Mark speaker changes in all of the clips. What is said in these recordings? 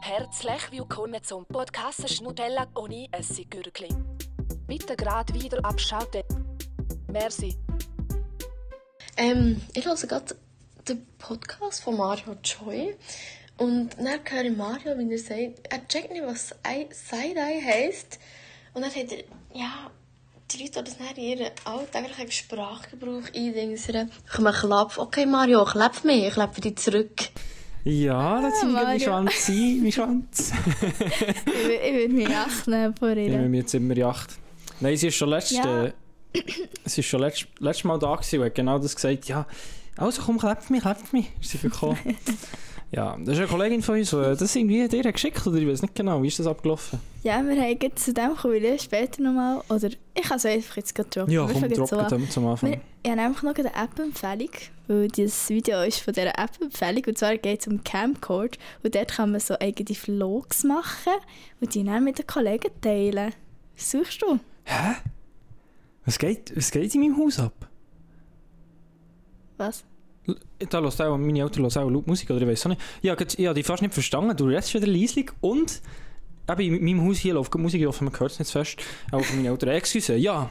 Speaker 1: herzlich willkommen zum Podcast Schnutella ohne Essiggürkli. Bitte gerade wieder abschalten. Merci.
Speaker 2: Ähm, ich höre gerade den Podcast von Mario Joy. Und dann höre ich Mario, dus wie er sagt, er checkt nicht, was Ei- Side-Eye heisst. Und dann sagt er, ja, die Leute, die das dann in ihren alltäglichen Sprachgebrauch eindingsen, kommen klopfen. Okay, Mario, klopf mich, ich klopfe dich zurück.
Speaker 3: Ah,
Speaker 4: Ja, das sind mein
Speaker 3: Mario.
Speaker 4: Schwanz sein, mein Schwanz.
Speaker 3: Ich wü- ich würde mich echt nehmen vor
Speaker 4: Ich
Speaker 3: ihr.
Speaker 4: nehme jetzt immer die Acht. Nein, sie ist schon letzte,
Speaker 3: Ja.
Speaker 4: sie ist schon letzt, letztes Mal da gewesen und hat genau das gesagt. Ja, also komm, klappt mich, klappt mich. Ist sie gekommen. ja, das ist eine Kollegin von uns, die das irgendwie dir hat geschickt oder ich weiß nicht genau, wie ist das abgelaufen?
Speaker 3: Ja, wir haben jetzt zu dem kommen wir später nochmal. Oder ich kann es einfach jetzt gerade droppen. wir fangen so an.
Speaker 4: dem zum Anfang.
Speaker 3: Wir, ich habe einfach noch eine App-Empfehlung, weil dieses Video ist von dieser App-Empfehlung. Und zwar geht es um Camcord. Und dort kann man so eigene Vlogs machen und die dann mit den Kollegen teilen. Was suchst du?
Speaker 4: Hä? Was geht, was geht in meinem Haus ab?
Speaker 3: Was?
Speaker 4: L- Da lässt auch, meine Eltern hören auch laut Musik, oder ich weiß auch nicht. Ja, ich, ich habe die fast nicht verstanden. Du redest wieder leislich und eben in meinem Haus hier läuft Musik, ich hoffe, man hört es nicht zu fest. Auch von meinen Eltern. Excuse, ja.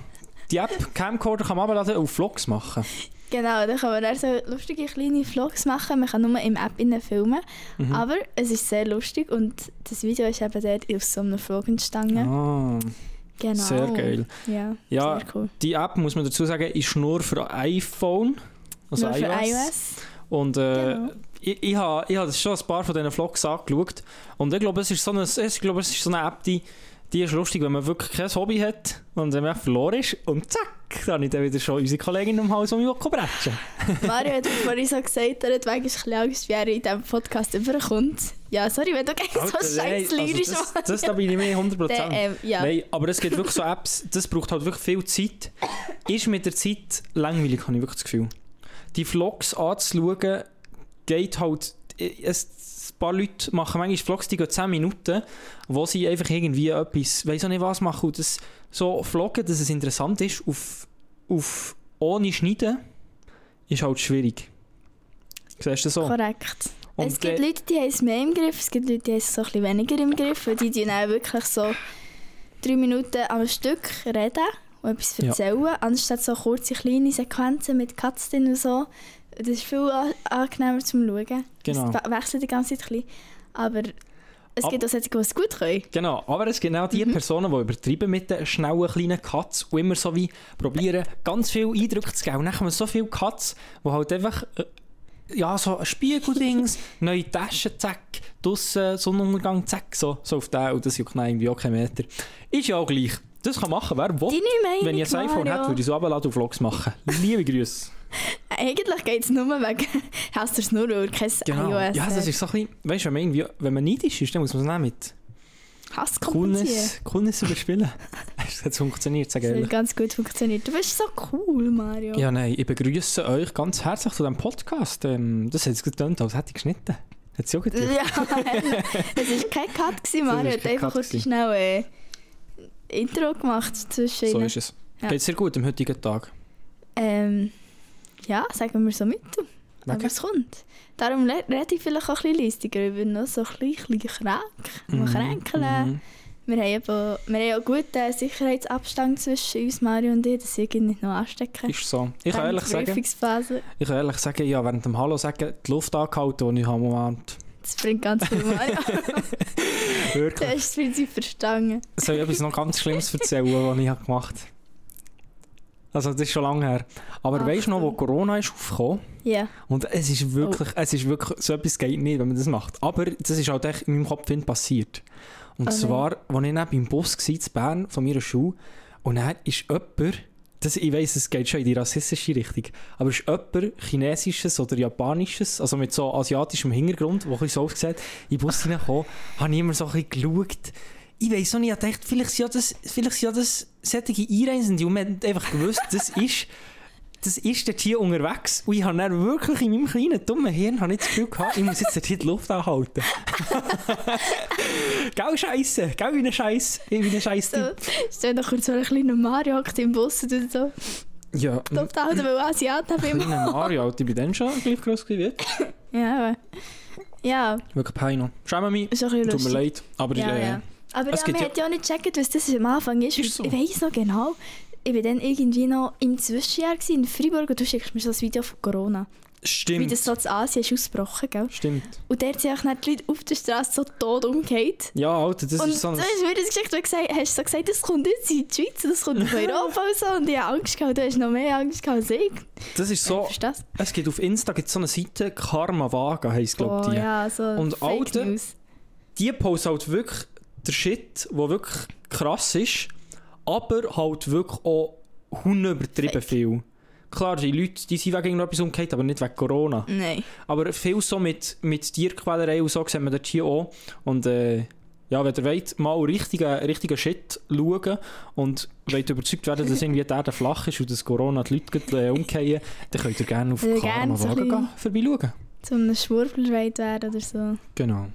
Speaker 4: Die App Camcorder kann man abladen und Vlogs machen.
Speaker 3: Genau, da kann man dann so lustige kleine Vlogs machen. Man kann nur im App innen filmen.
Speaker 4: Mhm.
Speaker 3: Aber es ist sehr lustig und das Video ist eben dort auf so einer Vlogenstange.
Speaker 4: Ah,
Speaker 3: Genau.
Speaker 4: sehr geil.
Speaker 3: Ja,
Speaker 4: Ja,
Speaker 3: sehr cool.
Speaker 4: die App, muss man dazu sagen, ist nur für iPhone. Also
Speaker 3: Nur
Speaker 4: iOS.
Speaker 3: für iOS.
Speaker 4: Und äh,
Speaker 3: Genau.
Speaker 4: ich, ich habe ich hab schon ein paar von diesen Vlogs angeschaut. Und ich glaube, es ist so eine, ich glaube, es ist so eine App, die, die ist lustig, wenn man wirklich kein Hobby hat und wenn man verloren ist. Und zack, dann habe ich dann wieder schon unsere Kollegin im Haus, die mich bretschen
Speaker 3: Mario hat mir vorhin so gesagt, er hat manchmal ein bisschen Angst, wie er in diesem Podcast überkommt. Ja, sorry, wenn du gegen so scheiß lyrisch
Speaker 4: also das,
Speaker 3: machst.
Speaker 4: das, da bin ich mir 100%.
Speaker 3: Der, ähm, ja.
Speaker 4: Nein, aber es gibt wirklich so Apps, das braucht halt wirklich viel Zeit. Ist mit der Zeit langweilig, habe ich wirklich das Gefühl. Die Vlogs anzuschauen, geht halt... Es, ein paar Leute machen manchmal Vlogs, die gehen 10 Minuten, wo sie einfach irgendwie etwas, weiß auch nicht was machen, und das so vloggen, dass es interessant ist, auf, auf ohne Schneiden, ist halt schwierig. Siehst du das so?
Speaker 3: Korrekt.
Speaker 4: Und
Speaker 3: es gibt
Speaker 4: der-
Speaker 3: Leute, die haben es mehr im Griff, es gibt Leute, die haben es so ein bisschen weniger im Griff. Und die die dann wirklich so drei Minuten am Stück reden und etwas
Speaker 4: Ja.
Speaker 3: erzählen, anstatt so kurze, kleine Sequenzen mit Cuts drin und so. Das ist viel an- angenehmer zum Schauen.
Speaker 4: Genau.
Speaker 3: Es we- wechselt die ganze Zeit ein bisschen. Aber es
Speaker 4: Ab-
Speaker 3: gibt auch solche, die es gut können.
Speaker 4: Genau, aber es gibt auch die
Speaker 3: Mhm.
Speaker 4: Personen, die übertreiben mit den schnellen kleinen Cuts und immer so wie probieren, ganz viel Eindruck zu geben. Und dann kommen so viele Cuts, die halt einfach, äh, ja, so ein Spiegeldings, neue Taschen, zack, draussen, Sonnenuntergang, zack, so, so auf den, und das juckt dann irgendwie auch keinen Meter. Ist ja auch gleich. Das kann machen, wer will.
Speaker 3: Deine Meinung,
Speaker 4: Wenn ich ein iPhone
Speaker 3: Mario.
Speaker 4: hätte, würde ich so abladen und Vlogs machen. Liebe Grüße.
Speaker 3: Eigentlich geht es nur wegen hast du es nur weil kein iOS.
Speaker 4: Genau. Ja, das ist so ein bisschen, weißt du, wenn man, irgendwie, wenn man neidisch ist, dann muss man es nicht mit
Speaker 3: Hass kompensieren.
Speaker 4: Kunnis, Kunnis überspielen. Das hat funktioniert, sag
Speaker 3: Das
Speaker 4: ehrlich.
Speaker 3: hat ganz gut funktioniert. Du bist so cool, Mario.
Speaker 4: Ja, nein, ich begrüße euch ganz herzlich zu diesem Podcast. Ähm, das hat jetzt getönt, als hätte ich geschnitten. Hat sie auch gedacht.
Speaker 3: Ja, es war kein Cut, gewesen, Mario
Speaker 4: Das ist
Speaker 3: hat
Speaker 4: kein
Speaker 3: einfach
Speaker 4: Cut
Speaker 3: kurz
Speaker 4: gewesen.
Speaker 3: schnell äh, Intro gemacht zwischen
Speaker 4: So
Speaker 3: ihnen.
Speaker 4: ist es.
Speaker 3: Äh, Ja.
Speaker 4: Geht sehr gut am heutigen Tag.
Speaker 3: Ähm, ja, sagen wir so mit. Aber es kommt. Darum le- rede ich vielleicht auch ein bisschen leistiger über noch so ein bisschen krank. Mhm. kränkeln.
Speaker 4: Mhm.
Speaker 3: Wir haben, eben, wir haben auch guten Sicherheitsabstand zwischen uns, Mario und ich, dass ich ihn nicht noch anstecken.
Speaker 4: Ist so. Ich kann,
Speaker 3: Während
Speaker 4: ehrlich
Speaker 3: der
Speaker 4: sagen,
Speaker 3: Prüfungsphase.
Speaker 4: ich kann ehrlich sagen, ja, während dem Hallo sagen, die Luft angehalten, die ich am Moment.
Speaker 3: Das bringt ganz viel Mario. du
Speaker 4: Wirklich.
Speaker 3: hast das Prinzip verstanden.
Speaker 4: Soll ich etwas noch ganz Schlimmes erzählen, was ich habe gemacht habe? Also, das ist schon lange her. Aber weißt du noch, wo
Speaker 3: Achtung.
Speaker 4: Corona ist aufgekommen?
Speaker 3: Ja.
Speaker 4: Und es ist wirklich, es ist wirklich, so etwas geht nicht, wenn man das macht. Aber das ist halt echt in meinem Kopf hin passiert. Und
Speaker 3: Okay.
Speaker 4: zwar, als ich dann beim Bus war, in Bern, von meiner Schule, und dann ist jemand, das, ich weiss, es geht schon in die rassistische Richtung, aber es ist jemand, chinesisches oder japanisches, also mit so asiatischem Hintergrund, der ein bisschen so aufgesehen hat, in den Bus hineingekommen, habe ich immer so ein bisschen geschaut. Ich weiss auch nicht, ich dachte, vielleicht sind ja das, vielleicht sind ja das solche Einreisende und man hat einfach gewusst, das ist das ist dort hier unterwegs und ich habe dann wirklich in meinem kleinen dummen Hirn habe ich das Gefühl gehabt, ich muss jetzt dort hier die Luft anhalten. Gell, Scheisse, gell, wie ein Scheiss, wie ein Scheiss.
Speaker 3: So, stell doch kurz so ein kleiner Mario hockt im Bus und tut so
Speaker 4: Ja, ein
Speaker 3: Luft halten, weil Asiaten bin.
Speaker 4: kleiner Mario, Alter, ich bin dann schon gleich groß gewesen.
Speaker 3: Ja, aber Ja,
Speaker 4: Wirklich Peino. Schäme mich.
Speaker 3: ist auch ein bisschen
Speaker 4: Tut mir
Speaker 3: lustig.
Speaker 4: leid. Aber
Speaker 3: Ja,
Speaker 4: äh,
Speaker 3: ja. Aber
Speaker 4: Es
Speaker 3: ja,
Speaker 4: gibt
Speaker 3: man
Speaker 4: ja-
Speaker 3: hat ja auch nicht gecheckt, was das am Anfang ist.
Speaker 4: Ist so.
Speaker 3: Ich weiss noch genau, ich war dann irgendwie noch im Zwischenjahr gewesen, in Freiburg und du schickst mir so ein Video von Corona. Wie
Speaker 4: stimmt.
Speaker 3: das so in Asien ist ausgebrochen, gell?
Speaker 4: Stimmt.
Speaker 3: Und dort sind auch dann die Leute auf der Straße so tot umgekehrt.
Speaker 4: Ja, Alter, das
Speaker 3: und
Speaker 4: ist so
Speaker 3: das
Speaker 4: ein...
Speaker 3: ist wieder eine Geschichte, wo du gesagt hast, so gesagt, das kommt jetzt in die Schweiz, das kommt auf Europa und so. Und ich habe Angst gehabt, du hast noch mehr Angst gehabt als ich.
Speaker 4: Das ist so...
Speaker 3: Verstehst du?
Speaker 4: Es gibt auf Insta gibt's so eine Seite, Karma Vaga heisst, glaube
Speaker 3: oh,
Speaker 4: die.
Speaker 3: ja, so
Speaker 4: Und
Speaker 3: Fake
Speaker 4: Alte-
Speaker 3: News.
Speaker 4: Die postet halt wirklich der Shit, der wirklich krass ist, aber halt wirklich auch hundenübertrieben viel. Klar, die Leute die sind wegen irgendetwas umgekehrt, aber nicht wegen Corona.
Speaker 3: Nein.
Speaker 4: Aber viel so mit, mit Tierquälerei und so sehen wir dort hier auch. Und äh, ja, wenn ihr wollt, mal richtigen, richtigen Shit schauen und wollt überzeugt werden, dass irgendwie die Erde flach ist und dass Corona die Leute gerade, äh, umkehren, dann könnt ihr gerne auf
Speaker 3: Ja, Äh, gerne
Speaker 4: Karma
Speaker 3: so ein
Speaker 4: Wagen
Speaker 3: bisschen-
Speaker 4: gehen, vorbeischauen.
Speaker 3: Zu einem Schwurbler geweiht werden oder so.
Speaker 4: Genau.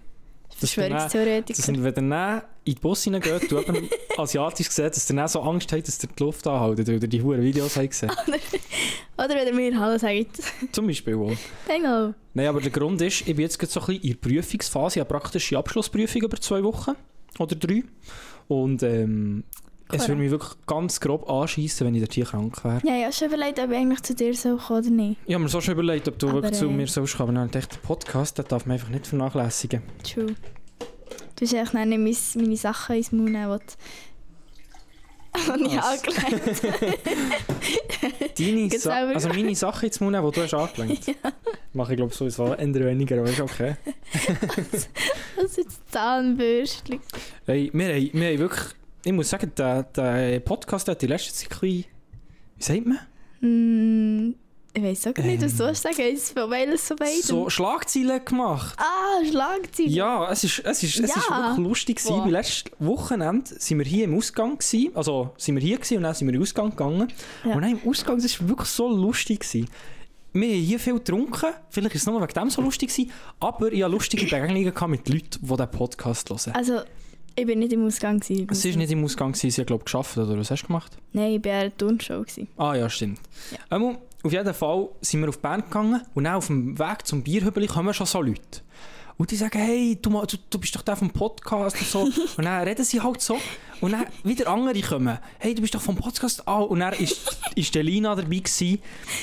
Speaker 4: Das
Speaker 3: Verschwörungstheoretiker.
Speaker 4: sind, wenn ihr dann in die Bus reingeht und jemand asiatisch sieht, dass ihr dann so Angst habt, dass ihr die Luft anhaltet, weil ihr die hohen Videos habt gesehen
Speaker 3: Oder wenn ihr mir Hallo sagt.
Speaker 4: Zum Beispiel auch.
Speaker 3: Hello.
Speaker 4: Nein, aber der Grund ist, ich bin jetzt gerade so ein bisschen in der Prüfungsphase, ich habe praktisch die Abschlussprüfung über zwei Wochen oder drei. Und ähm, es
Speaker 3: Klar.
Speaker 4: würde mich wirklich ganz grob anschiessen, wenn ich dort hier krank wäre.
Speaker 3: Ja, ich habe schon überlegt, ob ich eigentlich zu dir soll kommen oder nicht.
Speaker 4: Ich habe mir so schon überlegt, ob du
Speaker 3: Aber,
Speaker 4: wirklich zu
Speaker 3: äh,
Speaker 4: mir sollst kommen, aber dann dachte ich, der Podcast, den darf man einfach nicht vernachlässigen.
Speaker 3: True. Du hast eigentlich dann nicht mein, meine Sachen ins Mund nehmen, die die ich
Speaker 4: Was?
Speaker 3: angelegt habe.
Speaker 4: Deine
Speaker 3: Geht's
Speaker 4: Sa
Speaker 3: selber?
Speaker 4: also meine Sachen jetzt Mund, die du hast angelenkt. Mache ich glaube ich sowieso eher weniger, aber ist okay.
Speaker 3: Das ist Zahnbürstchen.
Speaker 4: Hey, wir, haben, wir haben wirklich, ich muss sagen, der, der Podcast hat die letzte Zeit ein bisschen, wie sagt man?
Speaker 3: Mm, ich weiß auch gar nicht, was
Speaker 4: Ähm.
Speaker 3: du sollst sagen ist von welches von beidem.
Speaker 4: So Schlagzeilen gemacht.
Speaker 3: dus Ah, Schlagzeug.
Speaker 4: Ja, es ist, es ist, es ist
Speaker 3: Ja.
Speaker 4: wirklich lustig gewesen.
Speaker 3: Boah.
Speaker 4: Beim letzten Wochenende sind wir hier im Ausgang gewesen. Also sind wir hier gewesen und dann sind wir in den Ausgang gegangen.
Speaker 3: Ja.
Speaker 4: Und dann im Ausgang, das war wirklich so lustig gewesen. Wir haben hier viel getrunken, vielleicht ist es nur wegen dem so lustig gewesen, aber ich hatte lustige Begegnungen gehabt mit Leuten, die diesen Podcast hören.
Speaker 3: Also, ich bin nicht im Ausgang. Gewesen,
Speaker 4: Es war nicht im Ausgang, gewesen, sie haben glaube ich geschafft, oder was hast du gemacht?
Speaker 3: Nein, ich war an der Turnshow. Gewesen.
Speaker 4: Ah ja, stimmt.
Speaker 3: Ja.
Speaker 4: Einmal, auf jeden Fall sind wir auf Bern gegangen und dann auf dem Weg zum Bierhübeli kommen schon so Leute. Und die sagen, hey, du, ma- du, du bist doch der vom Podcast und so. und dann reden sie halt so. Und dann wieder andere kommen. Hey, du bist doch vom Podcast. Ah, und dann ist, ist Delina dabei gewesen,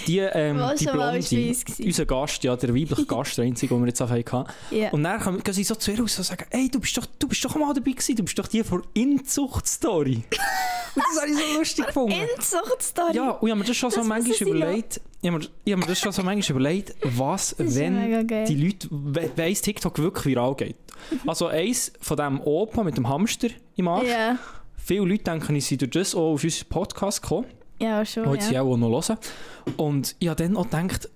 Speaker 4: die, ähm,
Speaker 3: Was
Speaker 4: die
Speaker 3: schon mal
Speaker 4: Blonde,
Speaker 3: ist bei uns gewesen.
Speaker 4: unser Gast, ja, der weibliche Gast, der einzige, den wir jetzt auf jeden Fall hatten.
Speaker 3: Ja.
Speaker 4: Und dann kommen, gehen sie so zu ihr raus und sagen, hey, du bist doch, du bist doch mal dabei gewesen, du bist doch die von Inzucht-Story. und das habe ich so lustig gefunden.
Speaker 3: Inzuchtstory.
Speaker 4: Ja, und ich habe mir das schon so
Speaker 3: Das
Speaker 4: manchmal
Speaker 3: wissen sie
Speaker 4: überlegt, ich habe mir, ich habe mir das schon so manchmal überlegt, was,
Speaker 3: ist ja mega
Speaker 4: wenn
Speaker 3: geil.
Speaker 4: die Leute, we- wenn es TikTok wirklich viral geht. Also eins von dem Opa mit dem Hamster im Arsch,
Speaker 3: Ja,
Speaker 4: viele Leute denken, ich sei durch das auch auf unseren Podcast gekommen,
Speaker 3: ja
Speaker 4: oh,
Speaker 3: schon.
Speaker 4: jetzt
Speaker 3: Ja.
Speaker 4: ja. auch noch hören. Und ich habe dann auch gedacht,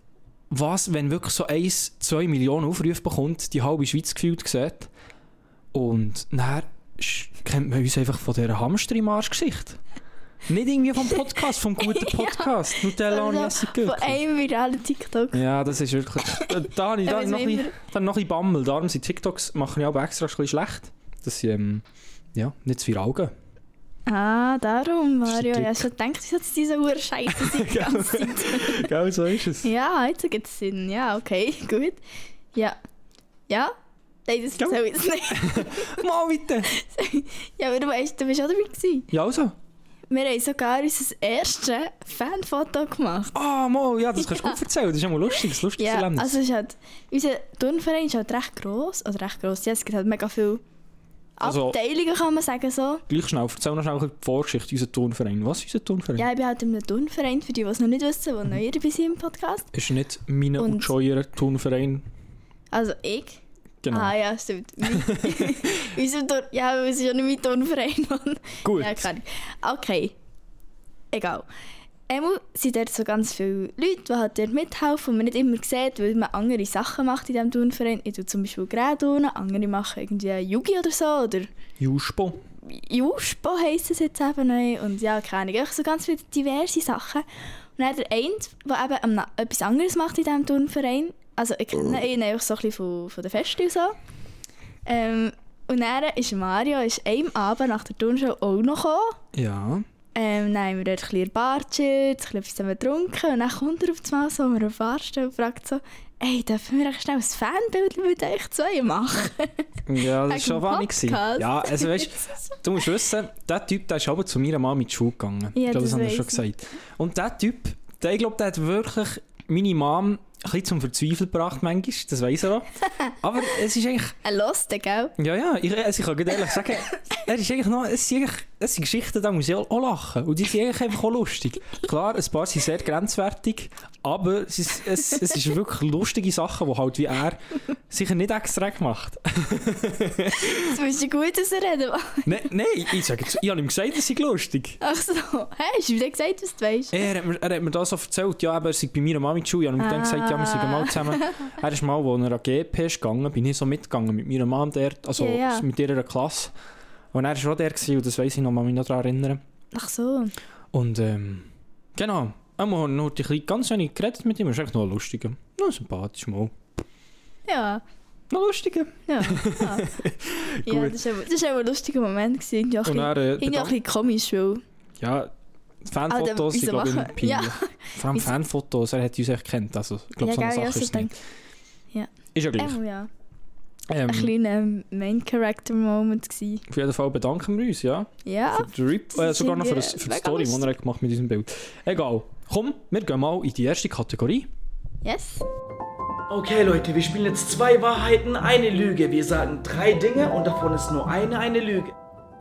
Speaker 4: was, wenn wirklich so eins, zwei Millionen Aufrufe bekommt, die halbe Schweiz gefühlt sieht. Und dann sch- kennt man uns einfach von dieser Hamster im Arsch-Geschichte. Nicht irgendwie vom Podcast, vom guten Podcast. Nutella und Jesse
Speaker 3: Also, Von
Speaker 4: Gürtel.
Speaker 3: einem viralen TikTok.
Speaker 4: Ja, das ist wirklich... Da, da, habe ich- da,
Speaker 3: Ja,
Speaker 4: habe ich noch
Speaker 3: weiss
Speaker 4: ein
Speaker 3: man
Speaker 4: bisschen- da habe ich noch ein bisschen Bammel. Darum sind TikToks, machen ja auch extra ein bisschen schlecht. Dass sie, ähm, ja, nicht zu viral gehen.
Speaker 3: Ah, darum,
Speaker 4: Das ist
Speaker 3: Mario.
Speaker 4: der
Speaker 3: Ich habe schon gedacht, ich sollte diese Uhr scheiße sein. die ganze Zeit.
Speaker 4: Genau so ist es.
Speaker 3: ja, jetzt ergibt es Sinn. Ja, okay, gut. Ja. Ja? Nein, das
Speaker 4: Ja.
Speaker 3: soll ich jetzt nicht.
Speaker 4: Mal bitte!
Speaker 3: Ja, aber du weißt, du bist auch dabei gewesen.
Speaker 4: Ja, also.
Speaker 3: Wir haben sogar unser erstes Fanfoto gemacht.
Speaker 4: Ah, mal, ja, das kannst du gut erzählen. Das ist ja mal lustig, das lustigste
Speaker 3: Ja,
Speaker 4: Erlebnis.
Speaker 3: also es ist halt, unser Turnverein ist halt recht gross. Oder recht gross, ja, es gibt halt mega viele
Speaker 4: Also-
Speaker 3: Abteilungen, kann man sagen so.
Speaker 4: Gleich schnell, erzähl noch schnell ein bisschen die Vorgeschichte, unser Turnverein. Was ist unser Turnverein?
Speaker 3: Ja, ich bin halt in einem Turnverein, für die, die es noch nicht wissen, die neu dabei sind im Podcast.
Speaker 4: Ist nicht meine und,
Speaker 3: Und-
Speaker 4: scheuer Turnverein.
Speaker 3: Also ich.
Speaker 4: Genau.
Speaker 3: Ah ja, stimmt. Mein- unser Turn, ja, aber es ist ja nicht mein Turnverein, Mann.
Speaker 4: Gut.
Speaker 3: Ja, keine Ahnung. Okay. Egal. Einmal sind dort so ganz viele Leute, die halt dort mithelfen und man nicht immer sieht, weil man andere Sachen macht in diesem Turnverein. Ich tue zum Beispiel Geräte unten, andere machen irgendwie Yugi oder so oder
Speaker 4: Juspo.
Speaker 3: Juspo heisst es jetzt eben neu und ja, keine Ahnung, einfach so ganz viele diverse Sachen. Und dann der eine, der eben am Na- etwas anderes macht in diesem Turnverein, also ich kenne ihn einfach so ein bisschen von, von den Festen und so. Ähm, und dann ist Mario ist einem Abend nach der Turnshow auch noch gekommen.
Speaker 4: Ja.
Speaker 3: Ähm, dann haben wir dort ein bisschen in der Bar gechillt, ein bisschen etwas zusammen getrunken um und dann kommt er auf einmal so an einer Barstelle und fragt so Ey, dürfen wir echt schnell ein Fanbild mit euch zwei machen?
Speaker 4: Ja, das
Speaker 3: Wegen
Speaker 4: ist schon
Speaker 3: dem
Speaker 4: wahnsinnig. gewesen.
Speaker 3: Podcast.
Speaker 4: Ja, also weißt du, musst wissen, der Typ, der ist aber zu meiner Mama in die Schule gegangen.
Speaker 3: Ja,
Speaker 4: ich glaube, das,
Speaker 3: das
Speaker 4: haben wir
Speaker 3: weiss
Speaker 4: schon gesagt. Und der Typ, der, ich glaube, der hat wirklich meine Mom ein bisschen zum Verzweifeln gebracht, manchmal, das weiss er auch. Aber es ist eigentlich,
Speaker 3: Ein Loste, gell?
Speaker 4: ja, ja, ich, also ich kann gerade ehrlich sagen, er ist eigentlich noch, es sind, eigentlich, es sind Geschichten, da muss ich auch auch lachen. Und die sind eigentlich einfach auch lustig. Klar, ein paar sind sehr grenzwertig, aber es ist, es, es ist wirklich lustige Sachen, die halt wie er sicher nicht extra gemacht
Speaker 3: Jetzt musst du gut reden.
Speaker 4: Nein, nein, ich, sage, jetzt- ich habe ihm gesagt, es sei lustig. Eh,
Speaker 3: Ach so. Hä, hast du wieder gesagt, was du weißt?
Speaker 4: Er hat, mir, er hat mir das so erzählt, ja, eben, er sei bei meiner Mami in die Schule. Ich habe ihm dann
Speaker 3: Ah.
Speaker 4: gesagt, ja, wir sind mal zusammen. Er ist mal, als er an GP ist gegangen, bin ich so mitgegangen mit meiner Mom dort, also
Speaker 3: Ja, ja.
Speaker 4: mit ihrer Klasse. Und er war auch der, gewesen, und das weiß ich noch, kann mich noch daran erinnern.
Speaker 3: Ach so.
Speaker 4: Und ähm, genau, einmal haben wir noch die kleine- ganz wenig geredet mit ihm, ist echt noch ein lustiger, noch ein sympathisch mal.
Speaker 3: Ja.
Speaker 4: Noch lustiger.
Speaker 3: Ja. Ah. ja,
Speaker 4: Gut.
Speaker 3: das war aber- das war aber ein lustiger Moment. gewesen. Irgendwie auch ein
Speaker 4: Und
Speaker 3: bisschen-
Speaker 4: er, äh,
Speaker 3: irgendwie auch ein
Speaker 4: bedankt-
Speaker 3: bisschen komisch, weil...
Speaker 4: ja, die Fanfotos
Speaker 3: Aber
Speaker 4: sind,
Speaker 3: wieso
Speaker 4: glaube ich,
Speaker 3: machen-
Speaker 4: peinlich.
Speaker 3: Ja.
Speaker 4: Vor allem
Speaker 3: Wieso-
Speaker 4: Fanfotos, er hat uns echt gekannt, also ich glaube,
Speaker 3: ja,
Speaker 4: so eine
Speaker 3: gell,
Speaker 4: Sache
Speaker 3: ja, so
Speaker 4: ist es nicht.
Speaker 3: denkt- Ja.
Speaker 4: Ist ja gleich.
Speaker 3: Oh, ja.
Speaker 4: Ähm,
Speaker 3: Ein kleiner Main-Character-Moment gewesen.
Speaker 4: auf jeden Fall bedanken wir uns, ja.
Speaker 3: Ja.
Speaker 4: Für den Rip,
Speaker 3: das
Speaker 4: äh,
Speaker 3: ist
Speaker 4: sogar noch für,
Speaker 3: irgendwie
Speaker 4: das, für die
Speaker 3: mega
Speaker 4: Story, die
Speaker 3: lustig.
Speaker 4: er hat gemacht mit diesem Bild. Egal. Komm, wir gehen mal in die erste Kategorie.
Speaker 3: Yes.
Speaker 5: Okay, Leute, wir spielen jetzt zwei Wahrheiten, eine Lüge. Wir sagen drei Dinge und davon ist nur eine eine Lüge.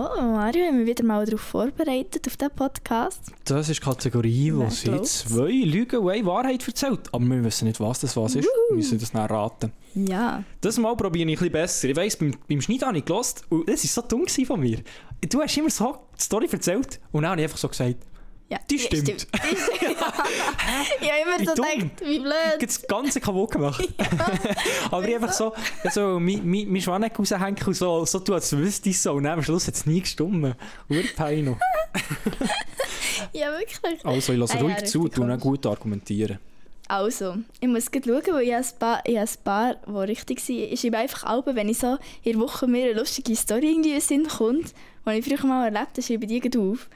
Speaker 3: Oh, Mario, haben wir wieder mal darauf vorbereitet, auf diesen Podcast.
Speaker 4: Das ist die Kategorie, wo
Speaker 3: Wer
Speaker 4: sie
Speaker 3: glaubt's?
Speaker 4: zwei Lügen und eine Wahrheit erzählt. Aber wir wissen nicht, was das was ist. Wir müssen das dann raten.
Speaker 3: Ja.
Speaker 4: Das mal probiere ich ein bisschen besser. Ich weiss, beim, beim Schneiden habe ich gelost und das war so dumm gewesen von mir. Du hast immer so die Story erzählt und dann habe ich einfach so gesagt,
Speaker 3: ja.
Speaker 4: Die
Speaker 3: Ja,
Speaker 4: stimmt.
Speaker 3: Die stimmt. ich habe immer
Speaker 4: Wie
Speaker 3: so
Speaker 4: dumm.
Speaker 3: gedacht, wie
Speaker 4: Ich hab
Speaker 3: blöd.
Speaker 4: das Ganze kaputt gemacht. Aber ich einfach so, ja, so mein, mein, mein Schwanneck raushängen und so, so tun, als wüsste ich so. Und dann am Schluss hat es nie gestummen. Urpein noch.
Speaker 3: Ja, wirklich.
Speaker 4: Also, ich lasse
Speaker 3: Ah ja,
Speaker 4: ruhig zu
Speaker 3: richtig
Speaker 4: und dann
Speaker 3: komisch.
Speaker 4: gut argumentieren.
Speaker 3: Also, ich muss gleich schauen, weil ich habe ein paar, ich habe ein paar wo richtig waren. Ich schreibe einfach Alben, wenn ich so in der Woche mir eine lustige Story irgendwie in den Sinn kommt, die ich früher mal erlebt habe, schreibe ich die gleich auf.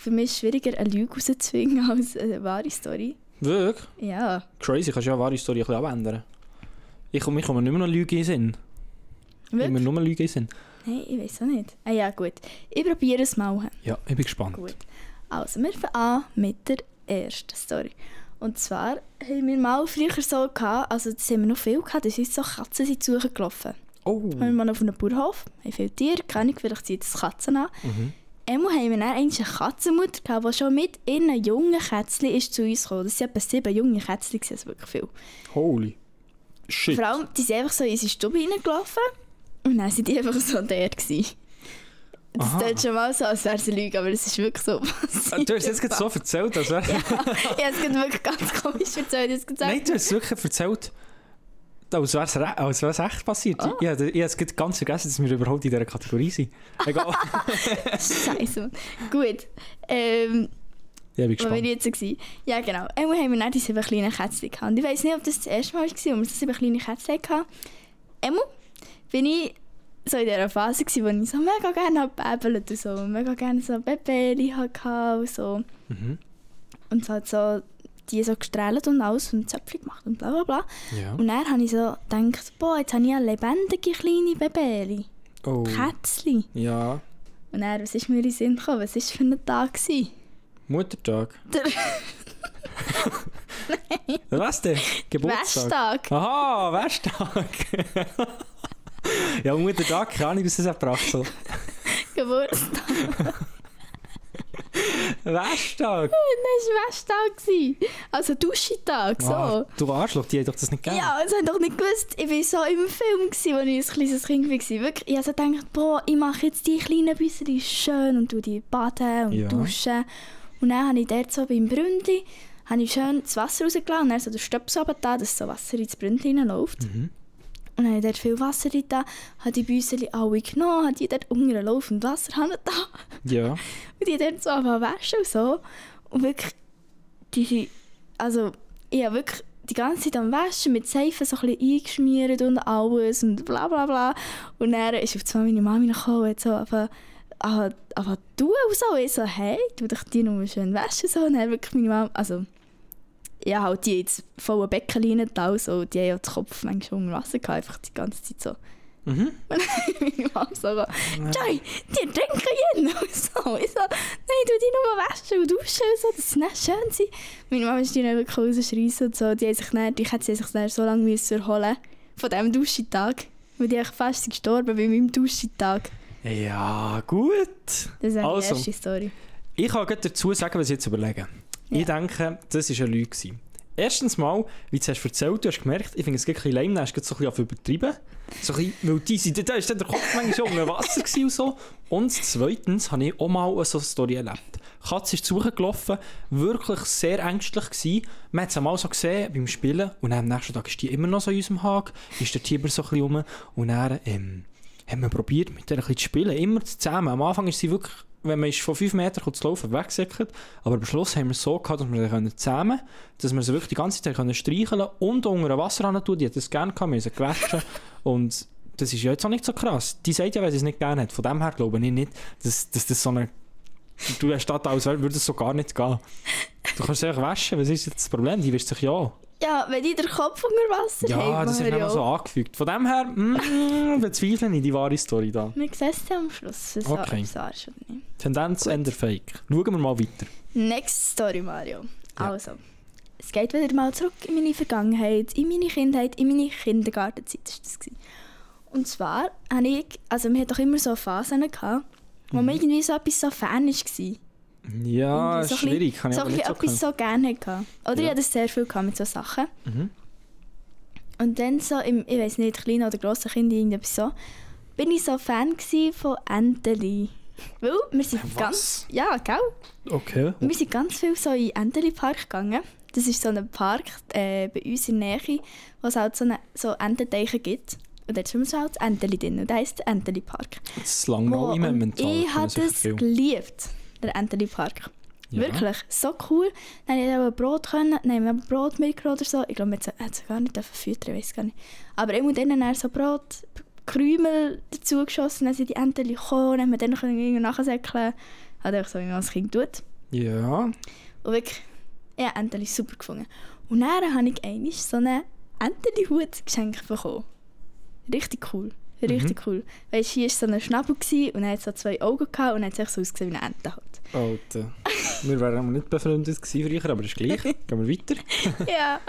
Speaker 3: Für mich ist es schwieriger, eine Lüge rauszuzwingen als eine wahre Story.
Speaker 4: Wirklich?
Speaker 3: Ja.
Speaker 4: Crazy, kannst du ja eine wahre Story ein bisschen abändern. Ich komme, ich komme nicht mehr noch Lüge in den Sinn.
Speaker 3: Wirklich?
Speaker 4: Immer nur Lüge in den Sinn.
Speaker 3: Nein, ich weiß auch nicht. Ah ja, gut. Ich probiere es mal.
Speaker 4: Ja, ich bin gespannt.
Speaker 3: Gut. Also, wir fangen an mit der ersten Story. Und zwar haben wir mal früher so gehabt, also das haben wir noch viel gehabt, das ist so Katzen sind zugelaufen.
Speaker 4: Oh,
Speaker 3: Wir waren mal auf einem Bauernhof, haben viele Tiere, keine Ahnung, vielleicht zieht es Katzen an.
Speaker 4: Mhm.
Speaker 3: Einmal haben wir dann eigentlich eine Katzenmutter gehabt, die schon mit ihren jungen Kätzchen ist zu uns gekommen. Das waren etwa sieben junge Kätzchen, das ist wirklich viel.
Speaker 4: holy. Shit.
Speaker 3: Vor allem, die sind einfach so in unsere Stube reingelaufen und dann waren die einfach so der. Gewesen. Das
Speaker 4: Aha.
Speaker 3: tut schon mal so, als wäre es eine Lüge, aber es ist wirklich so
Speaker 4: Ah, Du hast es jetzt gerade so erzählt, als wäre...
Speaker 3: Ich habe es gerade wirklich ganz komisch erzählt. Ich habe es gesagt,
Speaker 4: Nein, du hast es wirklich erzählt, als wäre es, als wär's echt passiert.
Speaker 3: Ah.
Speaker 4: Ich, ich, ich habe es gerade ganz vergessen, dass wir überhaupt in dieser Kategorie sind. Egal.
Speaker 3: Scheiße. Mann. Gut. Ähm,
Speaker 4: ja, ich bin
Speaker 3: wo war ich
Speaker 4: gespannt.
Speaker 3: jetzt? Gewesen? Ja, genau. Einmal haben wir dann diese kleinen Kätzchen gehabt. Und ich weiß nicht, ob das das erste Mal war, wo wir diese kleinen Kätzchen hatten. Einmal bin ich so in dieser Phase, gewesen, wo ich so mega gerne halt Bäbel oder so, mega gerne so Bäbeli hatte und so.
Speaker 4: Mhm.
Speaker 3: Und so hat so die so gestrahlt und alles und Zöpfchen gemacht und bla bla bla.
Speaker 4: Ja.
Speaker 3: Und dann habe ich so gedacht, boah, jetzt habe ich eine lebendige kleine Bäbeli.
Speaker 4: Oh.
Speaker 3: Kätzchen.
Speaker 4: Ja,
Speaker 3: Und dann, was ist mir in den Sinn gekommen? Was war für ein Tag? Gewesen?
Speaker 4: Muttertag.
Speaker 3: Der
Speaker 4: Was denn? Geburtstag.
Speaker 3: Westtag.
Speaker 4: Aha, Westtag. ja, Muttertag, keine Ahnung, was das hat gebracht so.
Speaker 3: Geburtstag.
Speaker 4: Westtag.
Speaker 3: Das war Westtag. gewesen. Also Duschentag, so.
Speaker 4: Ah, du Arschloch, die hat doch das nicht gegeben.
Speaker 3: Ja, das habe ich doch nicht gewusst. Ich war so im Film, gewesen, als ich ein kleines Kind war. Wirklich, ich habe so gedacht, boah, ich mache jetzt die kleinen Büsserchen schön und tue die baden und
Speaker 4: Ja.
Speaker 3: duschen. Und dann habe ich dort so beim Bründli habe ich schön das Wasser rausgelassen und dann so den Stöpsel runtergetan, dass so Wasser ins Bründli läuft. Und dann habe ich dort viel Wasser da, habe die Büsserchen alle genommen, habe die dort unter den laufenden Wasser da.
Speaker 4: Ja.
Speaker 3: Und die dann so am Waschen und so. Und wirklich, die sind- also ich habe wirklich die ganze Zeit am Waschen mit Seife so ein bisschen eingeschmiert und alles und bla bla bla. Und dann ist auf zwei meine Mami gekommen und hat so aber aber du und so. Und ich so, hey, tu dich die nur schön waschen so. Und dann wirklich meine Mama, also ich ja, halt die jetzt volle Becken rein und alles, und die haben ja den Kopf manchmal unter Wasser gehabt, einfach die ganze Zeit so.
Speaker 4: Mhm.
Speaker 3: Und dann meine Mama so, Joy, die trinken jeden. Und so. Ich so, nein, tu dich nur waschen und duschen, und so, das ist nicht schön sein. Meine Mama ist die dann wirklich rausschreissen und so. Die haben sich dann, die hat sich dann so lange müssen erholen von diesem Duschentag. Weil die eigentlich fast sind gestorben bei meinem Duschentag.
Speaker 4: Ja, gut.
Speaker 3: Das ist
Speaker 4: Also.
Speaker 3: die erste Story.
Speaker 4: Ich kann gleich dazu sagen, was ich jetzt überlege.
Speaker 3: Ja.
Speaker 4: Ich denke, das war eine Lüge. gewesen. Erstens mal, wie du es erzählt hast, du hast gemerkt, ich finde es gerade ein bisschen lame, dann hast du gerade so ein bisschen angefangen zu übertreiben. So ein bisschen, weil die sind, da ist dann der Kopf manchmal schon unter Wasser gewesen und so. Und zweitens habe ich auch mal so eine Story erlebt. Die Katze ist zu Hause gelaufen, wirklich sehr ängstlich gewesen. Man hat sie mal so gesehen beim Spielen und dann am nächsten Tag ist die immer noch so in unserem Haag, ist der Tiber so ein bisschen rum und dann... Ähm, haben wir probiert, mit der ein bisschen zu spielen. Immer zusammen. Am Anfang ist sie wirklich, wenn man ist von 5 Metern kommt, zu laufen, weggesäckert. Aber am Schluss haben wir es so gehabt, dass wir sie können zusammen dass wir sie wirklich die ganze Zeit können streicheln und unter den Wasser ran tun. Die hat das gerne gehabt, wir haben sie gewäschen. und das ist ja jetzt auch nicht so krass. Die sagt ja, weil sie es nicht gerne hat. Von dem her glaube ich nicht, dass, dass das so eine. Du hast das als würde es so gar nicht gehen. Du kannst sie einfach waschen, was ist jetzt das Problem? Die wirst sich ja an.
Speaker 3: Ja, wenn die den Kopf unter Wasser
Speaker 4: Ja,
Speaker 3: haben,
Speaker 4: das
Speaker 3: machen
Speaker 4: ist
Speaker 3: wir
Speaker 4: immer so angefügt. Von dem her, mm, bezweifle ich die wahre Story da.
Speaker 3: Wir sehen es ja am Schluss, was
Speaker 4: Okay.
Speaker 3: okay. Arsch oder nicht.
Speaker 4: Tendenz ändert fake. Schauen wir mal weiter.
Speaker 3: Next Story, Mario. Also, es geht wieder mal zurück in meine Vergangenheit, in meine Kindheit, in meine Kindergartenzeit war das. Gewesen. Und zwar habe ich, also man hat doch immer so Phasen gehabt, wo man
Speaker 4: Mhm.
Speaker 3: irgendwie so etwas so Fan war.
Speaker 4: Ja,
Speaker 3: Irgendwie so
Speaker 4: Ah, schwierig, kann ich
Speaker 3: so
Speaker 4: aber
Speaker 3: ein
Speaker 4: nicht so
Speaker 3: bisschen etwas so gerne hatte. Oder ich
Speaker 4: Ja.
Speaker 3: hatte sehr viel gehabt mit so Sachen.
Speaker 4: Mhm.
Speaker 3: Und dann so, im, ich weiß nicht, kleinen oder grossen Kind, irgendetwas so, bin ich so Fan gewesen von Enteli. Weil wir sind
Speaker 4: Was?
Speaker 3: ganz... Ja, gell?
Speaker 4: Okay.
Speaker 3: Wir sind ganz viel so in Enteli Park gegangen. Das ist so ein Park äh, bei uns in der Nähe, wo es halt so, eine, so Ententeiche gibt. Und dort sind wir so halt Enteli drin. Und der heisst Enteli Park.
Speaker 4: Das ist lang noch immer
Speaker 3: und
Speaker 4: mental.
Speaker 3: ich
Speaker 4: kann
Speaker 3: habe
Speaker 4: sicher
Speaker 3: das
Speaker 4: viel.
Speaker 3: geliebt, der Enteli Park.
Speaker 4: Ja.
Speaker 3: Wirklich, so cool. Dann haben wir auch Brot können, dann haben wir auch Brot mitgenommen oder so. Ich glaube, man hat es gar nicht dürfen füttern, ich weiß gar nicht. Aber immer dann haben wir so Brot, Krümel dazu geschossen, dann sind die Enteli gekommen, dann haben wir dann noch irgendwie nachsäckeln. Hat einfach so, wie man als Kind tut.
Speaker 4: Ja.
Speaker 3: Und wirklich, ich habe Enteli super gefunden. Und dann habe ich einmal so einen Enteli-Hut geschenkt bekommen. Richtig cool. Richtig cool. Weißt du, hier war so ein Schnabel gewesen und er hat so zwei Augen gehabt und hat sich so ausgesehen wie eine Ente halt.
Speaker 4: Alter. Wir wären auch nicht befreundet gewesen früher, aber ist gleich. Gehen wir weiter.
Speaker 3: ja.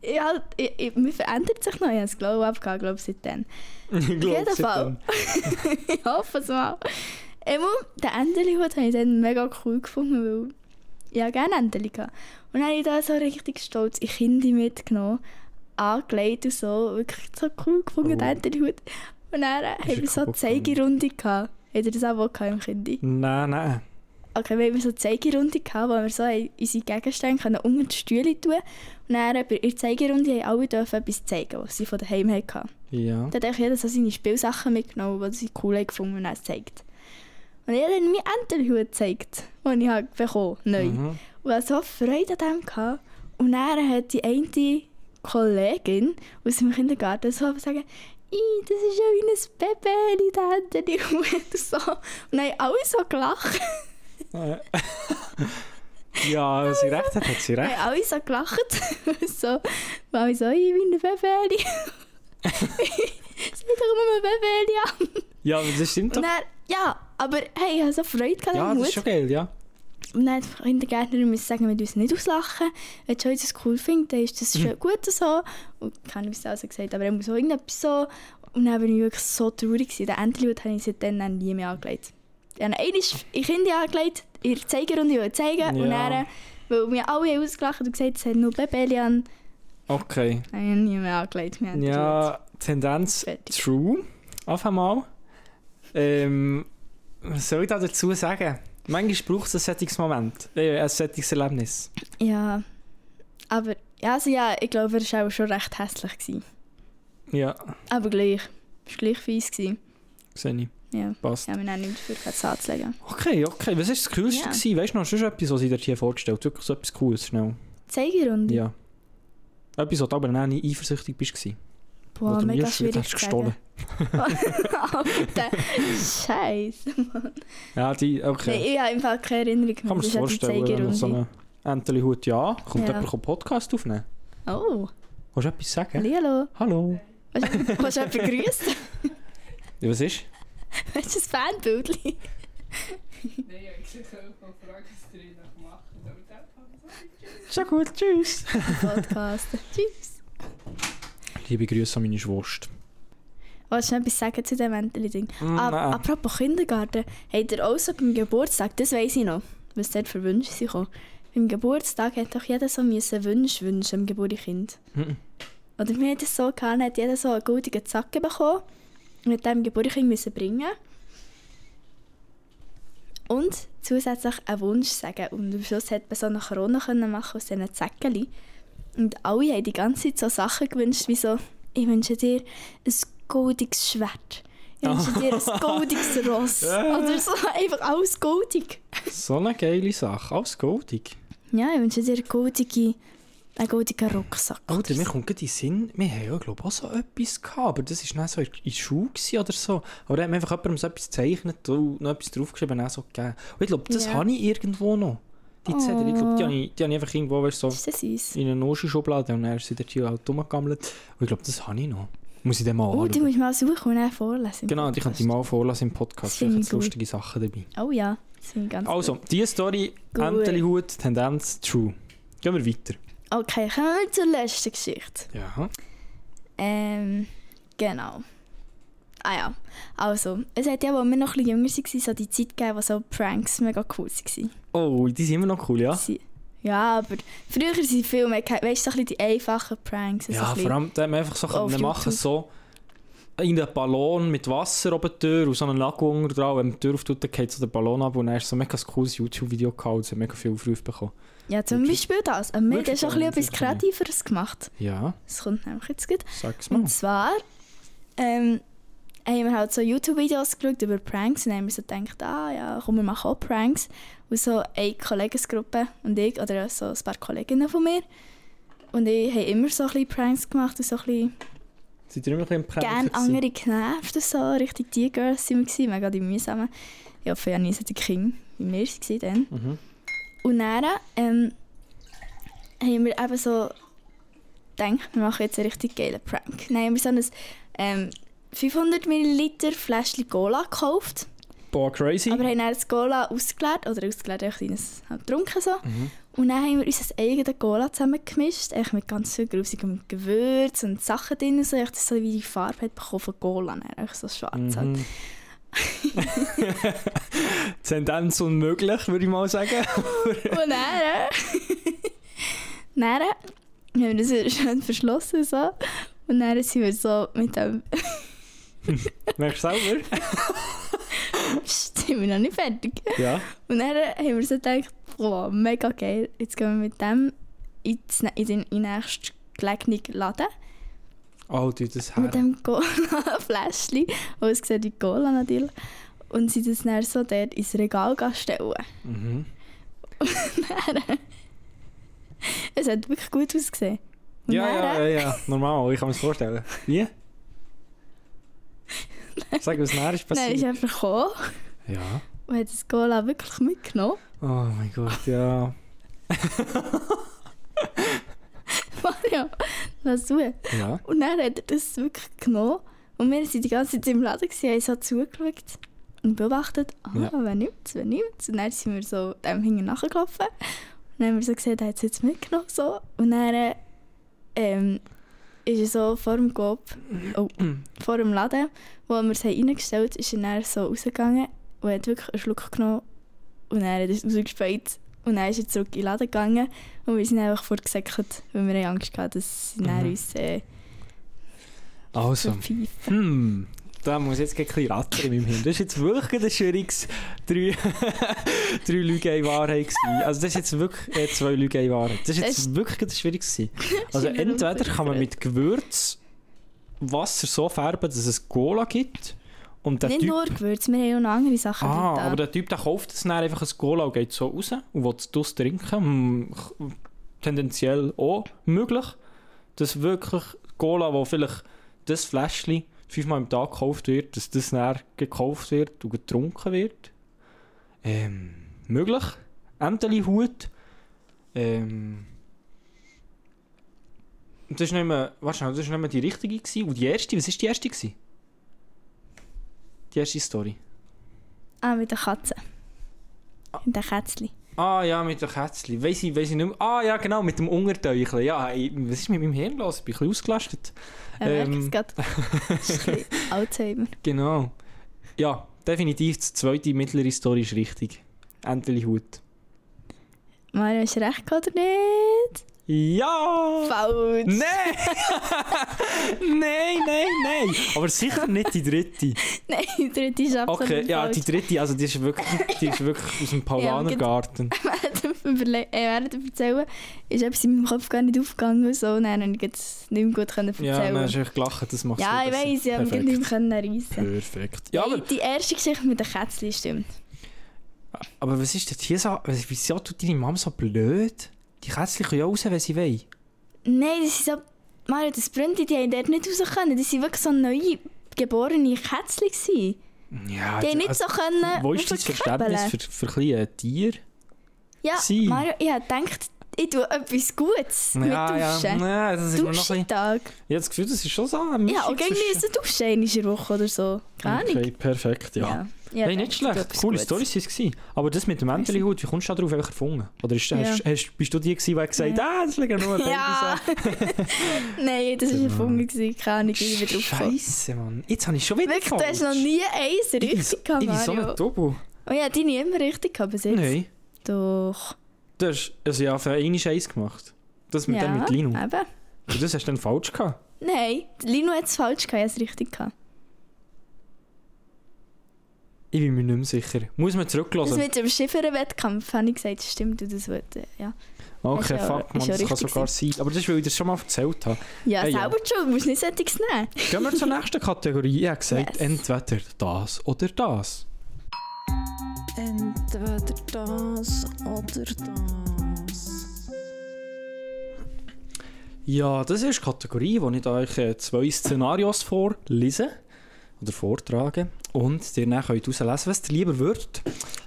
Speaker 3: Ich halt, ich, ich, man verändert sich noch. Ich habe das Glow-Up gehabt, glaube ich, seitdem.
Speaker 4: Auf
Speaker 3: jeden Fall. ich hoffe es mal. Immer den Enteli-Hut habe ich dann mega cool gefunden, weil ich ja gerne Enteli hatte. Und dann habe ich da so richtig stolz in Kinder mitgenommen, angelegt und so. Wirklich so cool gefunden,
Speaker 4: Oh.
Speaker 3: den Enteli-Hut. Und dann haben
Speaker 4: Ist
Speaker 3: wir so
Speaker 4: kaputt
Speaker 3: eine
Speaker 4: gegangen.
Speaker 3: Zeigerunde gehabt. Habt ihr das auch mal gehabt im Kindi?
Speaker 4: Nein, nein.
Speaker 3: Okay, wir haben so eine Zeigerunde gehabt, wo wir so unsere Gegenstände können unter die Stühle tun Und dann bei der Zeigerunde haben alle dürfen etwas zeigen, was sie von daheim hatten.
Speaker 4: Ja.
Speaker 3: Dann hat auch jeder so seine Spielsachen mitgenommen, die sie cool haben gefunden und dann gezeigt. Und jeder hat mir Enterhut gezeigt, den ich halt bekommen habe, neu.
Speaker 4: Mhm.
Speaker 3: Und ich hatte so Freude an dem. Gehabt. Und dann hat die eine Kollegin aus dem Kindergarten so sagen, «Ih, das ist ja wie ein Baby, der Enterhut.» und so. Und dann haben alle so gelacht.
Speaker 4: Äh. ja, wenn sie recht hat, hat sie
Speaker 3: Wir
Speaker 4: recht.
Speaker 3: haben alle so gelacht. so, Mami so, ich bin ein Befehl. Sag doch mal Befehl an.
Speaker 4: Ja, aber das stimmt
Speaker 3: Und
Speaker 4: doch.
Speaker 3: dann, ja, aber hey, ich hatte so Freude gehabt
Speaker 4: Ja,
Speaker 3: am
Speaker 4: das ist
Speaker 3: Hut.
Speaker 4: schon geil, ja.
Speaker 3: Und dann hat die Kindergärtnerin müssen sagen, wir dürfen nicht auslachen. Wenn Joy das cool findet, dann ist das
Speaker 4: Mhm.
Speaker 3: schön gut und so. Und ich habe es auch so gesagt, aber er muss so irgendetwas so. Und dann war ich wirklich so traurig. gewesen. Den Entelhut habe ich seitdem dann nie mehr angelegt. Ich habe einmal in Kinder angelegt, in der Zeigerrunde wollte zeigen. Und
Speaker 4: Ja.
Speaker 3: dann, weil mir alle haben ausgelacht und gesagt, es hat nur Bebelian.
Speaker 4: Okay.
Speaker 3: Nein, ich habe nie mehr angelegt. Mir hat
Speaker 4: Ja, Tendenz
Speaker 3: Fertig.
Speaker 4: true. Auf einmal. Ähm, was soll ich da dazu sagen? Manchmal braucht es ein solches Moment, äh, ein solches Erlebnis.
Speaker 3: die- ja. Aber, ja, also ja, ich glaube, er war auch schon recht hässlich. Gewesen.
Speaker 4: Ja,
Speaker 3: Aber gleich. Es war gleich fies. Gewesen.
Speaker 4: sehe ich.
Speaker 3: Ja.
Speaker 4: Passt.
Speaker 3: Ja, wir haben nichts dafür, es anzulegen.
Speaker 4: Okay, okay. Was war das Coolste?
Speaker 3: Ja.
Speaker 4: gewesen? Weißt du noch, sonst etwas, was ich dir hier vorgestellt habe? Wirklich so etwas Cooles, schnell.
Speaker 3: Zeigerunde?
Speaker 4: Ja. Etwas, was du aber dann nicht eifersüchtig bist. gewesen. Wo
Speaker 3: Boah,
Speaker 4: du
Speaker 3: mega
Speaker 4: müsstest,
Speaker 3: schwierig
Speaker 4: hast du gestohlen.
Speaker 3: Alter, Scheiße.
Speaker 4: Ja, die, okay.
Speaker 3: Nee, ich habe im Fall keine Erinnerung mehr.
Speaker 4: Kann man
Speaker 3: Das
Speaker 4: sich
Speaker 3: ist ja die
Speaker 4: vorstellen, wenn man so
Speaker 3: Zeigerunde.
Speaker 4: eine Entelihut, ja. Kommt
Speaker 3: Ja.
Speaker 4: jemand einen Podcast aufnehmen?
Speaker 3: Oh,
Speaker 4: Willst du etwas sagen?
Speaker 3: hallo.
Speaker 4: Hallo.
Speaker 3: Hast du jemanden grüßt?
Speaker 4: Ja, was ist?
Speaker 3: Hast du ein Fanbildchen?
Speaker 6: Nee, ik zit heel veel vragen te erin dat mag. Dat moet
Speaker 4: Sehr gut, tschüss.
Speaker 3: Podcast. Tschüss.
Speaker 4: Liebe Grüße an meine Schwurst.
Speaker 3: Willst du noch etwas sagen zu dem Enteli-Ding?
Speaker 4: Mm,
Speaker 3: Ab-
Speaker 4: nein.
Speaker 3: Apropos Kindergarten, habt ihr auch so beim Geburtstag, das weiss ich noch, was dort für Wünsche sind gekommen. Beim Geburtstag hat doch jeder so müssen Wünsche wünschen am Geburtskind.
Speaker 4: Mhm.
Speaker 3: Oder wir hatten es so, gehabt, dann hat jeder so einen goldenen Zacken bekommen und hat dem Geburtskind müssen bringen Und zusätzlich einen Wunsch sagen. Und am Schluss hat man so eine Krone können machen aus diesen Zäckchen. Und alle haben die ganze Zeit so Sachen gewünscht, wie so, ich wünsche dir ein goldiges Schwert. Ich wünsche dir ein goldiges Ross. Oder so, einfach alles goldig.
Speaker 4: So eine geile Sache. Alles goldig.
Speaker 3: Ja, ich wünsche dir eine goldige, einen goldigen Rucksack.
Speaker 4: Oh, mir kommt gerade in den Sinn, wir haben ja, glaube ich, auch so etwas gehabt, aber das war dann so in der Schule gewesen oder so. Aber da hat mir einfach jemandem so etwas gezeichnet und noch etwas draufgeschrieben und auch so gegeben. Und ich glaube, das
Speaker 3: Ja. Oh.
Speaker 4: habe ich irgendwo noch. Die Zettel, ich glaube, die habe ich, die habe ich einfach irgendwo, weißt du, so
Speaker 3: Ist das eins?
Speaker 4: in eine Noschenschublade und dann ist sie dort hier halt rumgegammelt. Und ich glaube, das habe ich noch. Muss ich dann mal
Speaker 3: Oh, die
Speaker 4: anschauen.
Speaker 3: musst du mal suchen und dann vorlesen. im
Speaker 4: Genau, die könnte ich mal vorlesen im Podcast,
Speaker 3: Finde
Speaker 4: vielleicht
Speaker 3: ich
Speaker 4: hat es lustige Sachen dabei.
Speaker 3: Podcast. Oh ja, das sind ganz
Speaker 4: Also, diese Story,
Speaker 3: Gut.
Speaker 4: Entelihut, Tendenz, true. Gehen wir weiter.
Speaker 3: Okay, kommen wir zur letzten Geschichte.
Speaker 4: Ja.
Speaker 3: Ähm, genau. Ah ja, also, es hat ja, als wir noch ein bisschen jünger waren, so die Zeit gegeben, wo so Pranks mega cool waren.
Speaker 4: Oh, die sind immer noch cool, ja?
Speaker 3: Sie- Ja, aber früher sind sie viel mehr, weißt du, so ein bisschen die einfachen Pranks. so ein
Speaker 4: Ja,
Speaker 3: bisschen-
Speaker 4: vor allem, da haben wir einfach so
Speaker 3: auf
Speaker 4: können machen
Speaker 3: YouTube.
Speaker 4: so in den Ballon mit Wasser oben durch und so einen Lago unter drauf. Wenn man die Tür auftut, dann geht so der Ballon ab und dann ist so ein mega cooles YouTube-Video gehabt und es hat mega viel Aufrufe bekommen.
Speaker 3: Ja, zum
Speaker 4: Wirklich?
Speaker 3: Beispiel das. Und wir haben
Speaker 4: Wirklich
Speaker 3: schon ein bisschen etwas
Speaker 4: Wahnsinn, finde ich.
Speaker 3: Kreativeres gemacht.
Speaker 4: Ja,
Speaker 3: Das kommt nämlich jetzt gut.
Speaker 4: sag's mal.
Speaker 3: Und zwar ähm, haben wir halt so YouTube-Videos geschaut über Pranks und haben wir so gedacht, ah ja, komm, wir machen auch Pranks. Und so eine Kollegensgruppe und ich oder so ein paar Kolleginnen von mir und ich haben immer so ein bisschen Pranks gemacht und so ein bisschen
Speaker 4: Seid ihr immer ein bisschen im Pranken
Speaker 3: gerne
Speaker 4: gewesen?
Speaker 3: andere genervt und so. Richtig die Girls waren wir, gewesen, mega die mühsamen. Ich hoffe, ja nie so die King, wie wir es waren dann.
Speaker 4: Mhm.
Speaker 3: Und dann ähm, haben wir eben so gedacht, wir machen jetzt einen richtig geilen Prank. Dann haben wir so ein ähm, 500 ml Fläschchen Cola gekauft.
Speaker 4: Boah, crazy.
Speaker 3: Aber haben dann das Cola ausgeleert, oder ausgeleert, ein kleines halt getrunken so. Und dann haben wir unser eigenes Cola zusammengemischt, echt mit ganz viel grusigem Gewürz und Sachen drin, und so, echt so wie die Farbe hat bekommen von Cola, dann, echt so schwarz halt.
Speaker 4: Mhm. Tendenz unmöglich, würde ich mal sagen.
Speaker 3: Und dann, dann haben wir das wieder schön verschlossen und so. Und dann sind wir so mit dem,
Speaker 4: Merkst du selber?
Speaker 3: Psst, sind wir noch nicht fertig.
Speaker 4: ja.
Speaker 3: Und dann haben wir so gedacht, wow, mega geil, jetzt gehen wir mit dem ins, in den in den nächsten gelegenen Laden.
Speaker 4: Oh, du, das
Speaker 3: Mit
Speaker 4: her.
Speaker 3: dem Cola-Fläschchen. Und es sieht wie Cola natürlich. Und sie das dann so dort ins Regal stellen.
Speaker 4: Mhm.
Speaker 3: Es hat wirklich gut ausgesehen. Und
Speaker 4: Ja, äh, ja,
Speaker 3: dann-
Speaker 4: ja, ja, normal, ich kann mir das vorstellen. Wie? Sag, was näher ist
Speaker 3: Dann ist
Speaker 4: passiert.
Speaker 3: er einfach gekommen
Speaker 4: Ja.
Speaker 3: und hat das Cola wirklich mitgenommen.
Speaker 4: Oh mein Gott, ja.
Speaker 3: Mario, lass zu.
Speaker 4: Ja.
Speaker 3: Und dann hat er das wirklich genommen. Und wir waren die ganze Zeit im Laden, gewesen, haben so zugeschaut und beobachtet, ah,
Speaker 4: Ja.
Speaker 3: wer nimmt's, wer nimmt's. Und dann sind wir so dem hinten nachgelaufen. Und dann haben wir so gesehen, er hat es jetzt mitgenommen. So. Und dann äh, ähm, ist er so vor dem Coop, oh, vor dem Laden, wo wir es haben reingestellt haben, ist er dann so rausgegangen und hat wirklich einen Schluck genommen. Und dann hat er es rausgespeit. Und dann ist er zurück in den Laden gegangen und wir sind einfach vorgesäckelt, weil wir haben Angst hatten, dass sie dann
Speaker 4: Mhm.
Speaker 3: uns... Äh,
Speaker 4: Also,
Speaker 3: Verpfeifen.
Speaker 4: hm, da muss jetzt gleich ein bisschen rattern in meinem Hirn. Das war jetzt wirklich ein schwieriges drei, drei Lüge in Wahrheit. Gewesen. Also das ist jetzt wirklich äh, zwei Lüge in Wahrheit. Das ist jetzt
Speaker 3: Das
Speaker 4: wirklich ein schwieriges gewesen. Also
Speaker 3: immer
Speaker 4: entweder
Speaker 3: unsicher.
Speaker 4: kann man mit Gewürz Wasser so färben, dass es Cola gibt und der
Speaker 3: Nicht
Speaker 4: Typ...
Speaker 3: nur Gewürz, wir haben auch noch andere Sachen
Speaker 4: Ah,
Speaker 3: drin.
Speaker 4: aber der Typ der kauft es dann einfach ein Cola und geht so raus und will es daraus trinken. Hm, ch- tendenziell auch möglich, dass wirklich Cola, wo vielleicht das Fläschchen fünfmal im Tag gekauft wird, dass das dann gekauft wird und getrunken wird. Ähm, möglich. Entelihut. Ähm, das ist nicht mehr, warte schnell, das ist nicht mehr die richtige gewesen. Und die erste, was war die erste? Gewesen? Die erste Story.
Speaker 3: Ah, mit der Katze. Mit der Kätzchen.
Speaker 4: Ah ja, mit dem Kätzchen. Weiss ich, weiss ich nicht mehr. Ah ja, genau, mit dem Unterteucheln. Ja, ey, was ist mit meinem Hirn los? Ich bin ein bisschen ausgelastet.
Speaker 3: Er merkt
Speaker 4: Ähm.
Speaker 3: es gerade. Das ist ein bisschen Alzheimer.
Speaker 4: Genau. Ja, definitiv, die zweite mittlere Story ist richtig. Endlich Hut.
Speaker 3: Mario, hast du recht gehabt oder nicht?
Speaker 4: Ja!
Speaker 3: Falsch.
Speaker 4: Nein! nein, nein, nein! Aber sicher nicht die dritte.
Speaker 3: Nein, die dritte ist absolut
Speaker 4: Okay, ja, die
Speaker 3: falsch.
Speaker 4: dritte, also die ist wirklich, die ist wirklich aus dem
Speaker 3: Ja,
Speaker 4: Paulanergarten.
Speaker 3: Während dem Überle- äh, während dem Erzählen ist etwas in meinem Kopf gar nicht aufgegangen und so. Und dann konnte ich jetzt nicht mehr gut können
Speaker 4: Ja, dann
Speaker 3: erzählen.
Speaker 4: hast du echt gelacht, das macht
Speaker 3: Ja, ich weiss, ich konnte mich nicht mehr reissen.
Speaker 4: Perfekt. Ja, aber,
Speaker 3: die erste Geschichte mit den Kätzchen stimmt.
Speaker 4: aber was ist denn hier so, was- wieso tut deine Mom so blöd? Die Kätzchen können ja raus, wenn sie wollen.
Speaker 3: Nein, das ist so... Mario, das Brünnchen, die haben dort nicht raus können. Das waren wirklich so neue, geborene Kätzchen. gewesen.
Speaker 4: Ja,
Speaker 3: Die haben nicht
Speaker 4: also,
Speaker 3: so äh, können...
Speaker 4: Wo ist dein
Speaker 3: raufkrabbeln.
Speaker 4: Verständnis für, für äh, kleine Tiere?
Speaker 3: Ja,
Speaker 4: sein?
Speaker 3: Mario, ich habe gedacht, ich tue etwas Gutes mit
Speaker 4: ja,
Speaker 3: Duschen.
Speaker 4: ja, das ist immer noch ein bisschen...
Speaker 3: Duschentag.
Speaker 4: Ich habe das Gefühl, das ist schon so eine
Speaker 3: Ja,
Speaker 4: Mischung
Speaker 3: und gegen
Speaker 4: zwischen-
Speaker 3: mich ist duschen einmal in der Woche oder so. Keine Ahnung.
Speaker 4: Okay, perfekt, ja.
Speaker 3: Ja,
Speaker 4: hey,
Speaker 3: dann
Speaker 4: nicht
Speaker 3: ist das
Speaker 4: schlecht.
Speaker 3: etwas
Speaker 4: Coole
Speaker 3: Gutes.
Speaker 4: Storys waren es. gewesen. Aber das mit dem Mäntelhut, wie kommst du da drauf einfach erfunden? Oder ist,
Speaker 3: Ja.
Speaker 4: hast, hast, bist du die, gewesen, die gesagt hat, ah, das liegen nur Babys
Speaker 3: Ja.
Speaker 4: an?
Speaker 3: Nein, das war
Speaker 4: Genau.
Speaker 3: erfunden. gewesen. Keine Ahnung, wie ich wieder drauf komme.
Speaker 4: Scheiße, Mann. Jetzt habe ich schon wieder
Speaker 3: Wirklich, du hast noch nie eins
Speaker 4: Ich bin so-
Speaker 3: richtig gehabt,
Speaker 4: Ich bin so
Speaker 3: Mario.
Speaker 4: ein Double.
Speaker 3: Oh ja, die nie immer richtig gehabt bis jetzt.
Speaker 4: Nein.
Speaker 3: Doch.
Speaker 4: Du hast also ja, für einen Scheiß gemacht. Das mit dem mit Lino.
Speaker 3: eben.
Speaker 4: Und das hast du dann falsch gehabt.
Speaker 3: Nein, Lino hat es falsch gehabt, ich habe es richtig gehabt.
Speaker 4: Ich bin mir nicht mehr sicher. Muss man
Speaker 3: Das
Speaker 4: zurücklassen.
Speaker 3: mit dem Schifferen-Wettkampf habe ich gesagt, stimmt, du, das wird, äh, ja.
Speaker 4: Okay,
Speaker 3: ist ja-
Speaker 4: fuck,
Speaker 3: ist
Speaker 4: man,
Speaker 3: ja
Speaker 4: das kann
Speaker 3: richtig
Speaker 4: sogar sein. Aber das ist, weil ich das schon mal erzählt habe.
Speaker 3: Ja,
Speaker 4: Äh, ja.
Speaker 3: selber schon, du musst nicht solches nehmen.
Speaker 4: Gehen wir zur nächsten Kategorie. Ich habe gesagt,
Speaker 3: Yes.
Speaker 4: entweder das oder das.
Speaker 7: Entweder das oder das.
Speaker 4: Ja, das ist die Kategorie, wo ich euch äh, zwei Szenarios vorlese oder vortrage und ihr dann könnt herauslesen, was ihr lieber würdet.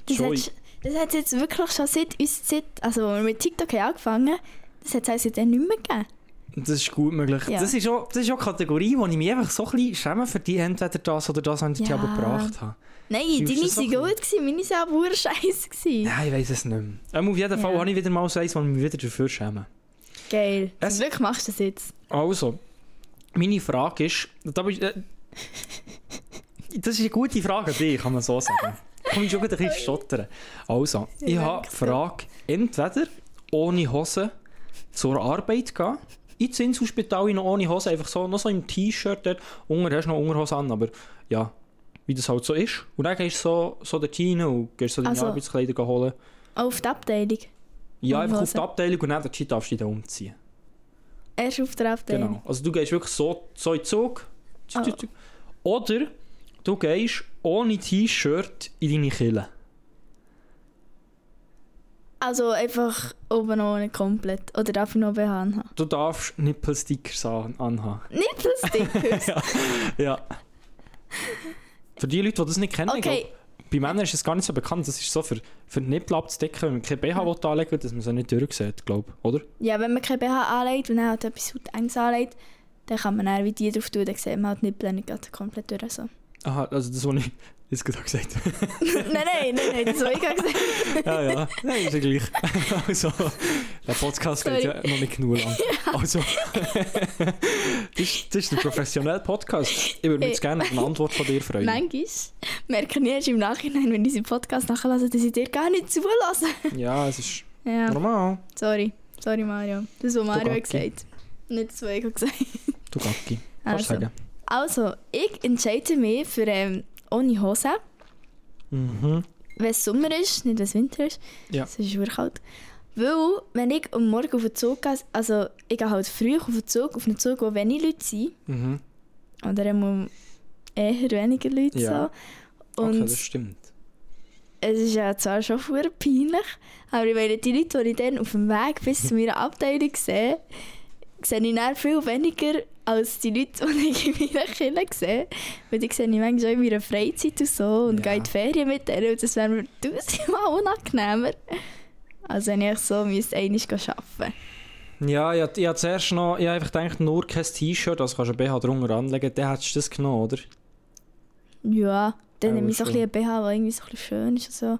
Speaker 3: Das
Speaker 4: Joy.
Speaker 3: hat, das hat jetzt wirklich schon seit uns, seit, also als wir mit TikTok haben angefangen das hat es seitdem nicht mehr gegeben.
Speaker 4: Das ist gut möglich.
Speaker 3: Ja.
Speaker 4: Das, ist auch, das ist auch eine Kategorie, wo ich mich einfach so ein bisschen schäme für die, entweder das oder das, was ich
Speaker 3: Ja.
Speaker 4: ja. gebracht habe.
Speaker 3: Nein,
Speaker 4: Findest du
Speaker 3: deine
Speaker 4: das
Speaker 3: waren
Speaker 4: so cool?
Speaker 3: gut, gewesen, meine waren aber scheiße. gewesen.
Speaker 4: Nein, ich weiß es nicht mehr. Ähm, auf jeden Fall
Speaker 3: Ja.
Speaker 4: habe ich wieder mal so eins, wo ich mich wieder dafür schäme.
Speaker 3: Geil.
Speaker 4: Es-
Speaker 3: Zum Glück machst du das jetzt.
Speaker 4: Also, meine Frage ist, da bist, äh, das ist eine gute Frage an dich, kann man so sagen. Komm, ich schon wieder ein bisschen stottern. Also, ich habe die Frage, entweder ohne Hose zur Arbeit gehen, ins Inselspital noch ohne Hose, einfach so, noch so im T-Shirt dort, unter hast du noch Unterhose an, aber ja, wie das halt so ist. Und dann gehst du so, so dort rein und gehst so deine
Speaker 3: Also-
Speaker 4: Arbeitskleider holen.
Speaker 3: Auch auf die Abteilung.
Speaker 4: Ja, einfach auf
Speaker 3: Unterhose.
Speaker 4: die Abteilung und dann dort darfst du dich dann umziehen.
Speaker 3: Erst auf der Abteilung.
Speaker 4: Genau. Also du gehst wirklich so, so in den Zug. Zu- zu- zu. Oder du gehst ohne T-Shirt in deine Kille.
Speaker 3: Also einfach oben ohne komplett. Oder darf ich noch BH haben?
Speaker 4: Du darfst Nippelstickers an anhaben.
Speaker 3: Nippelstickers?
Speaker 4: Ja. Für die Leute, die das nicht kennen, ich
Speaker 3: Okay.
Speaker 4: glaub, bei Männern ist es gar nicht so bekannt. Das ist so für, für die Nippel abzudecken, wenn man kein BH will anlegen will, dass man sie nicht durchsieht, glaube ich. Oder?
Speaker 3: ja, wenn man kein BH anlegt und dann halt etwas Hautengs anlegt, dann kann man dann wie die drauf tun, dann sieht man halt die Nippel nicht gerade komplett durch. So.
Speaker 4: Aha, also das, was ich jetzt gerade gesagt habe.
Speaker 3: nein, nein, nein, nein, das habe ich gerade gesagt.
Speaker 4: Ja, ja. Nein, ist ja gleich. Also, der Podcast geht ja noch nicht genug lang. Also, das, ist, das ist ein professioneller Podcast. Ich würde mich jetzt gerne auf eine Antwort von dir freuen.
Speaker 3: Manchmal merke ich erst im Nachhinein, wenn ich unseren Podcast nachlasse, dass ich dir gar nicht zulasse.
Speaker 4: Ja, es ist
Speaker 3: ja,
Speaker 4: normal.
Speaker 3: sorry. Sorry, Mario. Das, was Mario
Speaker 4: Gacki.
Speaker 3: hat gesagt Nicht das, was ich gesagt habe.
Speaker 4: Du Gacki. Kannst
Speaker 3: Also.
Speaker 4: sagen.
Speaker 3: Also, ich entscheide mich für ähm, ohne Hose.
Speaker 4: Mhm.
Speaker 3: wenn es Sommer ist, nicht wenn es Winter ist.
Speaker 4: Ja.
Speaker 3: Es ist super kalt. Weil, wenn ich am Morgen auf den Zug gehe, also ich gehe halt früh auf den Zug, auf einen Zug, wo wenig Leute sind.
Speaker 4: Mhm.
Speaker 3: Oder einmal eher weniger Leute
Speaker 4: Ja.
Speaker 3: so.
Speaker 4: Okay,
Speaker 3: Und
Speaker 4: das stimmt.
Speaker 3: es ist ja zwar schon sehr peinlich, aber ich meine, die Leute, die ich dann auf dem Weg bis zu meiner Abteilung sehe, sehe ich dann viel weniger als die Leute, die ich in meiner Kirche sehe. Weil die sehe ich manchmal auch in meiner Freizeit und so und
Speaker 4: Ja.
Speaker 3: gehe in die Ferien mit denen und das wäre mir tausendmal unangenehmer Also wenn ich so müsste einmal arbeiten gehen.
Speaker 4: Ja, ich, hab- ich hab zuerst noch, ich hab einfach gedacht, nur kein T-Shirt, also kannst du ein BH drunter anlegen, dann hättest du das genommen, oder?
Speaker 3: Ja,
Speaker 4: Auch
Speaker 3: dann nehme ich so ein
Speaker 4: schon.
Speaker 3: bisschen einen BH, der irgendwie so ein bisschen schön ist. Also,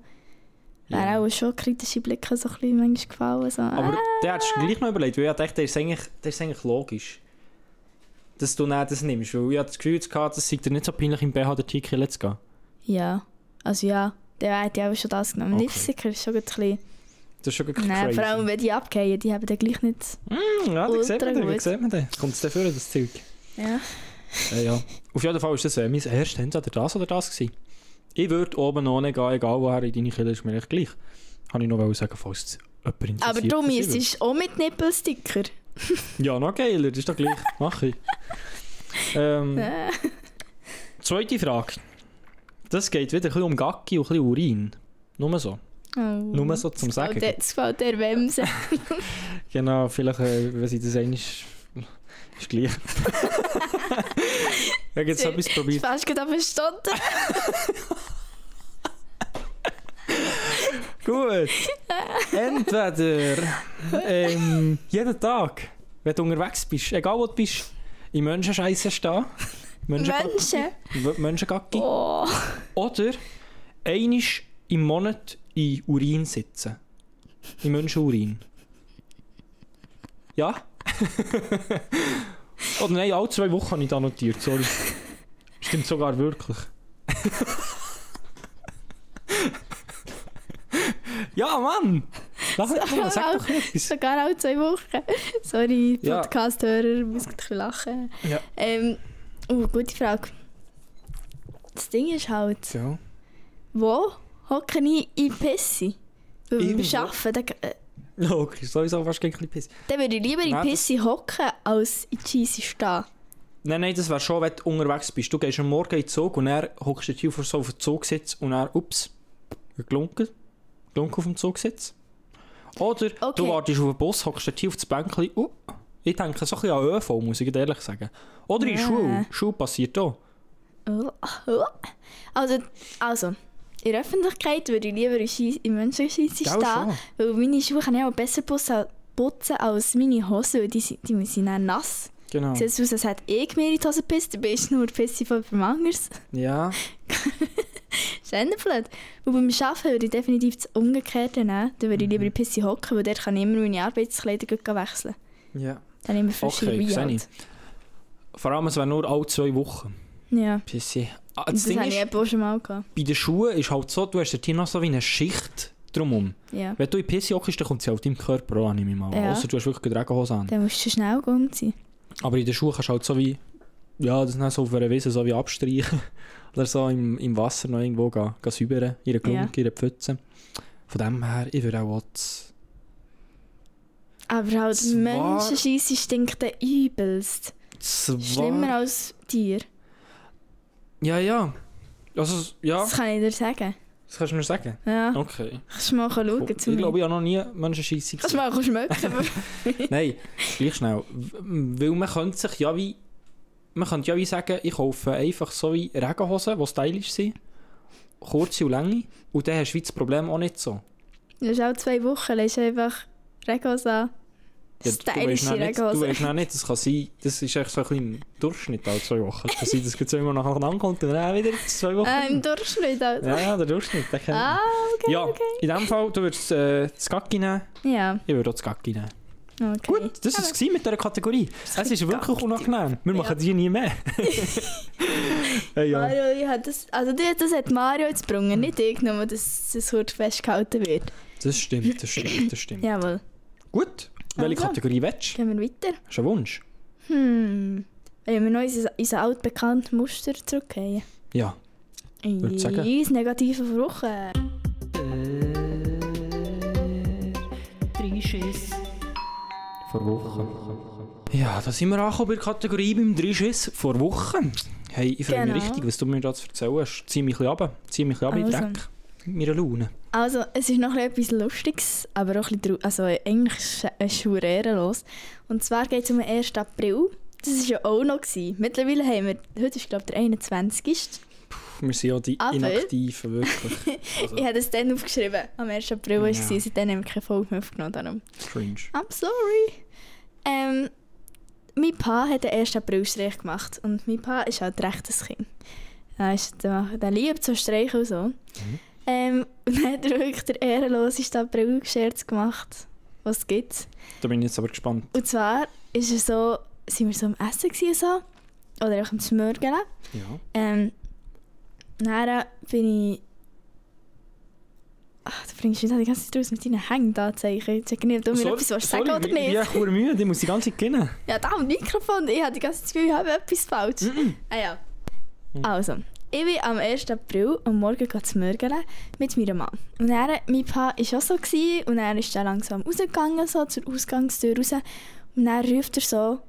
Speaker 3: wäre
Speaker 4: Ja.
Speaker 3: auch schon kritische Blicke so ein bisschen manchmal gefallen. So.
Speaker 4: Aber
Speaker 3: ah,
Speaker 4: dann hättest du gleich noch überlegt, weil ich dachte, das ist eigentlich, das ist eigentlich logisch, dass du nicht das nimmst, weil ich hab das Gefühl hatte, es sei dir nicht so peinlich, im BH der T-Kille zu gehen.
Speaker 3: ja, also ja, dann hätte ich auch schon das genommen.
Speaker 4: Okay.
Speaker 3: Nicht sicher, ist schon ein bisschen...
Speaker 4: Das ist schon wirklich
Speaker 3: Nein,
Speaker 4: crazy.
Speaker 3: vor allem wenn die abgehen, die haben dann gleich nicht...
Speaker 4: ja, da sieht
Speaker 3: ultra
Speaker 4: man den, da
Speaker 3: gut.
Speaker 4: sieht man den. Kommt es dafür, das Zeug?
Speaker 3: Ja.
Speaker 4: Äh, ja. Auf jeden Fall war das äh, mein erstes entweder das oder das. Gewesen. Ich würde oben ohne gehen, egal woher in deine Kille, ist mir echt gleich. Kann ich noch wollen sagen, falls es jemand interessiert.
Speaker 3: Aber du
Speaker 4: was ich will.
Speaker 3: müsstest auch mit Nippelsticker.
Speaker 4: Ja, noch geiler, das ist doch gleich. Mach ich. Ähm,
Speaker 3: Äh.
Speaker 4: zweite Frage. Das geht wieder ein bisschen um Gacki und ein bisschen Urin. Nur so.
Speaker 3: Oh.
Speaker 4: Nur so zum Sagen.
Speaker 3: Oh, das gefällt der Wemse.
Speaker 4: Genau, vielleicht, äh, wenn sie das einmal... Ist gleich. Ich habe jetzt
Speaker 3: Sie-
Speaker 4: etwas
Speaker 3: Ich
Speaker 4: probiert.
Speaker 3: fast gerade verstanden.
Speaker 4: Gut. Entweder ähm, jeden Tag, wenn du unterwegs bist, egal wo du bist, in Menschenscheiße stehen.
Speaker 3: Menschen.
Speaker 4: Menschen. Menschengacki.
Speaker 3: Oh.
Speaker 4: Oder einisch im Monat in Urin sitzen. In Menschenurin. Ja? Oder nein, alle zwei Wochen habe ich da notiert, sorry. Stimmt sogar wirklich. ja, Mann! Lass mich mal, sag doch etwas.
Speaker 3: Sogar alle zwei Wochen. Sorry,
Speaker 4: Ja.
Speaker 3: Podcast-Hörer, muss ein bisschen lachen.
Speaker 4: Ja.
Speaker 3: Ähm, oh, gute Frage. Das Ding ist halt,
Speaker 4: Ja.
Speaker 3: wo hocke ich in Pissi? Weil
Speaker 4: Irgendwo.
Speaker 3: Beim Arbeiten, dann, äh,
Speaker 4: Okay, sowieso fast gegen ein bisschen Piss.
Speaker 3: dann würde ich lieber in
Speaker 4: Nein, das-
Speaker 3: Pissi hocken, als in Cheesy stehen.
Speaker 4: Nein, nein, das wäre schon, wenn du unterwegs bist. Du gehst am Morgen in den Zug und dann hockst du hier vor so auf den Zugsitz und dann, ups, gelunken. Gelunken auf dem Zugsitz. Oder du
Speaker 3: Okay.
Speaker 4: wartest auf den Bus, hockst hier auf das Bänkchen. Uh, ich denke so ein bisschen an ÖV, muss ich dir ehrlich sagen. Oder in
Speaker 3: Nee.
Speaker 4: Schule. Schule passiert auch.
Speaker 3: Oh, oh. Also, also, in der Öffentlichkeit würde ich lieber in Schei- in Menschenscheisse
Speaker 4: Gell, schon.
Speaker 3: stehen, weil meine Schuhe kann ich auch besser putzen- putzen als meine Hosen, weil die, sind- die sind dann nass.
Speaker 4: Genau.
Speaker 3: Sieht es aus, als hätte ich mir in eh die Hose gepisst, dabei ist nur Pisse von jemand anders.
Speaker 4: Ja.
Speaker 3: Das ist eher blöd. Und beim Arbeiten würde ich definitiv das Umgekehrte nehmen. Dann würde ich
Speaker 4: Mhm.
Speaker 3: lieber in die Pisse hocken, weil dort kann ich immer meine Arbeitskleider gut wechseln.
Speaker 4: ja.
Speaker 3: Dann immer frische
Speaker 4: Okay,
Speaker 3: Wein.
Speaker 4: sehe ich.
Speaker 3: halt.
Speaker 4: Vor allem, es wäre nur alle zwei Wochen.
Speaker 3: Ja,
Speaker 4: Bisschen. Ah, das
Speaker 3: das,
Speaker 4: Ding
Speaker 3: habe ich
Speaker 4: ist,
Speaker 3: eben auch schon mal gehabt.
Speaker 4: bei den Schuhen ist halt so, du hast hier noch so wie eine Schicht drumherum.
Speaker 3: Ja.
Speaker 4: Wenn du in Pisse hockst, dann kommt sie auf deinem Körper an, nehme ich mal. an.
Speaker 3: Ja.
Speaker 4: Ausser du hast wirklich eine Regenhose an.
Speaker 3: Dann musst du schnell umziehen.
Speaker 4: Aber in den Schuhen kannst du halt so wie, ja, das nicht so auf einer Wiese so wie abstreichen. Oder so im, im Wasser noch irgendwo gehen, gehen säubern, ihre Glunk, ihre Pfütze. Von dem her, ich würde auch das...
Speaker 3: Aber halt,
Speaker 4: Zwar-
Speaker 3: Menschenscheisse stinkt dann übelst.
Speaker 4: Zwar...
Speaker 3: Schlimmer als Tier.
Speaker 4: Ja, ja. Also, ja,
Speaker 3: Das kann ich dir sagen.
Speaker 4: das kannst du mir sagen.
Speaker 3: Ja,
Speaker 4: Okay.
Speaker 3: kannst du mal schauen
Speaker 4: Ich
Speaker 3: zu mir.
Speaker 4: glaube, ich habe noch nie Menschenscheisse
Speaker 3: Kannst
Speaker 4: gesehen.
Speaker 3: du mal schmecken.
Speaker 4: Nein, gleich schnell. W- Weil man könnte sich ja wie... Man könnte ja wie sagen, ich kaufe einfach so wie Regenhosen, die stylisch sind. Kurze und lange. Und dann hast du wie das Problem auch nicht so.
Speaker 3: Du hast auch zwei Wochen, lässt einfach Regos an.
Speaker 4: Ja, du weißt
Speaker 3: Stylische
Speaker 4: noch nicht, du
Speaker 3: Regos.
Speaker 4: weißt noch nicht, das kann sein, das ist echt so ein bisschen im Durchschnitt alle zwei Wochen. Es kann sein, dass es zweimal nacheinander kommt und dann wieder zwei Wochen.
Speaker 3: Ah, im Durchschnitt also.
Speaker 4: ja, ja, der Durchschnitt, der kennt
Speaker 3: Ah,
Speaker 4: man.
Speaker 3: okay,
Speaker 4: Ja,
Speaker 3: okay.
Speaker 4: in dem Fall, du würdest äh, das Gacki nehmen,
Speaker 3: Ja,
Speaker 4: ich würde auch das Gacki nehmen.
Speaker 3: okay.
Speaker 4: Gut, das war es gewesen mit dieser Kategorie. Es ist wirklich unangenehm. Wir machen die nie mehr. hey, ja.
Speaker 3: Mario, dus- ich hab das, also die- das hat Mario jetzt gebrungen, nicht ich, nur dass das Hurt festgehalten wird.
Speaker 4: Das stimmt, das stimmt, das stimmt.
Speaker 3: Jawohl,
Speaker 4: Gut, welche
Speaker 3: Also.
Speaker 4: Kategorie willst du?
Speaker 3: gehen wir weiter.
Speaker 4: Hast du einen Wunsch?
Speaker 3: Hm, wollen wir noch unser, unser altbekanntes Muster zurückgehen?
Speaker 4: Ja. Würde ich sagen.
Speaker 3: Ins negative Woche.
Speaker 4: Vor Wochen. Ja, da sind wir angekommen bei der Kategorie beim Dreischiss. Vor Wochen. Hey, ich freue mich
Speaker 3: Genau.
Speaker 4: richtig, was du mir das erzählen hast. Zieh mich ein bisschen runter. Zieh mich ein bisschen runter in den
Speaker 3: Also.
Speaker 4: Dreck. Mit meiner Laune.
Speaker 3: Also, es ist noch etwas Lustiges, aber auch ein bisschen trau- Also, eigentlich ist es schon ehrenlos. Und zwar geht es um den 1. April. Das war ja auch noch. Gewesen. Mittlerweile haben wir... Heute ist, glaube ich, der 21.
Speaker 4: wir sind ja die
Speaker 3: Aber-
Speaker 4: Inaktiven, wirklich. Also,
Speaker 3: Ich habe es dann aufgeschrieben. Am 1. April war es,
Speaker 4: Ja.
Speaker 3: ja. seitdem haben wir keine Folge mehr aufgenommen. Darum.
Speaker 4: strange.
Speaker 3: I'm sorry. Ähm, mein Pa hat den 1. Aprilstreich gemacht. Und mein Pa ist halt recht ein Kind. Er, ist, der, der liebt so Streiche und so.
Speaker 4: Mhm.
Speaker 3: Ähm, und dann hat er wirklich den ehrenlosesten April-Scherz gemacht, was es gibt.
Speaker 4: Da bin ich jetzt aber gespannt.
Speaker 3: Und zwar ist er so, sind wir so am Essen gewesen, so, oder auch am Schmörgeln.
Speaker 4: Ja.
Speaker 3: Ähm, dann bin ich... Ach, du bringst mich da die ganze Zeit raus mit deinen Hängen da Zeichen. Ich check nicht, ob du mir
Speaker 4: Sorry,
Speaker 3: etwas willst
Speaker 4: sorry,
Speaker 3: sagen oder
Speaker 4: ich- Ich bin
Speaker 3: nicht.
Speaker 4: echt verdammt müde, ich muss die ganze Zeit gehen.
Speaker 3: Ja, da am Mikrofon. Ich habe die ganze Zeit das Gefühl, ich habe etwas falsch. Ah ja. Also, ich bin am 1. April am Morgen gegangen zu mörgeln mit meiner Mann. Und er, mein Pa war auch so gewesen, und er ist dann langsam rausgegangen, so zur Ausgangstür raus. Und dann ruft er so,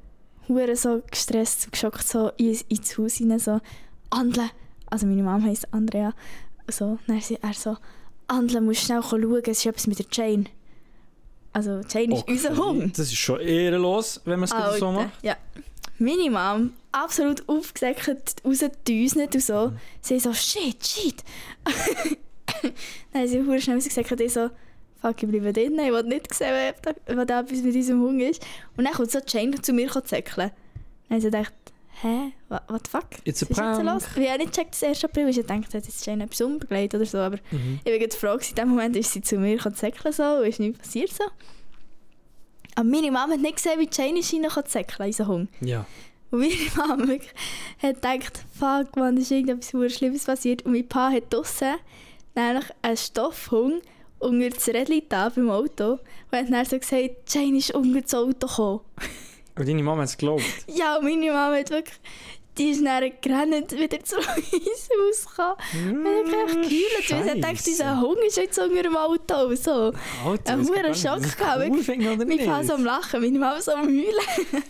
Speaker 3: hure so gestresst und geschockt so in, ins Haus hinein, so, Andle. Also meine Mom heisst Andrea. So, dann sie- er so, Andle, musst schnell schauen, es ist etwas mit der Jane. Also Jane ist unser Hund. Ah,
Speaker 4: Das ist schon ehrenlos, wenn man es gerade so
Speaker 3: Alter,
Speaker 4: macht.
Speaker 3: Ja. Meine Mom, absolut aufgesäckert, rausgedüsnet und so.
Speaker 4: Mhm.
Speaker 3: Sie so, shit, shit. Dann haben sie hure schnell rausgesäckert, ich so, fuck, ich bleibe drin, ich will nicht sehen, wer da- was da etwas mit unserem Hund ist. Und dann kommt so Jane zu mir zäckeln. Dann haben sie gedacht, hä, what, what the fuck?
Speaker 4: It's a
Speaker 3: Was ist jetzt
Speaker 4: prank.
Speaker 3: los? Ich habe nicht gecheckt, das 1. April ist. Ich dachte, jetzt ist Jane etwas umgelegt oder so, aber
Speaker 4: Mhm.
Speaker 3: ich war gerade froh, gewesen. in dem Moment ist sie zu mir zäckeln so und ist nichts passiert so. Aber meine Mama hat nicht gesehen, wie Jane ist rein zäckeln in so Hund.
Speaker 4: Ja.
Speaker 3: Und meine Mama wirklich hat gedacht, fuck, man, ist irgendetwas verdammt Schlimmes passiert. Und mein Pa hat draussen nämlich einen Stoffhung unter das Rädchen da beim Auto und hat dann so gesagt, Jane ist unter das Auto gekommen.
Speaker 4: Und deine Mama hat es geglaubt.
Speaker 3: Ja, und meine Mama hat wirklich, die ist dann gerannt, wieder zurück ins Haus gekommen. Und hat wirklich echt geheult, weil sie hat gedacht,
Speaker 4: Mm, Scheisse.
Speaker 3: dieser Hund ist jetzt unter dem Auto und so.
Speaker 4: Alter,
Speaker 3: Ein
Speaker 4: das
Speaker 3: hoher
Speaker 4: kann ich
Speaker 3: Schock
Speaker 4: nicht
Speaker 3: gehabt, wirklich.
Speaker 4: aufhängen, oder
Speaker 3: Mein Vater
Speaker 4: nicht?
Speaker 3: so am Lachen, meine Mama so am Heulen.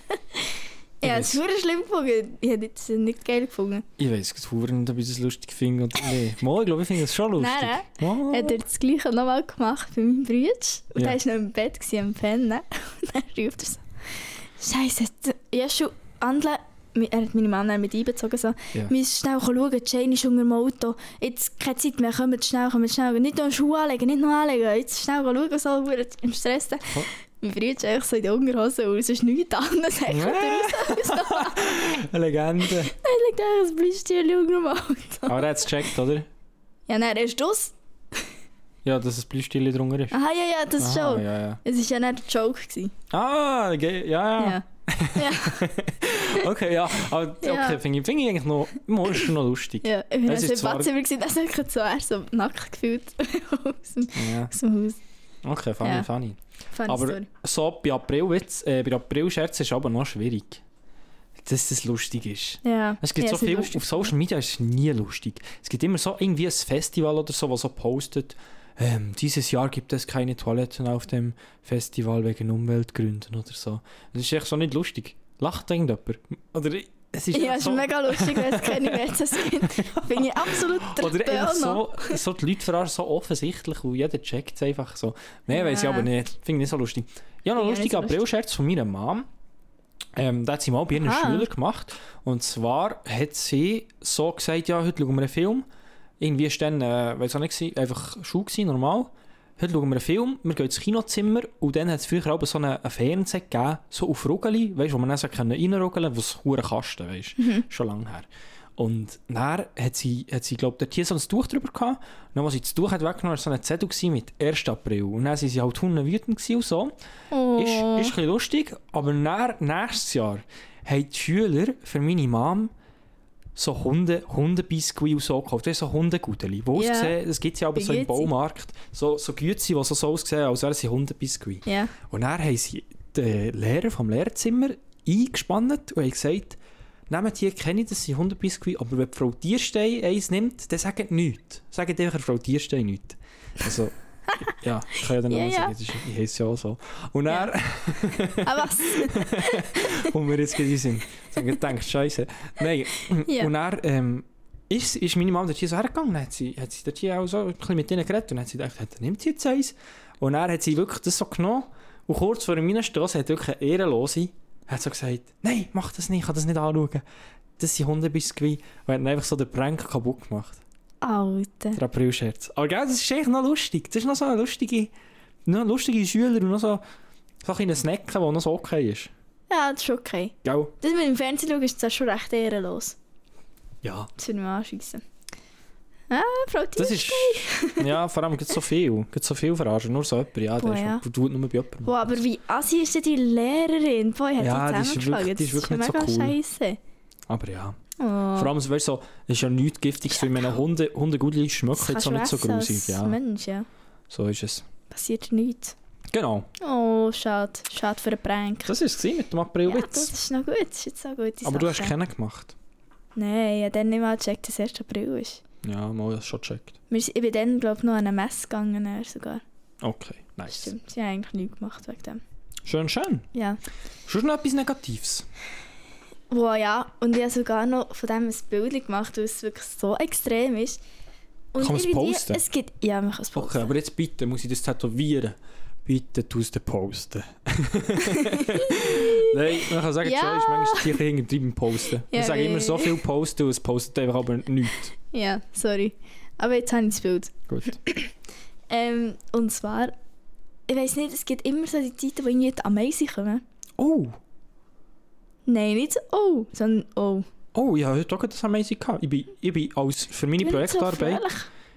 Speaker 4: Ich
Speaker 3: ja, es
Speaker 4: weiss-
Speaker 3: ist verdammt schlimm gefunden. Ich hätte es nicht geil gefunden.
Speaker 4: Ich weiß jetzt verdammt nicht, ob ich das lustig finde oder nicht. Mal, ich glaube, ich finde das schon lustig.
Speaker 3: Nein,
Speaker 4: Mal.
Speaker 3: hat er das Gleiche nochmal gemacht bei meinem Bruder. Und
Speaker 4: Ja.
Speaker 3: er war noch im Bett gewesen, am Pennen. Und dann ruft er so: Scheiße, ja schon, Andle. Er hat meine Mann dann mit einbezogen. So.
Speaker 4: Ja.
Speaker 3: Wir müssen schnell schauen, Jane ist unter dem Auto. Jetzt keine Zeit mehr, kommt schnell, kommt schnell. Nicht noch Schuhe anlegen, nicht noch anlegen. Jetzt schnell schauen, so verdammt im Stress. Mein Bruder ist eigentlich so in den Unterhosen und es ist nichts anderes. Er kommt raus. «Ah, Dann
Speaker 4: Eine Legende.
Speaker 3: liegt er ein Blüstierchen unter dem Auto.
Speaker 4: Aber er hat es gecheckt, oder?
Speaker 3: Ja, nein, er ist raus.
Speaker 4: Ja, dass ein Blüstierchen drunter ist.
Speaker 3: Aha, ja, ja, Ah, das
Speaker 4: Aha,
Speaker 3: schon.
Speaker 4: Ah, Ja, ja.
Speaker 3: Es war ja nicht der Joke. Gewesen.
Speaker 4: Ah, ge- ja, ja.
Speaker 3: Ja. ja.
Speaker 4: Okay, ja. Aber, okay,
Speaker 3: Ja.
Speaker 4: finde ich, find ich eigentlich noch, mal ist schon noch lustig.
Speaker 3: Ja, ich bin
Speaker 4: Es
Speaker 3: also
Speaker 4: ist
Speaker 3: im
Speaker 4: zwar-
Speaker 3: Badzimmer gesehen, das hat so erst so nackt gefühlt aus dem,
Speaker 4: Ja.
Speaker 3: aus dem Haus.
Speaker 4: Okay, funny,
Speaker 3: Ja.
Speaker 4: funny.
Speaker 3: Funny
Speaker 4: Aber
Speaker 3: Story.
Speaker 4: so bei Aprilwitz, äh, bei Aprilscherz ist aber noch schwierig, dass das lustig ist.
Speaker 3: Ja.
Speaker 4: Es gibt
Speaker 3: ja,
Speaker 4: so
Speaker 3: es ist
Speaker 4: viel,
Speaker 3: lustig.
Speaker 4: auf Social Media ist es nie lustig. Es gibt immer so irgendwie ein Festival oder so, was so postet, ähm, dieses Jahr gibt es keine Toiletten auf dem Festival wegen Umweltgründen oder so. Das ist echt so nicht lustig. Lacht irgendjemand? Oder es ist einfach
Speaker 3: Ja, es ist
Speaker 4: so,
Speaker 3: mega lustig, wenn es keine Wertes gibt. Finde ich absolut
Speaker 4: oder
Speaker 3: der
Speaker 4: einfach
Speaker 3: Burner.
Speaker 4: so, so die Leute verarschen so offensichtlich und jeder checkt es einfach so. Nein, weiss ich
Speaker 3: Ja.
Speaker 4: aber nicht. Finde ich nicht so lustig. Ja, noch
Speaker 3: Finde ich auch nicht
Speaker 4: lustig,
Speaker 3: so
Speaker 4: April-Scherz von meiner Mom. Ähm, da hat sie mal bei ihren
Speaker 3: Aha.
Speaker 4: Schülern gemacht. Und zwar hat sie so gesagt, ja, heute schauen wir einen Film. Irgendwie war dann, äh, weiss auch nicht, gewesen, einfach Schule, gewesen, normal. Heute schauen wir einen Film, wir gehen ins Kinozimmer und dann hat es früher auch so einen, einen Fernseher gegeben, so auf Rugeli, weißt, wo man dann so reinrugeln konnte, was ein Kasten, weißt, schon lange her. Und dann hat sie, hat sie glaube ich, hier so ein Tuch drüber gehabt. Und dann, als sie das Tuch hat weggenommen hat, war so ein Zettel gewesen mit 1. April. Und dann waren sie halt hundewütend gewesen und so.
Speaker 3: Oh.
Speaker 4: Ist, ist ein bisschen lustig, aber dann, nächstes Jahr haben die Schüler für meine Mom so Hunde, Hundebiskuit und so gekauft. Das ist so Hundegudeli. Wo
Speaker 3: Ja.
Speaker 4: ausgesehen, das gibt es ja aber
Speaker 3: Wie
Speaker 4: so im
Speaker 3: Gützi.
Speaker 4: Baumarkt. So, so Gützi, die so, so aussehen, als wären sie Hundebiskuit.
Speaker 3: Ja.
Speaker 4: Und dann haben sie den Lehrer vom Lehrzimmer eingespannt und haben gesagt, nehmt hier keine, das sind Hundebiskuit, aber wenn die Frau Tierstein eins nimmt, dann sagt nichts. Sagt einfach Frau Tierstein nichts. Also, ja, ich kann ja dann auch
Speaker 3: Ja,
Speaker 4: mal
Speaker 3: ja.
Speaker 4: sagen, das ist, ich heiße ja auch so. Und
Speaker 3: Ja.
Speaker 4: dann,
Speaker 3: Aber was?
Speaker 4: wo wir jetzt gewesen sind. Ich habe gedacht, Scheiße. Nein.
Speaker 3: Ja.
Speaker 4: Und er ähm, ist, ist meine Mama dort hier so hergegangen. Dann hat sie, hat sie dort hier auch so ein bisschen mit ihnen geredet. Und dann hat sie gedacht, hat er nimmt sie jetzt eins. Und er hat sie wirklich das so genommen. Und kurz dus vor meiner Straße hat wirklich eine Ehrenlose hat so gesagt, nein, mach das nicht, ich kann das nicht anschauen. das sind Hundebiskuit. Und hat dann einfach so den Prank kaputt gemacht.
Speaker 3: Alter.
Speaker 4: Der Aprilscherz. Aber gell, das ist echt noch lustig. Das ist noch so eine lustige, noch lustige Schüler und noch so, so ein kleiner Snacken, der noch so okay ist.
Speaker 3: Ja, das ist okay.
Speaker 4: Gell?
Speaker 3: Das mit dem Fernsehen schauen ist zwar schon recht ehrenlos.
Speaker 4: Ja.
Speaker 3: Das würde mich anschiessen. Ah, Frau
Speaker 4: Das
Speaker 3: Tier.
Speaker 4: ist. ja, vor allem gibt so viel. Gibt so viel Verarschen. Nur so jemand, ja.
Speaker 3: Boah,
Speaker 4: Der ist
Speaker 3: Oh ja.
Speaker 4: Du tut nur bei jemandem.
Speaker 3: Wow, aber wie assi ist denn die Lehrerin? Boah, ich hätte
Speaker 4: Ja, die
Speaker 3: die
Speaker 4: ist
Speaker 3: zusammengeschlagen.
Speaker 4: wirklich- die ist
Speaker 3: ja
Speaker 4: wirklich
Speaker 3: mega
Speaker 4: nicht so cool.
Speaker 3: scheisse.
Speaker 4: Aber ja.
Speaker 3: Oh.
Speaker 4: Vor allem, weißt du, so, es ist ja nichts Giftiges. Für meine Hunde, Hundegudli schmecken jetzt auch nicht so grusig.
Speaker 3: Ja.
Speaker 4: Ja,
Speaker 3: Mensch, ja.
Speaker 4: so ist es.
Speaker 3: Passiert nichts.
Speaker 4: Genau.
Speaker 3: Oh, schade. Schade für einen Prank.
Speaker 4: Das war es mit dem
Speaker 3: ja, gut,
Speaker 4: Aprilwitz.
Speaker 3: das ist noch gut. Das ist jetzt noch gut.
Speaker 4: Aber du hast keinen gemacht.
Speaker 3: Nein, ich habe dann nicht mal gecheckt, dass 1. April ist.
Speaker 4: Ja, mal das schon gecheckt.
Speaker 3: Wir sind- Ich bin dann, glaube ich, noch an eine Messe gegangen. eher Sogar.
Speaker 4: Okay, nice.
Speaker 3: Stimmt. Ich habe eigentlich nichts gemacht wegen dem.
Speaker 4: Schön, schön.
Speaker 3: Ja.
Speaker 4: Schon noch etwas Negatives.
Speaker 3: Wow, ja. Und ich habe sogar noch von dem ein Bild gemacht, weil es wirklich so extrem ist. Und
Speaker 4: Kann man es
Speaker 3: irgendwie-
Speaker 4: posten?
Speaker 3: Es gibt, ja, man kann es posten.
Speaker 4: Okay, aber jetzt bitte muss ich das tätowieren. Bitte tu es den posten. Nein, man kann sagen,
Speaker 3: Ja.
Speaker 4: ja. ist manchmal die Kirche hintertrieben posten.
Speaker 3: Ja,
Speaker 4: wir sagen immer
Speaker 3: wie-
Speaker 4: so viel posten und es postet einfach aber nichts.
Speaker 3: Ja, sorry. Aber jetzt habe ich das Bild.
Speaker 4: Gut.
Speaker 3: Ähm, und zwar, ich weiß nicht, es gibt immer so die Zeiten, wo irgendwie die Ameisen kommen.
Speaker 4: Oh,
Speaker 3: Nein, nicht so, oh, sondern oh.
Speaker 4: oh, ich habe heute auch gerade das Amazing gehabt. Ich bin, ich bin als für meine
Speaker 3: Ich bin nicht so
Speaker 4: Projektarbeit,
Speaker 3: fröhlich.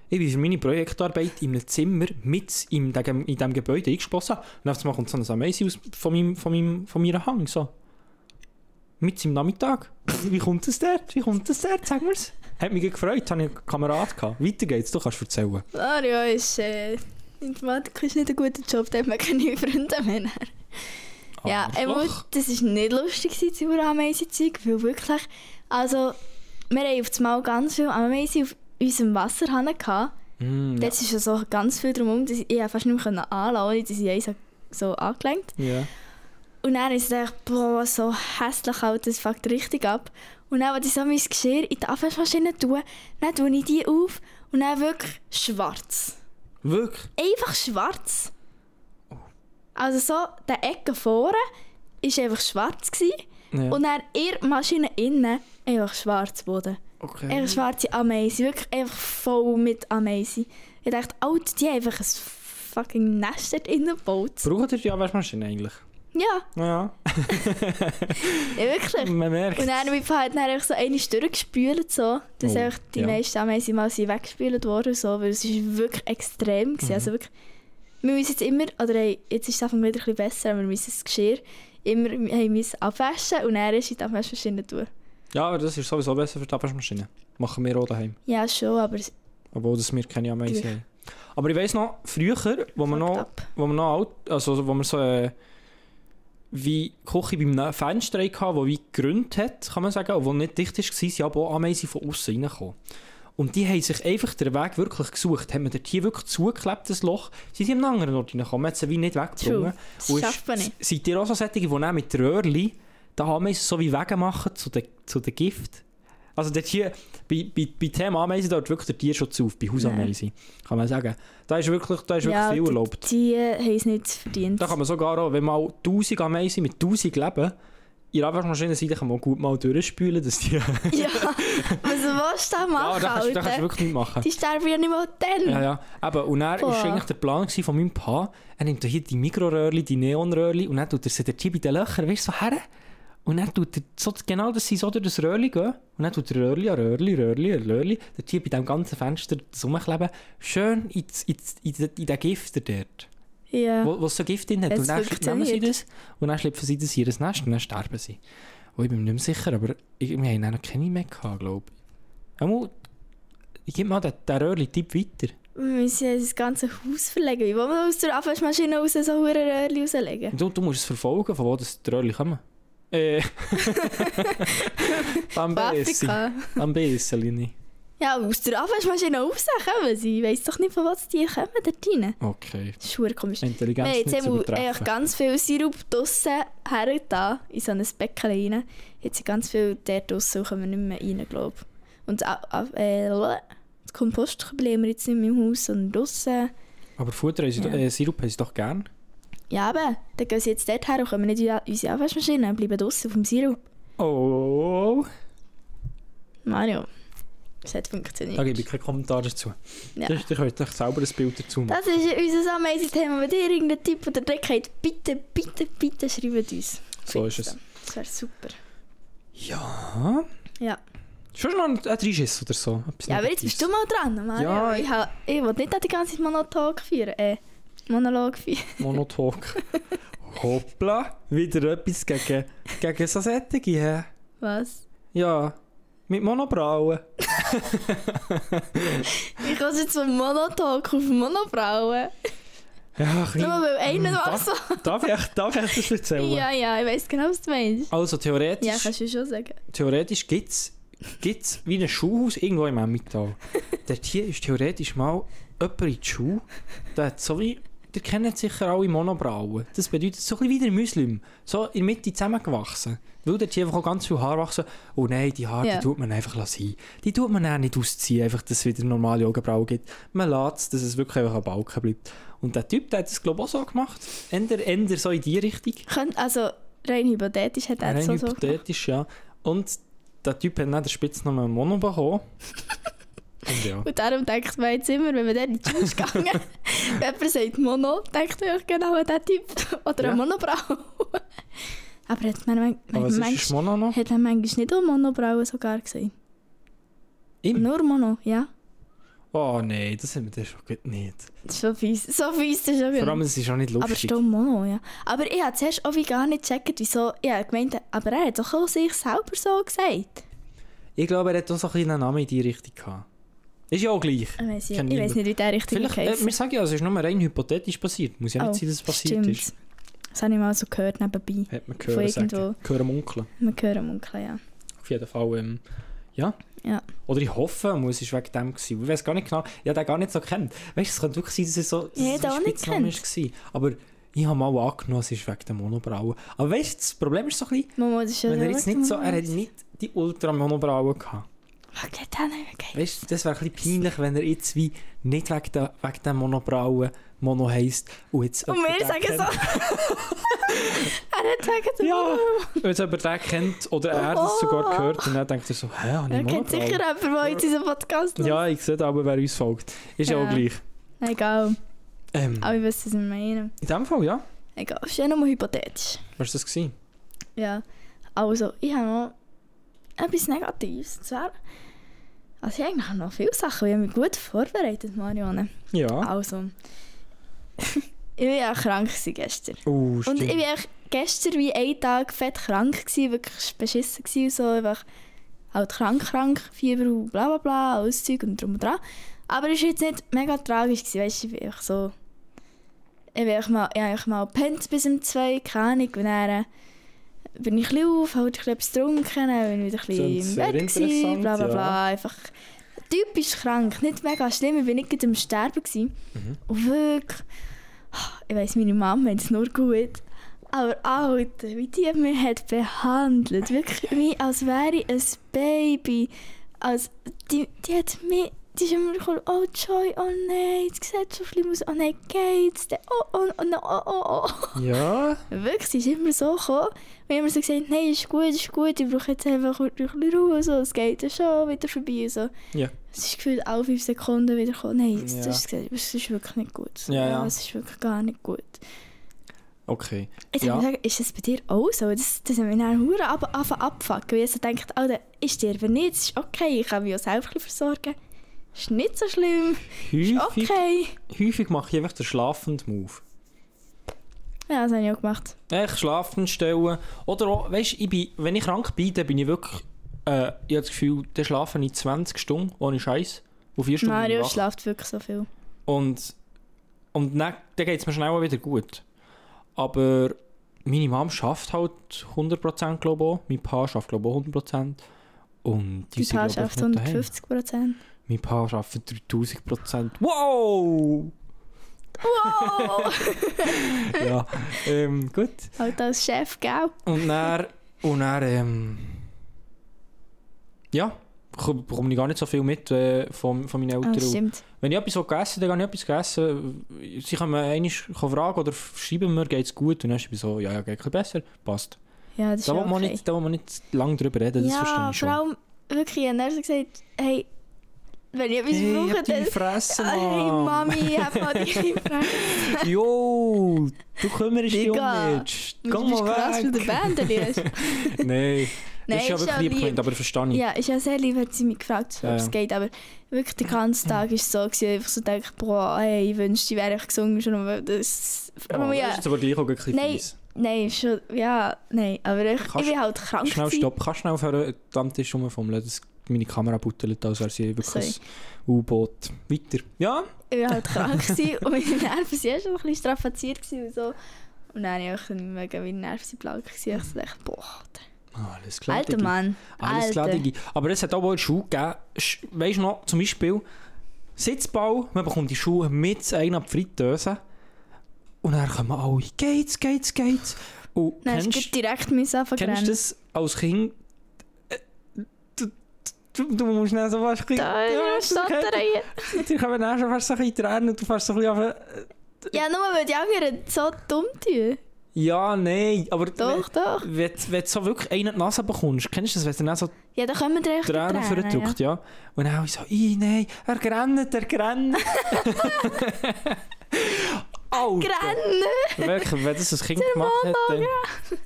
Speaker 4: ich bin für meine Projektarbeit in einem Zimmer mit in diesem in dem Gebäude eingeschlossen. Und auf einmal kommt so ein Amazing aus von meinem, von meinem, von meiner Hang, so. Mit im Nachmittag. Wie kommt das dort? Wie kommt das dort? Sagen wir's. Hat mich gefreut, habe ich einen Kamerad gehabt. Weiter geht's, du kannst erzählen.
Speaker 3: Mario ist, äh, Informatik ist nicht ein guter Job, da hat man keine Freunde mehr. nachher. Ja,
Speaker 4: Arschloch.
Speaker 3: ich muss, das war nicht lustig, gewesen, das Urameisen-Zeug, weil wirklich, also, wir haben auf einmal ganz viele Ameisen auf unserem Wasserhahn gehabt.
Speaker 4: Mm, ja.
Speaker 3: Dort ist ja so ganz viel drumherum, dass ich ich hab fast nicht mehr können anlaufen, ohne dass ich eins so angelenkt
Speaker 4: ja.
Speaker 3: Und dann ist ich boah, so hässlich alt, das dus fuckt richtig ab. Und dann, als ich so mein Geschirr in die Abwaschmaschine tue, dann tue ich die auf und dann wirklich schwarz.
Speaker 4: Wirklich?
Speaker 3: Einfach schwarz. Also so, der Ecke vorne war einfach schwarz. Gewesen.
Speaker 4: Ja.
Speaker 3: Und dann in der Maschine innen einfach schwarz Boden.
Speaker 4: okay.
Speaker 3: Einfach schwarze Ameisen, wirklich einfach voll mit Ameisen. Ich dachte, Alter, die haben einfach ein fucking Nest dort innen gebaut.
Speaker 4: Braucht ihr die Abwaschmaschine eigentlich?
Speaker 3: Ja,
Speaker 4: Ja,
Speaker 3: ja wirklich.
Speaker 4: man merkt.
Speaker 3: Und dann mein Papa hat dann einfach so eine durchgespült, so, dass
Speaker 4: Oh,
Speaker 3: einfach die
Speaker 4: ja.
Speaker 3: meisten Ameisen mal sind weggespült worden, so, weil es ist wirklich extrem war.
Speaker 4: Mhm.
Speaker 3: Also wirklich, wir müssen jetzt immer, oder hey, jetzt ist es einfach wieder ein bisschen besser, aber wir müssen das Geschirr immer hey, wir müssen abwaschen und dann ist in die Abwaschmaschine tun.
Speaker 4: Ja, aber das ist sowieso besser für die Abwaschmaschine. Machen wir auch daheim.
Speaker 3: Ja, schon, aber es
Speaker 4: Obwohl das wir keine Ameisen
Speaker 3: Ja.
Speaker 4: haben. Aber ich weiss noch, früher, wo wir
Speaker 3: fuckt
Speaker 4: noch,
Speaker 3: ab.
Speaker 4: wo wir noch alt, also wo wir so äh, wie die Küche beim Ne- Fenster hatten, wo wie geründ hat, kann man sagen, obwohl nicht dicht war, sind aber auch Ameisen von außen reingekommen. Und die haben sich einfach den Weg wirklich gesucht. Haben wir dort hier wirklich zugeklebt, das Loch, sind sie am anderen Ort reingekommen, hat sie wie nicht weggebrungen.
Speaker 3: True. Das
Speaker 4: Und ist-
Speaker 3: schafft man nicht.
Speaker 4: s- Seid ihr auch so solche, die dann mit Röhrli da Ameisen so wie Wege machen zu den, zu den Gift? Also dort hier, bei, bei, bei Thema Ameisen, da hört wirklich der Tierschutz auf, bei Hausameisen, kann man sagen. Da ist wirklich, da ist wirklich
Speaker 3: ja,
Speaker 4: viel
Speaker 3: die-
Speaker 4: erlaubt.
Speaker 3: Die äh, haben es nicht verdient.
Speaker 4: Da kann man sogar auch, wenn mal 1000 Ameisen mit 1000 leben, in der Abwaschmaschine sind, dann kann man gut mal durchspülen, dass die...
Speaker 3: ja, was willst du da
Speaker 4: ja,
Speaker 3: machen,
Speaker 4: da kannst, da kannst
Speaker 3: Alter?
Speaker 4: du wirklich nichts machen.
Speaker 3: Die sterben ja nicht mal dann.
Speaker 4: Ja, ja. Aber, und dann war
Speaker 3: Boah.
Speaker 4: eigentlich der Plan gewesen von meinem Pa, er nimmt hier die Mikroröhrchen, die Neonröhrchen und dann tut er sie dort hier bei den Löchern, weißt du, so her. Und dann tut er, so, genau, dass sie so durch das Röhrchen gehen. Und dann tut er Röhrchen, an Röhrchen, Röhrchen, an Röhrchen, dort hier bei dem ganzen Fenster das rumkleben, schön ins, ins, in, den- in den Gifter dort,
Speaker 3: Ja.
Speaker 4: wo, wo es so Gift drin hat.
Speaker 3: Es
Speaker 4: und dann sch- nehmen sie
Speaker 3: funktioniert.
Speaker 4: das und dann schlüpfen sie das in ihr Nest und dann sterben sie. Und ich bin mir nicht mehr sicher, aber ich, wir haben dann noch keine mehr gehabt, glaube ich. Einmal, ich gebe mal den, den Röhrchen-Tipp weiter.
Speaker 3: Wir müssen ja das ganze Haus verlegen. Wie wollen wir aus der Abwaschmaschine raus so ein Röhrchen rauslegen?
Speaker 4: Du, du musst es verfolgen, von wo das die Röhrchen kommen. Äh. Am
Speaker 3: Von
Speaker 4: besten.
Speaker 3: Afrika.
Speaker 4: Am besten, Lini.
Speaker 3: Ja, aus der Abwaschmaschine raus kommen sie. Ich weiss doch nicht, von was die kommen, dort rein.
Speaker 4: Okay.
Speaker 3: Das ist verdammt komisch. Wir
Speaker 4: Intelligenz
Speaker 3: haben
Speaker 4: nicht
Speaker 3: jetzt
Speaker 4: zu
Speaker 3: haben wir
Speaker 4: übertreffen.
Speaker 3: eigentlich ganz viel Sirup draussen hergetan, in so ein Becken rein. Jetzt sind ganz viel dort draussen und kommen nicht mehr rein, glaube ich. Und das, A- A- äh, das Kompostproblem jetzt nicht mehr im Haus, sondern draussen.
Speaker 4: Aber Futter haben sie,
Speaker 3: Ja.
Speaker 4: äh, Sirup haben sie doch gern.
Speaker 3: Ja, eben. Dann gehen sie jetzt dort her und kommen nicht in unsere Abwaschmaschine und bleiben draussen auf dem Sirup.
Speaker 4: Oh.
Speaker 3: Mario, es hat funktioniert.
Speaker 4: Da gebe ich keinen Kommentar dazu.
Speaker 3: Ja.
Speaker 4: Das, ihr könnt euch selber ein Bild dazu machen.
Speaker 3: Das ist unser Amazing-Thema. Wenn ihr irgendeinen Tipp oder Dreck habt, bitte, bitte, bitte schreibt uns.
Speaker 4: So ist es.
Speaker 3: Das wäre super.
Speaker 4: Ja.
Speaker 3: Ja.
Speaker 4: Schon noch ein, ein Dreischiss oder so. Etwas
Speaker 3: Ja, aber
Speaker 4: Negatives.
Speaker 3: jetzt bist du mal dran, Mario.
Speaker 4: Ja,
Speaker 3: ich ha, ich will nicht die ganze Zeit Monolog führen. Äh, Monolog führen.
Speaker 4: Monotalk. Hoppla, wieder etwas gegen, gegen so Sättige. hä?
Speaker 3: Was?
Speaker 4: Ja, mit Monobrauen.
Speaker 3: Ich kann jetzt von Monotalk auf Monobrauen.
Speaker 4: Ja, ein
Speaker 3: Nur
Speaker 4: bisschen.
Speaker 3: weil einer
Speaker 4: Mm,
Speaker 3: war
Speaker 4: das-
Speaker 3: so.
Speaker 4: Darf ich, darf ich das erzählen?
Speaker 3: Ja, ja, ich weiß genau, was du meinst.
Speaker 4: Also theoretisch,
Speaker 3: Ja, kannst du schon sagen.
Speaker 4: theoretisch gibt es gibt's wie ein Schulhaus irgendwo im Emmental. Dort hier ist theoretisch mal jemand in die Schule, der hat so wie, ihr kennt sicher alle Monobrauen. Das bedeutet so ein bisschen wie der Muslim, so in der Mitte zusammengewachsen. Weil dort hier einfach auch ganz viel Haar wachsen. Oh nein, die Haare,
Speaker 3: Ja.
Speaker 4: die tut man einfach lassen. Die tut man auch nicht ausziehen, einfach, dass es wieder normale Augenbrauen gibt. Man lässt es, dass es wirklich einfach ein Balken bleibt. Und der Typ, der hat das glaube ich auch so gemacht. Änder, änder so in die Richtung.
Speaker 3: Könnt, also, rein hypothetisch hat er
Speaker 4: Rein
Speaker 3: das so so gemacht.
Speaker 4: hypothetisch, ja. Und der Typ hat dann den Spitznamen Mono bekommen. Und ja.
Speaker 3: Und darum denkt man jetzt immer, wenn man dann in die Schule ist gegangen, wenn jemand sagt Mono, denkt man ja genau an diesen Typ. Oder
Speaker 4: Ja.
Speaker 3: an Monobrauen. Aber hat man, man,
Speaker 4: Aber
Speaker 3: man,
Speaker 4: was ist
Speaker 3: manchmal,
Speaker 4: Mono noch?
Speaker 3: hat man manchmal nicht auch Monobrauen sogar gesehen.
Speaker 4: Im?
Speaker 3: Nur Mono, ja.
Speaker 4: Oh nein, das haben wir dann schon gut nicht.
Speaker 3: So fies, so fies das ist auch
Speaker 4: Vor allem,
Speaker 3: wieder.
Speaker 4: es ist auch nicht
Speaker 3: Aber es
Speaker 4: lustig.
Speaker 3: ist auch Mono, ja. Aber ich habe zuerst auch wie gar nicht gecheckt, wieso. Ich habe gemeint, aber er hat doch auch sich selber so gesagt.
Speaker 4: ich glaube, er hat auch so ein bisschen einen Namen in die Richtung gehabt. Ist ja auch gleich.
Speaker 3: Ich weiß
Speaker 4: Kenn
Speaker 3: nicht,
Speaker 4: niemand.
Speaker 3: nicht, wie der richtig
Speaker 4: Vielleicht, äh,
Speaker 3: heisst.
Speaker 4: wir sagen ja, es ist nur rein hypothetisch passiert. Muss ja nicht sein, dass es passiert
Speaker 3: Oh, stimmt.
Speaker 4: ist.
Speaker 3: Das habe ich mal so gehört nebenbei.
Speaker 4: Hat man gehört,
Speaker 3: Von
Speaker 4: sagen.
Speaker 3: irgendwo.
Speaker 4: Gehört munkeln.
Speaker 3: Wir hören munkeln, ja.
Speaker 4: Auf jeden Fall, ähm, ja.
Speaker 3: Ja.
Speaker 4: Oder ich hoffe, muss es war wegen dem gewesen. Ich weiß gar nicht genau, ich habe den gar nicht so kennt. Weißt du, es könnte wirklich sein, dass es so dass
Speaker 3: Ich
Speaker 4: es
Speaker 3: hätte
Speaker 4: ein
Speaker 3: auch nicht
Speaker 4: Spitzname war. Aber ich habe mal angenommen, es ist wegen der Monobrauen. Aber weißt du, das Problem ist so ein bisschen,
Speaker 3: Momo, das ist ja
Speaker 4: wenn er jetzt nicht so, er hat
Speaker 3: wirklich-
Speaker 4: nicht die Ultra-Monobrauen gehabt.
Speaker 3: Fuck, der hat auch nicht mehr gegeben.
Speaker 4: Weißt du, das wäre ein bisschen peinlich, wenn er jetzt wie nicht wegen der, wegen der Monobrauen Mono heisst und jetzt
Speaker 3: Und
Speaker 4: jemand
Speaker 3: wir
Speaker 4: den
Speaker 3: sagen
Speaker 4: kennt.
Speaker 3: so. er hat sagen so.
Speaker 4: Ja, wenn jetzt jemand den kennt oder er das sogar
Speaker 3: Oh.
Speaker 4: gehört und dann denkt er so, hä, habe ich
Speaker 3: Er kennt sicher
Speaker 4: Monobrauen?
Speaker 3: jemanden, der jetzt unseren Podcast hört.
Speaker 4: Ja, ich sehe aber, wer uns folgt. Ist ja,
Speaker 3: Ja.
Speaker 4: auch gleich.
Speaker 3: Egal.
Speaker 4: Ähm,
Speaker 3: Aber ich weiß, was ich meine.
Speaker 4: in dem Fall, ja.
Speaker 3: Egal. Ist ja nur hypothetisch.
Speaker 4: Was war das? Gewesen?
Speaker 3: Ja, also ich habe noch etwas Negatives. Und zwar, also ich habe eigentlich noch viele Sachen, ich habe mich gut vorbereitet, Marianne.
Speaker 4: Ja.
Speaker 3: Also, ich war ja krank gewesen gestern.
Speaker 4: Oh, stimmt.
Speaker 3: Und ich war eigentlich gestern wie einen Tag fett krank, gewesen, wirklich beschissen gewesen, und so einfach halt krank, krank, Fieber und bla bla bla, alles Zeug und drum und dran. Aber es war jetzt nicht mega tragisch, gewesen, weißt du, ich bin einfach so... Ich bin einfach mal, ich habe einfach mal gepennt bis um zwei, keine Ahnung, und dann bin ich ein bisschen auf, habe wieder etwas getrunken, dann bin ich wieder ein
Speaker 4: Klingt
Speaker 3: bisschen im
Speaker 4: sehr
Speaker 3: Bett gewesen,
Speaker 4: interessant,
Speaker 3: bla bla
Speaker 4: ja.
Speaker 3: bla, einfach typisch krank, nicht mega schlimm, ich bin nicht gerade am Sterben gewesen.
Speaker 4: Mhm.
Speaker 3: Und wirklich, ich weiss, meine Mama hat es nur gut. Aber Alter, wie die mich hat behandelt.
Speaker 4: Ah,
Speaker 3: Wirklich wie als wäre ich ein Baby. Als, Also, die, die hat mich... Die ist immer gekommen, oh Joy, oh nein, es sieht so schlimm aus, oh nein, geht's dir? Oh, oh, oh, no, oh, oh, oh.
Speaker 4: ja.
Speaker 3: Wirklich, sie ist immer so gekommen. Und immer so gesagt, nein, ist gut, ist gut, ich brauche jetzt einfach ein bisschen Ruhe, so, es geht ja schon wieder vorbei. So.
Speaker 4: Ja.
Speaker 3: Es ist gefühlt alle fünf Sekunden wieder gekommen, nein, jetzt
Speaker 4: Ja.
Speaker 3: hast du gesagt, es ist wirklich nicht gut. So,
Speaker 4: Ja, ja.
Speaker 3: Es ist wirklich gar nicht gut.
Speaker 4: Okay.
Speaker 3: Jetzt
Speaker 4: Ja.
Speaker 3: ja. sagen, ist das bei dir auch so? Das, das hat mich dann hure ab, anfangen abfucken, weil ich so denkt, Alter, ich sterbe nicht, es ist okay, ich kann mich auch selber ein bisschen versorgen. Ist nicht so schlimm, ist
Speaker 4: Häufig,
Speaker 3: okay.
Speaker 4: häufig mache ich einfach den schlafenden Move.
Speaker 3: Ja, das habe ich auch gemacht.
Speaker 4: Ich schlafend stellen. Oder, auch, weißt ich bin, wenn ich krank bin, dann bin ich wirklich. Äh, ich habe das Gefühl, dann schlafe ich 20 Stunden ohne Scheiß. Auf 4 Stunden. bin
Speaker 3: Mario
Speaker 4: ich wach.
Speaker 3: schläft wirklich so viel.
Speaker 4: Und, und dann, dann geht es mir schnell auch wieder gut. Aber meine Mom schafft halt 100% glaube ich auch. Mein Paar schafft glaube ich auch 100%. Und die
Speaker 3: Die
Speaker 4: sind, glaub
Speaker 3: Paar
Speaker 4: ich,
Speaker 3: schafft
Speaker 4: nicht daheim.
Speaker 3: 150 Prozent.
Speaker 4: Mein Paar arbeitet 3000 Prozent. Wow!
Speaker 3: Wow!
Speaker 4: Ja, ähm, gut.
Speaker 3: halt als Chef, gell?
Speaker 4: Und dann, und dann, ähm, ja, kom- bekomme ich gar nicht so viel mit äh, von, von meinen
Speaker 3: Ah,
Speaker 4: Eltern.
Speaker 3: das stimmt.
Speaker 4: Wenn ich etwas will gegessen dann gehe ich etwas gegessen. Sie können mir einmal fragen oder schreiben mir, geht es gut? Und dann schreibe ich so, ja, ja, geht ein bisschen besser, passt.
Speaker 3: Ja, das ist
Speaker 4: Da
Speaker 3: ja
Speaker 4: wollen wir
Speaker 3: okay.
Speaker 4: nicht, da wollen wir nicht lange drüber reden, das
Speaker 3: ja,
Speaker 4: verstehe ich schon.
Speaker 3: vor allem, wirklich, ich habe dann so gesagt, hey, wenn ich etwas
Speaker 4: Hey,
Speaker 3: brauche,
Speaker 4: hab
Speaker 3: dann...
Speaker 4: deine Fresse,
Speaker 3: Ah, Hey
Speaker 4: Mann.
Speaker 3: Mami, hab mal die Fresse.
Speaker 4: Jo, du kümmerst dich um
Speaker 3: Digga,
Speaker 4: mich.
Speaker 3: Du
Speaker 4: Komm
Speaker 3: bist krass
Speaker 4: mal
Speaker 3: mit
Speaker 4: weg.
Speaker 3: der
Speaker 4: Dus
Speaker 3: Band, Elias.
Speaker 4: Nein,
Speaker 3: Nein,
Speaker 4: das ist ja
Speaker 3: ist ja
Speaker 4: wirklich lieb
Speaker 3: lieb.
Speaker 4: gemeint, aber verstehe ich.
Speaker 3: Ja, ist ja sehr lieb, hat sie mich gefragt,
Speaker 4: Hm.
Speaker 3: ob
Speaker 4: Ja, ja. Hm.
Speaker 3: es geht, aber wirklich der ganze Tag war es so, gewesen, einfach so gedacht, boah, hey, ich wünschte, ich wäre einfach gesungen, schon, aber das...
Speaker 4: Oh,
Speaker 3: aber ja,
Speaker 4: Das ist jetzt aber gleich auch ein bisschen
Speaker 3: Nein.
Speaker 4: fies.
Speaker 3: nein, schon, ja, nein, aber ich, ich
Speaker 4: Kannst-
Speaker 3: bin halt krank
Speaker 4: Schnell
Speaker 3: gewesen.
Speaker 4: stopp, kannst du schnell aufhören, am Tisch rumfummeln, dass meine Kamera buttelt, als wäre sie wirklich
Speaker 3: Sorry.
Speaker 4: ein U-Boot. Weiter. Ja?
Speaker 3: Ich war halt krank gewesen und meine Nerven waren schon ein bisschen strapaziert gewesen und so. Und dann habe ich auch nicht mehr gegen meine Nerven sind blank gewesen. Ich dachte, boah,
Speaker 4: Ah, Alles
Speaker 3: der
Speaker 4: klar,
Speaker 3: alter
Speaker 4: Digi.
Speaker 3: Mann,
Speaker 4: Alles klar,
Speaker 3: alter.
Speaker 4: Digi. Aber es hat auch wohl Schuhe gegeben. Sch- Weisst du noch, zum Beispiel, Sitzbau, man bekommt die Schuhe mit einer an die Fritteuse und dann kommen alle, geht's, geht's, geht's. Und
Speaker 3: Dann hast
Speaker 4: kennst-
Speaker 3: du direkt mich anfangen
Speaker 4: Kennst du das als Kind? Äh, Du, du, du musst dann so fast ein bisschen...
Speaker 3: Da, ja, stottern.
Speaker 4: Du kommst dann schon fast so ein bisschen in Tränen und du fährst so ein bisschen... auf-
Speaker 3: Ja, nur weil die anderen so dumm tun.
Speaker 4: Ja, nein, aber...
Speaker 3: Doch, doch.
Speaker 4: Wenn, wenn du so wirklich einen in die Nase bekommst, kennst du das, wenn du dann so
Speaker 3: Ja, da kommen wir echt
Speaker 4: Tränen verdrückt, ja. Und dann auch so, «Ih, nein, er rennt, er rennt. Alter,
Speaker 3: Grennen!
Speaker 4: wirklich, wenn das ein Kind gemacht hat, dann,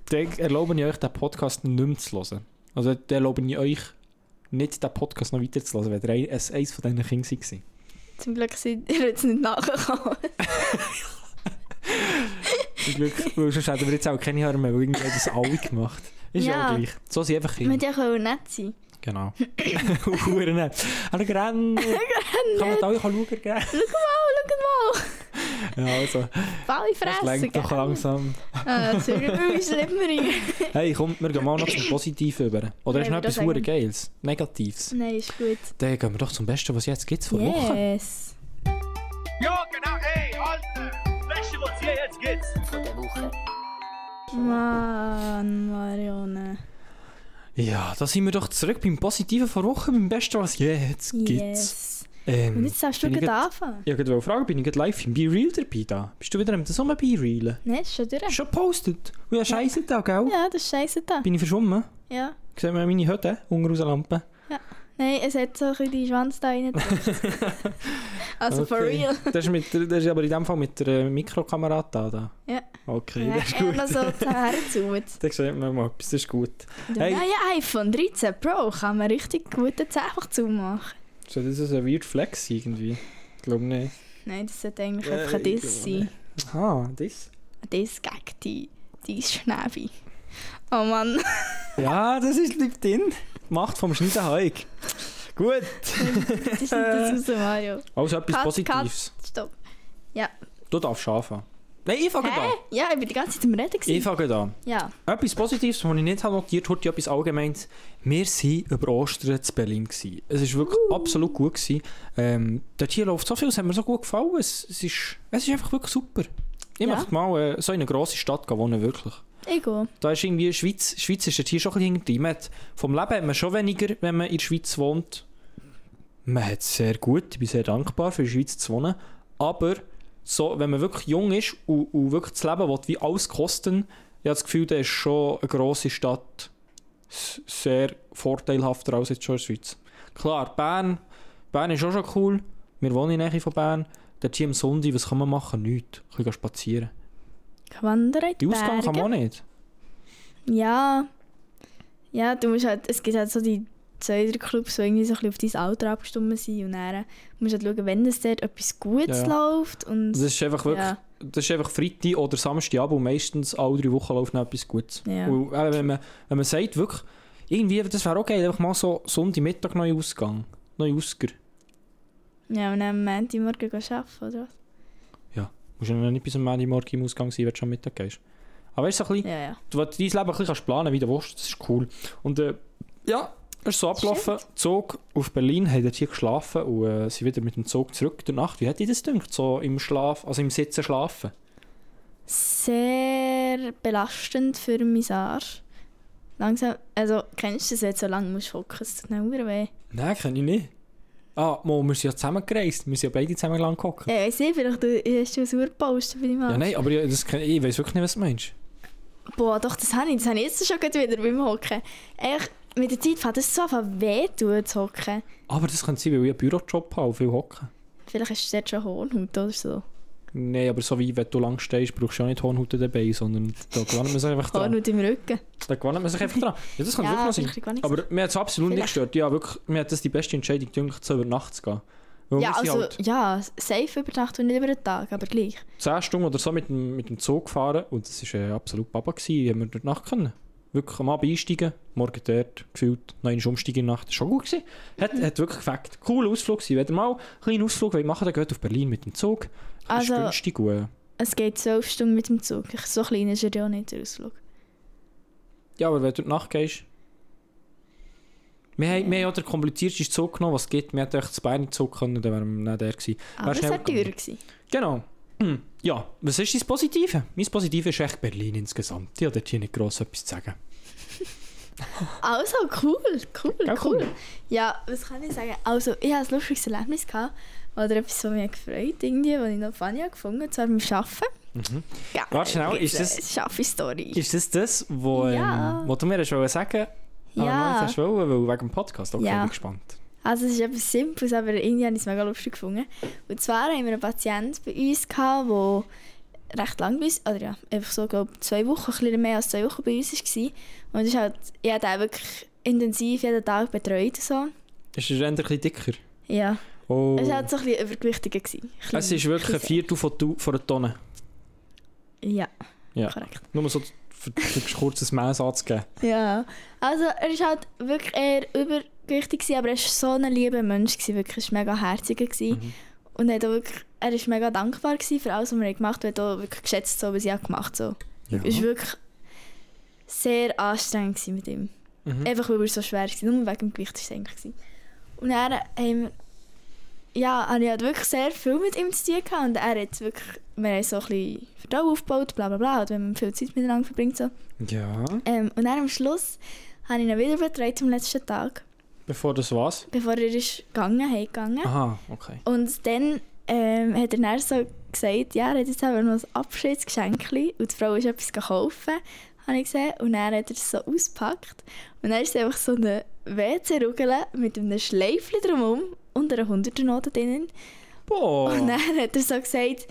Speaker 4: dann erlaube ich euch, den Podcast nicht mehr zu hören. Also dann erlaube ich euch, nicht den Podcast noch weiter zu hören, wenn ihr ein- eins eins von diesen Kindern war.
Speaker 3: Zum Glück sind ihr jetzt nicht nachgekommen.
Speaker 4: Zum Glück, weil sonst hätten wir jetzt auch keine Hörer mehr, weil irgendwie haben das alle gemacht. Ist ja,
Speaker 3: Ja.
Speaker 4: auch gleich. So sind einfach
Speaker 3: Wir
Speaker 4: Kinder.
Speaker 3: hätten ja auch nett sein
Speaker 4: Genau. Huren nicht. Er rennt. Kann man da auch schauen, gell?
Speaker 3: Schau mal, schau
Speaker 4: Ja, also,
Speaker 3: mal! Balle
Speaker 4: das
Speaker 3: fressen!
Speaker 4: lenkt doch
Speaker 3: gell?
Speaker 4: langsam.
Speaker 3: Ah, das ist nicht mehr rein.
Speaker 4: Hey, komm, wir gehen mal noch zum Positiven über. Oder
Speaker 3: Ja,
Speaker 4: ist noch
Speaker 3: würde ich
Speaker 4: etwas
Speaker 3: sagen.
Speaker 4: hure Geiles? Negatives?
Speaker 3: Nein, ist gut.
Speaker 4: Dann gehen wir doch zum Besten, was jetzt gibt vor Wochen.
Speaker 3: Yes!
Speaker 8: Ja, genau, ey, Alter! Beste, was hier jetzt geht's!
Speaker 3: Mann, Marione.
Speaker 4: Ja, da sind wir doch zurück beim Positiven vor Wochen, beim Besten, was jetzt gibt's.
Speaker 3: Yes.
Speaker 4: Ähm,
Speaker 3: Und jetzt darfst du
Speaker 4: bin ich
Speaker 3: gleich
Speaker 4: grad-
Speaker 3: anfangen.
Speaker 4: Ja, ich wollte fragen, bin ich gerade live im Be-Real dabei da? Bist du wieder mit so einem Be-Real?
Speaker 3: Nein, ist schon durch.
Speaker 4: Schon gepostet? Und ja, scheiße da, gell?
Speaker 3: Ja, das ist scheiße da.
Speaker 4: Bin ich verschwommen?
Speaker 3: Ja.
Speaker 4: Sehen wir meine Hütte unter unserer Lampe?
Speaker 3: Nein, es hat so ein bisschen die Schwanz da rein. also for
Speaker 4: Okay.
Speaker 3: real.
Speaker 4: Das ist, mit, der- das ist aber in dem Fall mit der äh, Mikrokamera da, da.
Speaker 3: Ja.
Speaker 4: Okay,
Speaker 3: Ja,
Speaker 4: das ist
Speaker 3: er hat
Speaker 4: gut.
Speaker 3: noch so die Haare zu.
Speaker 4: Dann sehen wir mal etwas, das ist gut.
Speaker 3: Der
Speaker 4: Hey.
Speaker 3: neue iPhone 13 Pro kann man richtig guten Zähfach zumachen.
Speaker 4: So, das ist ein weird Flex irgendwie. Ich glaube nicht.
Speaker 3: Nein, das sollte eigentlich
Speaker 4: Ja,
Speaker 3: einfach ein
Speaker 4: ich
Speaker 3: Diss
Speaker 4: glaube
Speaker 3: sein.
Speaker 4: Aha, das?
Speaker 3: Ein Diss gegen die, die Schnäbi. Oh Mann,
Speaker 4: Ja, das ist bleibt drin. Die Macht vom Schneidenhaig. Gut.
Speaker 3: das ist nicht das raus, Mario.
Speaker 4: Also etwas
Speaker 3: Cut,
Speaker 4: Positives.
Speaker 3: Stopp.
Speaker 4: Du darfst arbeiten. Nein, ich fange
Speaker 3: Hä?
Speaker 4: an.
Speaker 3: Ja, ich bin die ganze Zeit am Reden.
Speaker 4: Ich
Speaker 3: gewesen.
Speaker 4: fange an.
Speaker 3: Ja.
Speaker 4: Etwas Positives, was ich nicht habe notiert habe, etwas Allgemeines. Wir waren über Ostern zu Berlin. Gewesen. Es war wirklich
Speaker 3: Uh.
Speaker 4: absolut gut. Gewesen. Ähm, dort hier läuft so viel, es hat mir so gut gefallen. Es, es, ist, es ist einfach wirklich super. Ich
Speaker 3: Ja.
Speaker 4: möchte mal äh, so in eine grosse Stadt gehen wohnen, wirklich.
Speaker 3: Ich gehe.
Speaker 4: Da ist irgendwie Schweiz, Schweiz ist dort hier schon ein bisschen hinter. Man hat- Vom Leben hat man schon weniger, wenn man in der Schweiz wohnt. Man hat es sehr gut, ich bin sehr dankbar für die Schweiz zu wohnen. Aber so, wenn man wirklich jung ist und, und wirklich das Leben will, wie alles kosten, ich habe das Gefühl, da ist schon eine grosse Stadt s- sehr vorteilhafter als jetzt schon in der Schweiz. Klar, Bern, Bern ist auch schon cool. Wir wohnen in der Nähe von Bern. Dort hier am Sonntag, was kann man machen? Nichts. Ein bisschen spazieren.
Speaker 3: Wandern in
Speaker 4: Die Ausgang
Speaker 3: Berge.
Speaker 4: kann man auch nicht.
Speaker 3: Ja. Ja, du musst halt, es gibt halt so die zwei, drei Clubs, die irgendwie so ein bisschen auf dein Alter abgestimmt sind und dann musst du halt schauen, wenn es dort etwas Gutes
Speaker 4: Ja.
Speaker 3: läuft und
Speaker 4: Das ist einfach wirklich,
Speaker 3: Ja.
Speaker 4: das ist einfach Freitag oder Samstagabend und meistens alle drei Wochen läuft noch etwas Gutes.
Speaker 3: Ja.
Speaker 4: Und, äh, wenn, man, wenn man sagt, wirklich, irgendwie, das wäre auch geil, einfach mal so Sonntagmittag neu Ausgang, neu Ausger.
Speaker 3: ja, und dann am Montagmorgen gehen arbeiten, oder was?
Speaker 4: Musst ja noch nicht bis am Montagmorgen im Ausgang sein, wenn du schon am Mittag gehst. Aber weißt du, so ein bisschen,
Speaker 3: Ja, ja.
Speaker 4: du, wenn du dein Leben ein bisschen kannst planen wie du willst, das ist cool. Und äh, ja, es ist so abgelaufen, Zug auf Berlin, haben dort hier geschlafen und äh, sind wieder mit dem Zug zurück in der Nacht. Wie hat dir das gedacht, so im Schlaf, also im Sitzen schlafen?
Speaker 3: Sehr belastend für mein Haar. Langsam, also kennst du das, wenn du so lange musst hocken, es tut dann verdammt weh.
Speaker 4: Nein, kann ich nicht. Ah, Mo, wir sind ja zusammengereist. Wir sind ja beide zusammen lang gehockt.
Speaker 3: Ich weiss nicht, vielleicht du, hast du ein Urposten bei deinem Arsch.
Speaker 4: Ja, nein, aber ich, das, kann- ich weiß wirklich nicht, was du meinst.
Speaker 3: Boah, doch, das habe ich. Das habe ich jetzt schon gerade wieder beim Hocken. Echt, mit der Zeit fängt es so an weh zu zu hocken.
Speaker 4: Aber das könnte sein, weil ich einen Bürojob habe und viel hocken.
Speaker 3: Vielleicht hast du dort schon Hornhaut oder so.
Speaker 4: Nein, aber so wie wenn du lang stehst, brauchst du auch nicht Hornhaut dabei, sondern da gewöhnt man sich einfach dran.
Speaker 3: Hornhaut im Rücken.
Speaker 4: Da gewöhnt man sich einfach dran. Ja, das kann
Speaker 3: Ja,
Speaker 4: wirklich noch
Speaker 3: vielleicht gar
Speaker 4: sein.
Speaker 3: nicht
Speaker 4: Aber mir hat es absolut nicht
Speaker 3: Vielleicht.
Speaker 4: gestört. Ja, wirklich, mir hat das die beste Entscheidung gedacht, so über Nacht zu gehen. Weil
Speaker 3: Ja,
Speaker 4: wir sind
Speaker 3: also
Speaker 4: halt
Speaker 3: ja, safe über Nacht und nicht über den Tag, aber gleich.
Speaker 4: 10 Stunden oder so mit dem, mit dem Zug gefahren und das war äh, absolut Baba. Gewesen. Haben wir dort Nacht können. Wirklich am Abend einsteigen, morgen dort, gefühlt, noch eine Umsteigen in der Nacht. Das war schon gut. Gewesen. Hat,
Speaker 3: Mhm.
Speaker 4: hat wirklich gefällt. Cooler Ausflug gewesen. Wenn ihr mal einen kleinen Ausflug wollt machen wollt, dann geht auf Berlin mit dem Zug. Das
Speaker 3: Also-
Speaker 4: ist günstig. Und, äh,
Speaker 3: Es geht zwölf Stunden mit dem Zug. Ich- So klein ist er ja nicht, der Ausflug.
Speaker 4: Ja, aber wenn du durch die Nacht gehst. Wir haben, wir haben ja den kompliziertesten Zug genommen, was es gibt. Wir hätten echt das Bern Zug können, dann wären wir nicht der gewesen.
Speaker 3: Aber
Speaker 4: Wär
Speaker 3: es
Speaker 4: schnell
Speaker 3: war teurer.
Speaker 4: gegangen.
Speaker 3: gewesen.
Speaker 4: Genau. Hm. Ja, was ist dein Positive? Mein Positive ist echt Berlin insgesamt. Ich habe dort hier nicht gross etwas zu sagen.
Speaker 3: Also, cool, cool,
Speaker 4: Gell,
Speaker 3: cool.
Speaker 4: cool.
Speaker 3: Ja, was kann ich sagen? Also, ich hatte ein lustiges Erlebnis gehabt, oder etwas, was mich gefreut hat, irgendwie, was ich noch funny habe gefunden habe, und zwar beim Arbeiten. Geil,
Speaker 4: Mhm. Warte schnell,
Speaker 3: gibt's
Speaker 4: ist das-
Speaker 3: eine Schaffe-Story.
Speaker 4: Ist das das, wo,
Speaker 3: Ja.
Speaker 4: ähm, wo du mir hast wollen sagen Aber
Speaker 3: Ja.
Speaker 4: Ah, nein, das hast du wollen, weil wegen dem Podcast. Okay,
Speaker 3: Ja.
Speaker 4: bin gespannt.
Speaker 3: Also es ist etwas Simples, aber irgendwie habe ich es mega lustig gefunden. Und zwar haben wir einen Patienten bei uns, gehabt, der recht lang bei uns, oder ja, einfach so, glaube zwei Wochen, ein bisschen mehr als zwei Wochen bei uns war. Und es ist halt, ich habe den wirklich intensiv jeden Tag betreut und so.
Speaker 4: Ist es eher ein bisschen dicker?
Speaker 3: Ja,
Speaker 4: Oh.
Speaker 3: es war halt so ein bisschen übergewichtiger. Gewesen. Ein bisschen-
Speaker 4: Es ist wirklich
Speaker 3: ein
Speaker 4: ein
Speaker 3: bisschen-
Speaker 4: Viertel von, tu- von einer Tonne.
Speaker 3: Ja,
Speaker 4: Ja.
Speaker 3: korrekt.
Speaker 4: Nur so für, für kurz ein Mess anzugeben.
Speaker 3: Ja, also er war halt wirklich eher übergewichtig, gewesen, aber er war so ein lieber Mensch, gewesen, wirklich, er war mega herziger. gewesen.
Speaker 4: Mhm.
Speaker 3: Und er, hat auch wirklich, er war mega dankbar gewesen für alles, was wir gemacht haben. Er hat auch wirklich geschätzt, so, was ich auch gemacht habe.
Speaker 4: Ja.
Speaker 3: Es war wirklich sehr anstrengend gewesen mit ihm. Einfach weil er so schwer war, nur wegen dem Gewicht war es eigentlich. gewesen. Und dann haben wir, ehm, ja, habe ich halt wirklich sehr viel mit ihm zu tun gehabt. Und er hat wirklich, wir haben so ein bisschen Vertrauen aufgebaut, bla bla bla, und wenn man viel Zeit miteinander verbringt. So.
Speaker 4: ja.
Speaker 3: Ähm, und dann am Schluss habe ich ihn wieder betreut am letzten Tag,
Speaker 4: Bevor das was?
Speaker 3: bevor er ist gegangen, heimgegangen.
Speaker 4: Aha, okay.
Speaker 3: Und dann ähm, hat er dann so gesagt, ja, er hat jetzt aber noch ein Abschiedsgeschenk und die Frau ist etwas gekauft, habe ich gesehen. Und dann hat er es so ausgepackt und dann ist es einfach so eine WC-Rugel mit einem Schleifchen drumherum und einer 100er-Note drinnen.
Speaker 4: Boah.
Speaker 3: Und dann hat er so gesagt,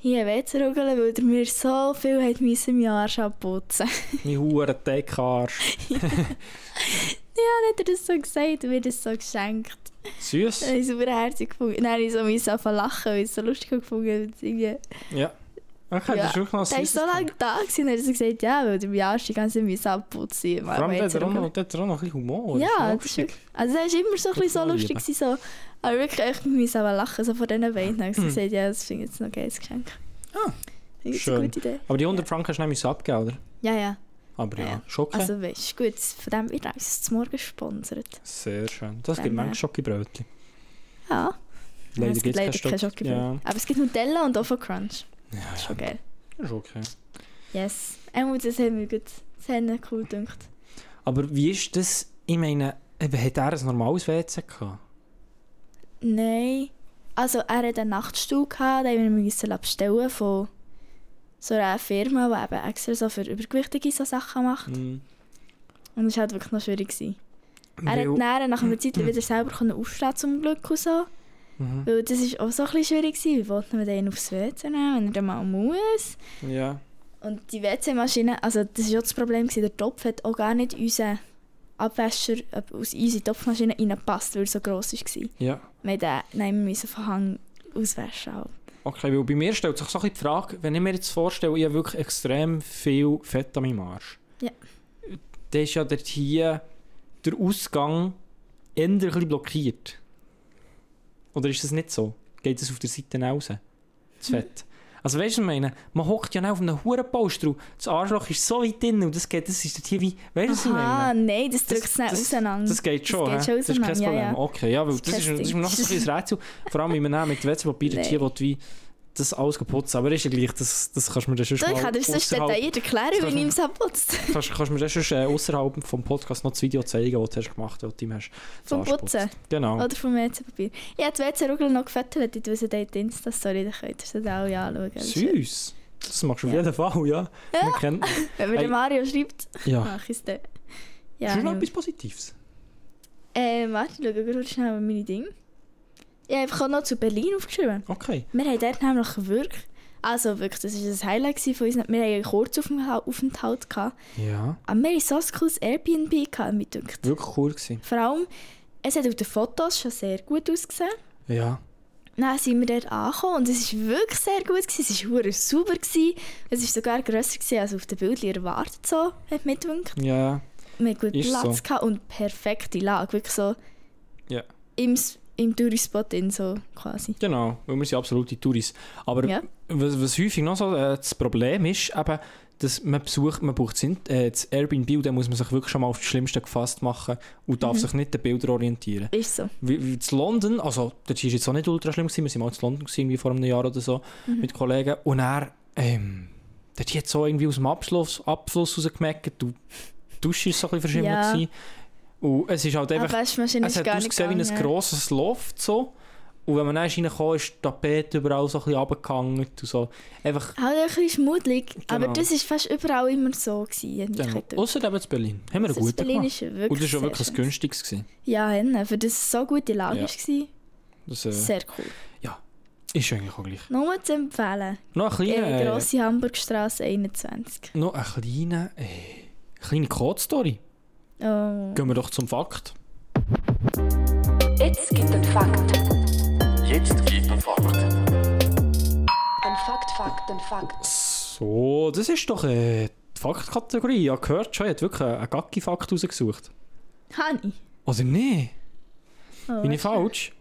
Speaker 3: hier WC-Rugel, weil er mir so viel hat müssen im Arsch abputzen
Speaker 4: Mein Huren Deckarsch.
Speaker 3: Dann hat er das so gesagt und mir das so geschenkt.
Speaker 4: Süß.
Speaker 3: Dann habe ich es herzig gefunden. Dann habe ich so mich angefangen zu lachen, weil ich es so lustig gefunden habe. Irgendwie-
Speaker 4: Ja. Okay,
Speaker 3: Ja,
Speaker 4: das ist wirklich noch
Speaker 3: Der war
Speaker 4: süß.
Speaker 3: so lange da gewesen, und er hat so gesagt, ja, weil der Miasch die ganze Müsse abputzt.
Speaker 4: Vor allem der hat er auch noch, der hat er auch noch ein bisschen Humor. Das
Speaker 3: Ja,
Speaker 4: ist
Speaker 3: das ist
Speaker 4: lustig.
Speaker 3: wirklich, also er war immer so, ein bisschen so
Speaker 4: Total
Speaker 3: lustig.
Speaker 4: lieb.
Speaker 3: Gewesen, so. Aber wirklich, echt, wir müssen aber lachen so von diesen beiden. Dann habe ich so gesagt, ja, das finde ich jetzt noch ein geiles Geschenk.
Speaker 4: Mhm. Ah,
Speaker 3: das ist
Speaker 4: schön.
Speaker 3: eine gute Idee.
Speaker 4: Aber die 100 Franken hast du nämlich abgegeben, oder?
Speaker 3: Ja, ja.
Speaker 4: Aber ja,
Speaker 3: Ja, ja.
Speaker 4: schon okay.
Speaker 3: Also, weißt du, gut, von dem wird uns zum Morgen gesponsert.
Speaker 4: Sehr schön. Das gibt
Speaker 3: Dann,
Speaker 4: manchmal
Speaker 3: äh,
Speaker 4: Schokibrötchen.
Speaker 3: Ja.
Speaker 4: Leider
Speaker 3: es gibt
Speaker 4: gibt's
Speaker 3: leider
Speaker 4: kein
Speaker 3: kein
Speaker 4: Schock-
Speaker 3: Schokobrot.
Speaker 4: Ja.
Speaker 3: Aber es gibt Nutella und auch von Crunch.
Speaker 4: Ja,
Speaker 3: Schon geil.
Speaker 4: ja, ist okay.
Speaker 3: Yes. Einmal das haben wir gut. Das haben wir cool gedacht.
Speaker 4: Aber wie ist das? Ich meine, eben, hat er ein normales WC gehabt?
Speaker 3: Nein. Also er hat einen Nachtstuhl gehabt, den wir müssen bestellen von so einer Firma, die eben extra so für übergewichtige so Sachen macht.
Speaker 4: Mhm.
Speaker 3: Und es war halt wirklich noch schwierig. Gewesen. Er
Speaker 4: Weil-
Speaker 3: hat ne- dann nach einer Zeit wieder selber können aufstehen zum Glück und so.
Speaker 4: Mhm.
Speaker 3: Weil das war auch so ein bisschen schwierig. Gewesen. Wir wollten wir den aufs WC nehmen, wenn er dann mal muss.
Speaker 4: Ja.
Speaker 3: Und die WC-Maschine, also das war auch das Problem, gewesen. der Topf hat auch gar nicht unseren Abwäscher äh, aus unsere Topfmaschine reingepasst, weil er so gross war.
Speaker 4: Ja.
Speaker 3: Wir mussten den nein, wir müssen von Hang auswaschen. auch.
Speaker 4: Okay, weil bei mir stellt sich so ein bisschen die Frage, wenn ich mir jetzt vorstelle, ich habe wirklich extrem viel Fett an meinem Arsch.
Speaker 3: Ja.
Speaker 4: Dann ist ja dort hier der Ausgang eher ein bisschen blockiert. Oder ist das nicht so? Geht es auf der Seite raus? Das Fett. Also weißt du, was ich meine, man hockt ja nicht auf einem Hurenpolster und das Arschloch ist so weit drin und das geht, das ist dort hier wie, weißt du, was ich
Speaker 3: Aha,
Speaker 4: meine?
Speaker 3: nein, das drückt es
Speaker 4: Das,
Speaker 3: nicht auseinander.
Speaker 4: das geht schon,
Speaker 3: Das geht
Speaker 4: hä?
Speaker 3: schon
Speaker 4: das ist kein
Speaker 3: auseinander,
Speaker 4: Problem.
Speaker 3: ja, ja.
Speaker 4: Okay, ja, weil das,
Speaker 3: Das ist
Speaker 4: ist, das ist
Speaker 3: kein
Speaker 4: mir noch so ein
Speaker 3: Ding.
Speaker 4: bisschen ein Rätsel. Vor allem, wenn man dann mit Wetzelpapier
Speaker 3: Nein.
Speaker 4: hier will, wie das alles geputzt Aber ist ja gleich, das, das kannst du mir dann schon
Speaker 3: Du, ich kann dir sonst detailliert erklären,
Speaker 4: Das
Speaker 3: wie
Speaker 4: kann-
Speaker 3: ich es abputzt.
Speaker 4: kannst, kannst du mir dann schon äh, außerhalb vom Podcast noch das Video zeigen, das du hast gemacht hast, das du ihm hast. das
Speaker 3: Vom
Speaker 4: Arsch
Speaker 3: Putzen?
Speaker 4: geputzt. Genau.
Speaker 3: Oder vom WC-Papier. Ich habe die WC-Rugel noch gefettelt, ich tue sie dort in die Story, dann könnt ihr sie dann alle anschauen. Das ist schön.
Speaker 4: Süß. Das machst du auf jeden Fall, ja. Man kennt,
Speaker 3: Wenn mir
Speaker 4: Ey.
Speaker 3: der Mario schreibt,
Speaker 4: ja.
Speaker 3: mache ich es dann. Ja,
Speaker 4: Ah. Schon noch
Speaker 3: ich-
Speaker 4: etwas Positives.
Speaker 3: Ähm, warte, ich schaue gerade schnell meine Dinge. Ich habe einfach auch noch zu Berlin aufgeschrieben.
Speaker 4: Okay.
Speaker 3: Wir haben dort nämlich wirklich, also wirklich, das war ein Highlight gewesen von uns. Wir hatten einen Kurzaufenthalt. Gehabt.
Speaker 4: Ja.
Speaker 3: Aber wir hatten so ein cooles Airbnb, gehabt, mir dünkt.
Speaker 4: Wirklich cool gewesen.
Speaker 3: Vor allem, es hat auf den Fotos schon sehr gut ausgesehen.
Speaker 4: Ja.
Speaker 3: Dann sind wir dort angekommen und es war wirklich sehr gut. Gewesen. Es war hure sauber. Gewesen. Es war sogar grösser gewesen, als auf den Bildern erwartet, so hat mir gedünkt.
Speaker 4: Ja.
Speaker 3: Wir hatten gut
Speaker 4: Ist
Speaker 3: Platz
Speaker 4: so.
Speaker 3: gehabt und perfekte Lage. Wirklich so
Speaker 4: Ja.
Speaker 3: im, S- im Tourispot in so quasi.
Speaker 4: Genau, weil wir sind absolute Touris. Aber
Speaker 3: Ja.
Speaker 4: was, was häufig noch so äh, das Problem ist, eben, dass man besucht, man braucht das, In- äh, das Airbnb und dann muss man sich wirklich schon mal auf das Schlimmste gefasst machen und
Speaker 3: Mhm.
Speaker 4: darf sich nicht den Bildern orientieren.
Speaker 3: Ist so.
Speaker 4: Wie, wie zu London, also dort war jetzt auch nicht ultra schlimm, gewesen, wir waren mal zu London gewesen, irgendwie vor einem Jahr oder so
Speaker 3: Mhm.
Speaker 4: mit Kollegen und er, ähm, dort hat so irgendwie aus dem Abschluss, Abfluss rausgemeckert, du die Dusche ist so ein bisschen verschimmelt
Speaker 3: Ja.
Speaker 4: gewesen. und es ist halt
Speaker 3: Aber
Speaker 4: einfach
Speaker 3: die Waschmaschine
Speaker 4: es
Speaker 3: ist
Speaker 4: hat
Speaker 3: gar nicht
Speaker 4: ausgesehen wie ein
Speaker 3: gegangen.
Speaker 4: grosses Loft so. Und wenn man dann reingekommen ist, ist die Tapete überall so ein bisschen runtergehangen und so. Einfach,
Speaker 3: Halt ein bisschen schmuddelig, aber
Speaker 4: Genau.
Speaker 3: das war fast überall immer so. Gewesen,
Speaker 4: genau.
Speaker 3: genau.
Speaker 4: Ausser eben zu Berlin. Haben wir einen guten
Speaker 3: Berlin
Speaker 4: gemacht.
Speaker 3: ist wirklich
Speaker 4: Und das war
Speaker 3: sehr
Speaker 4: auch wirklich ein
Speaker 3: schön.
Speaker 4: günstiges. Gewesen.
Speaker 3: Ja, hinten, für das es so gute Lage
Speaker 4: Ja.
Speaker 3: war.
Speaker 4: Das äh,
Speaker 3: Sehr cool.
Speaker 4: ist eigentlich auch gleich.
Speaker 3: Nur zu empfehlen.
Speaker 4: Noch ein
Speaker 3: Ja,
Speaker 4: kleiner, äh,
Speaker 3: Grosse Hamburgstraße 21.
Speaker 4: noch ein kleiner, äh, kleine Code-Story.
Speaker 3: Oh.
Speaker 4: Gehen wir doch zum Fakt.
Speaker 1: Jetzt gibt ein Fakt.
Speaker 9: Jetzt gibt ein Fakt.
Speaker 1: Ein Fakt, Fakt, ein Fakt.
Speaker 4: So, das ist doch äh, die Faktkategorie. Ich habe gehört schon, ich habe wirklich einen Gacki-Fakt rausgesucht.
Speaker 3: Hani.
Speaker 4: Oder Also nee?
Speaker 3: Oh,
Speaker 4: Bin ich
Speaker 3: weißt du?
Speaker 4: falsch?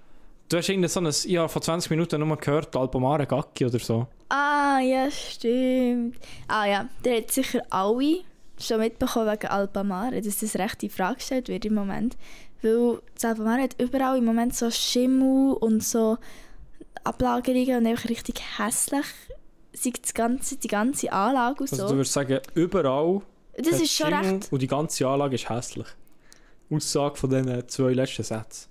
Speaker 4: Du hast irgendein so ein, ich habe vor 20 Minuten nur gehört, Alpomare Gacki oder so.
Speaker 3: Ah, ja, stimmt. Ah ja, der hat sicher alle schon mitbekommen wegen Alpamare, dass das recht in Frage gestellt wird im Moment. Weil das Alpamare hat überall im Moment so Schimmel und so Ablagerungen und einfach richtig hässlich sind das ganze, die ganze Anlage und
Speaker 4: Also
Speaker 3: so.
Speaker 4: du würdest sagen, überall
Speaker 3: das
Speaker 4: hat
Speaker 3: ist schon
Speaker 4: Schimmel
Speaker 3: recht.
Speaker 4: und die ganze Anlage ist hässlich. Aussage von diesen zwei letzten Sätzen.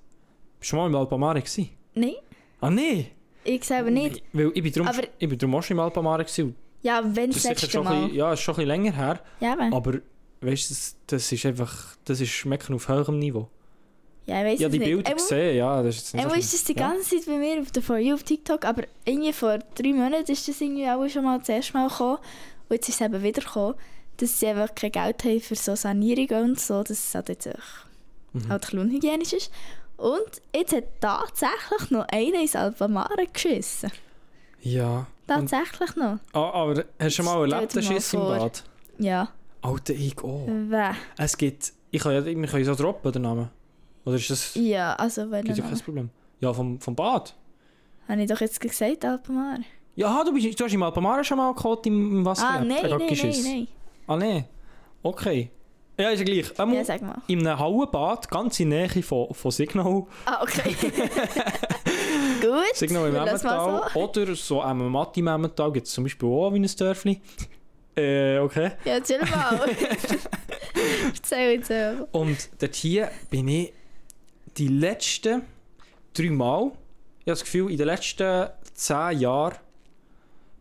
Speaker 4: Bist du mal im Alpamare gewesen?
Speaker 3: Nein,
Speaker 4: Ah nee!
Speaker 3: ich selber nicht.
Speaker 4: Weil ich bin drum,
Speaker 3: Aber-
Speaker 4: ich bin drum auch schon im Alpamare gewesen.
Speaker 3: Ja, wenn
Speaker 4: Das
Speaker 3: das
Speaker 4: ist sicher
Speaker 3: letzte
Speaker 4: schon ein
Speaker 3: Mal.
Speaker 4: bisschen, ja, ist schon ein bisschen länger her.
Speaker 3: Ja, eben.
Speaker 4: Aber weißt du, das, das ist einfach, das ist schmecken auf höherem Niveau.
Speaker 3: ja, ich weiß
Speaker 4: Ich habe die
Speaker 3: nicht.
Speaker 4: Bilder
Speaker 3: Einmal-
Speaker 4: gesehen, ja, das ist jetzt nicht
Speaker 3: Wo
Speaker 4: so
Speaker 3: ist
Speaker 4: schlimm.
Speaker 3: das die
Speaker 4: Ja.
Speaker 3: ganze Zeit bei mir auf der For You auf TikTok, aber irgendwie vor drei Monaten ist das irgendwie auch schon mal das erste Mal gekommen und jetzt ist es eben wieder gekommen, dass sie einfach kein Geld haben für so Sanierungen und so, dass es halt jetzt auch halt ein bisschen unhygienisch ist. Und jetzt hat tatsächlich noch einer ins Alpamare geschissen.
Speaker 4: Ja. Und,
Speaker 3: Tatsächlich noch.
Speaker 4: ah, aber hast du schon mal
Speaker 3: Stell
Speaker 4: erlebt,
Speaker 3: dir
Speaker 4: den
Speaker 3: mal
Speaker 4: Schiss im
Speaker 3: vor.
Speaker 4: Bad?
Speaker 3: Ja.
Speaker 4: Alter, ich auch.
Speaker 3: Weh.
Speaker 4: Es gibt. Ich kann ja, wir können ja so droppen, den Namen. Oder ist das.
Speaker 3: Ja, also wenn
Speaker 4: Gibt ja kein
Speaker 3: Habe
Speaker 4: Problem. Ja, vom, vom Bad.
Speaker 3: ich doch jetzt gesagt, Alpamare.
Speaker 4: Ja, du, bist, du hast im Alpamare schon mal geholt im, im Wasser.
Speaker 3: Ah,
Speaker 4: gehabt.
Speaker 3: nein,
Speaker 4: Ein
Speaker 3: nein,
Speaker 4: Gackischiss.
Speaker 3: nein,
Speaker 4: Ah, nein. Okay. Ja, ist ja gleich.
Speaker 3: nein.
Speaker 4: Einmal
Speaker 3: Ja, sag mal.
Speaker 4: In einem Hallenbad, ganz in der Nähe von, von Signal.
Speaker 3: Ah, okay. Gut.
Speaker 4: Signal im
Speaker 3: wir lassen mal
Speaker 4: Emmental. Oder so am Matti im Emmental gibt es zum Beispiel auch wie ein Dörfli. Äh, okay.
Speaker 3: Ja, chill mal. Erzähl jetzt selber.
Speaker 4: Und dort hier bin ich die letzten drei Mal, ich habe das Gefühl, in den letzten zehn Jahren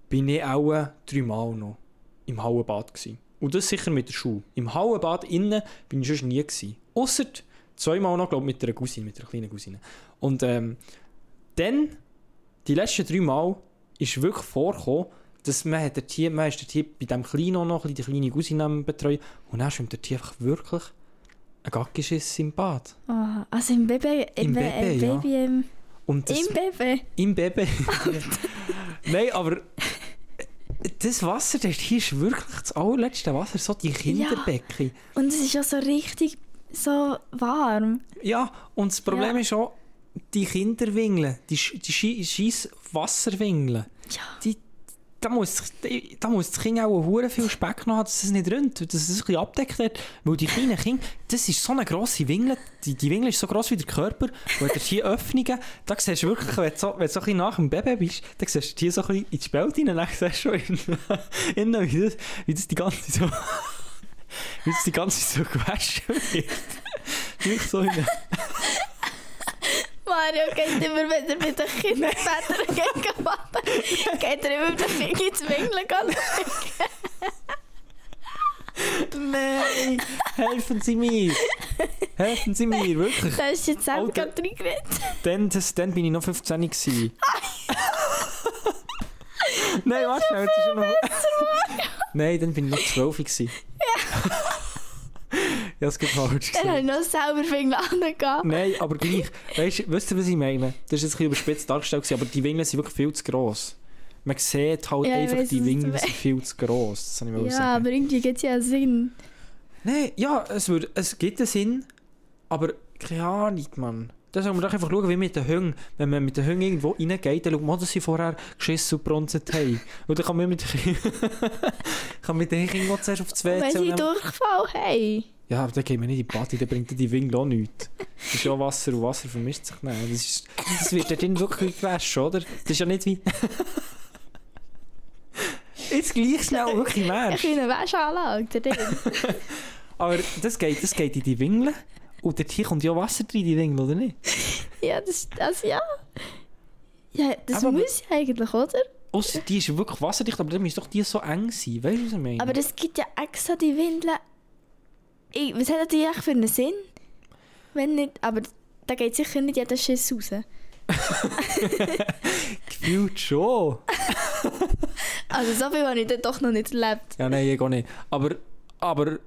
Speaker 4: bin ich auch drei Mal noch im Hallenbad gewesen. Und das sicher mit der Schule. Im Hallenbad innen bin ich sonst nie gewesen. Ausser zweimal noch, glaube ich, mit einer Cousine, mit einer kleinen Cousine. Und ähm, dann, die letzten drei Mal, ist wirklich vorgekommen, dass man hat dort hier, man ist dort hier bei diesem Kleinen auch noch ein bisschen die kleine Cousine am betreuen und dann schwimmt dort hier einfach wirklich ein Gackischiss im Bad.
Speaker 3: Ah, also im Baby.
Speaker 4: Im
Speaker 3: Ba-
Speaker 4: Baby,
Speaker 3: äh,
Speaker 4: ja.
Speaker 3: Baby im,
Speaker 4: Und das
Speaker 3: Im Baby.
Speaker 4: Im Baby. Nein, aber äh, das Wasser dort hier ist wirklich das allerletzte Wasser, so die Kinderbecken.
Speaker 3: Und es ist ja so richtig so warm.
Speaker 4: Ja, und das Problem
Speaker 3: Ja.
Speaker 4: ist auch, die Kinderwingeln, die, Sch- die Schi- scheiss Wasserwingeln,
Speaker 3: Ja.
Speaker 4: die, da, muss, die- da muss das Kind auch hure viel Speck noch haben, dass es nicht rönt, dass es ein bisschen abdeckt wird. Weil die kleinen Kinder, das ist so eine grosse Wingel, die, die Wingel ist so gross wie der Körper, und wenn hier Öffnungen, da siehst du wirklich, wenn du so, wenn du so ein bisschen nach dem Baby bist, dann siehst du hier so ein bisschen ins Bild hinein, dann siehst du schon innen, innen wie, das, wie das die ganze so... wie das die ganze so gewaschen wird. Durch so eine...
Speaker 3: Mario geht immer, wenn er mit den Kindern Väter gegen Papa geht, er immer mit den Kindern ins Winkeln. gehen.
Speaker 4: Nein! Helfen Sie mir! Helfen Sie mir, wirklich!
Speaker 3: Da ist jetzt auch
Speaker 4: Alter.
Speaker 3: gerade drin geredet.
Speaker 4: Dann, das, dann bin ich noch 15 gewesen. Nein, warte schnell, jetzt ist ja noch... Nein, dann bin ich noch 12 gewesen. Ja. ja, es gibt falsch
Speaker 3: Dann habe
Speaker 4: gesagt.
Speaker 3: ich noch selber Finger angegangen.
Speaker 4: Nein, aber gleich. Weißt, du- wisst ihr, was ich meine? Das ist jetzt ein bisschen überspitzt dargestellt, gewesen, aber die Wingeln sind wirklich viel zu gross. Man sieht halt
Speaker 3: Ja, ich
Speaker 4: einfach,
Speaker 3: weiss, was
Speaker 4: die
Speaker 3: du
Speaker 4: Wingeln
Speaker 3: meinst.
Speaker 4: sind viel zu gross. Das kann ich mal
Speaker 3: Ja,
Speaker 4: sagen.
Speaker 3: aber irgendwie gibt es ja Sinn.
Speaker 4: Nein, ja, es, würde, es gibt einen Sinn, aber keine Ahnung, Mann. Da soll man doch einfach schauen, wie mit den Hüngen. Wenn man mit den Hüngen irgendwo reingeht, dann schaut man, dass sie vorher geschissen und bronzet haben. Und dann kann man mit den kann mit den Kindern auch zuerst auf das
Speaker 3: Wenn
Speaker 4: WC. und
Speaker 3: sie
Speaker 4: dann-
Speaker 3: Durchfall haben.
Speaker 4: Ja, aber dann gehen wir nicht in die Party, dann bringt die Winkel auch nichts. Das ist ja Wasser und Wasser vermischt sich nicht. Das, ist, das wird dort drin wirklich gewaschen, oder? Das ist ja nicht wie... Jetzt gleich schnell wirklich
Speaker 3: Ich
Speaker 4: wärst.
Speaker 3: bin eine Wäscheanlage, der Ding.
Speaker 4: Aber das geht, das geht in die Wingeln. Und dort hier kommt ja Wasser rein, in die Wingeln, oder nicht?
Speaker 3: Ja, das, das ja. Ja, das
Speaker 4: Aber-
Speaker 3: muss ja eigentlich, oder?
Speaker 4: Ausser die ist wirklich wasserdicht, aber dann müssen doch die so eng sein. Weißt du, was ich meine?
Speaker 3: Aber es gibt ja extra die Windeln. Ich, was hat die eigentlich für einen Sinn? Wenn nicht, aber da geht sicher nicht jeder Schiss raus.
Speaker 4: gefühlt schon. Ah,
Speaker 3: Also so viel habe ich dann doch noch nicht erlebt.
Speaker 4: Ja, nein, ich gar nicht. Aber, aber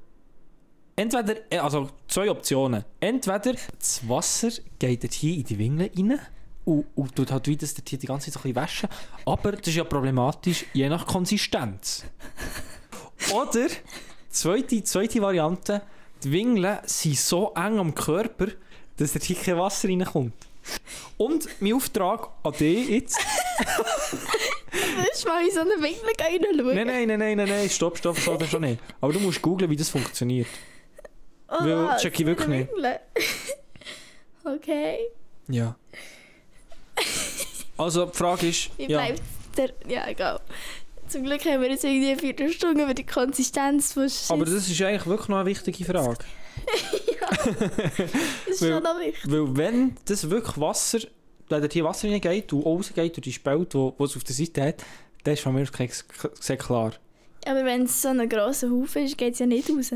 Speaker 4: entweder, äh, also zwei Optionen. Entweder das Wasser geht dort hier in die Wingeln rein und, und tut halt wie das dort hier die ganze Zeit so ein bisschen waschen. Aber das ist ja problematisch, je nach Konsistenz. Oder, zweite, zweite Variante, die Wingeln sind so eng am Körper, dass dort hier kein Wasser reinkommt. Und mein Auftrag an dich jetzt...
Speaker 3: Willst du mal in so eine Windel reinschauen?
Speaker 4: Nein, nein, nein, nein, nein, nein, stopp, stopp, so das schon nicht. Aber du musst googeln, wie das funktioniert.
Speaker 3: Oh,
Speaker 4: weil
Speaker 3: was,
Speaker 4: check ich
Speaker 3: so eine
Speaker 4: wirklich nicht.
Speaker 3: Windel. okay.
Speaker 4: Ja. Also, die Frage ist,
Speaker 3: Wie
Speaker 4: ja,
Speaker 3: bleibt der... Ja, egal. Zum Glück haben wir jetzt irgendwie eine Viertelstunde über die Konsistenz von Schiss.
Speaker 4: aber das ist eigentlich wirklich noch eine wichtige Frage.
Speaker 3: das ist
Speaker 4: weil-
Speaker 3: schon noch wichtig.
Speaker 4: Weil wenn das wirklich Wasser, wenn dort hier Wasser reingeht und rausgeht durch die Spalt, wo, wo es auf der Seite hat, dann ist von mir aus kein- sehr klar.
Speaker 3: Aber wenn es so ein grosser Haufen ist, geht es ja nicht raus.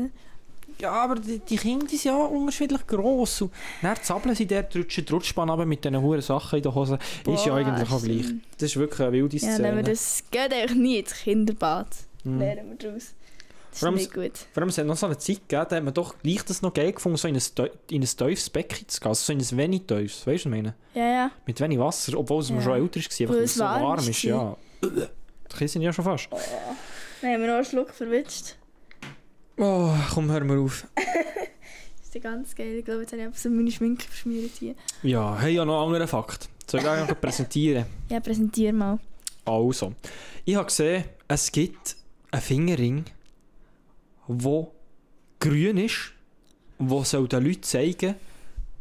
Speaker 4: Ja, aber die, die Kinder die sind ja unterschiedlich gross. Und dann zappeln sie dort, rutschen die Rutschbahn runter mit diesen hohen Sachen in den Hosen. ist ja
Speaker 3: Boah,
Speaker 4: eigentlich auch gleich.
Speaker 3: stimmt.
Speaker 4: Das ist wirklich eine wilde
Speaker 3: Ja,
Speaker 4: Szene.
Speaker 3: nehmen wir das. Geht eigentlich nie ins Kinderbad.
Speaker 4: Mhm.
Speaker 3: Lernen wir daraus.
Speaker 4: Vor
Speaker 3: Das ist
Speaker 4: allem
Speaker 3: nicht gut.
Speaker 4: Vor allem, es hat noch so eine Zeit gegeben, da hat man doch gleich das noch geil gefunden, so in ein, teu- in ein tiefes Becken zu gehen. Also so in ein wenig tiefes, weißt du, was ich meine?
Speaker 3: Ja, ja.
Speaker 4: Mit wenig Wasser, obwohl es
Speaker 3: Ja.
Speaker 4: mir schon älter war, einfach
Speaker 3: Weil
Speaker 4: weil
Speaker 3: es
Speaker 4: es so
Speaker 3: warm
Speaker 4: warm ist,
Speaker 3: ist.
Speaker 4: ja. Die Kinder sind ja schon fast.
Speaker 3: Dann haben wir noch einen Schluck verwitscht.
Speaker 4: Oh, komm, hör mal auf.
Speaker 3: Das ist ja ganz geil. Ich glaube, jetzt habe ich einfach so meine Schminke verschmiert hier.
Speaker 4: Ja, hey, ja noch einen anderen Fakt. Soll ich den einfach präsentieren?
Speaker 3: Ja, präsentiere mal.
Speaker 4: Also, ich habe gesehen, es gibt einen Fingerring, der grün ist, wo soll den Leuten zeigen,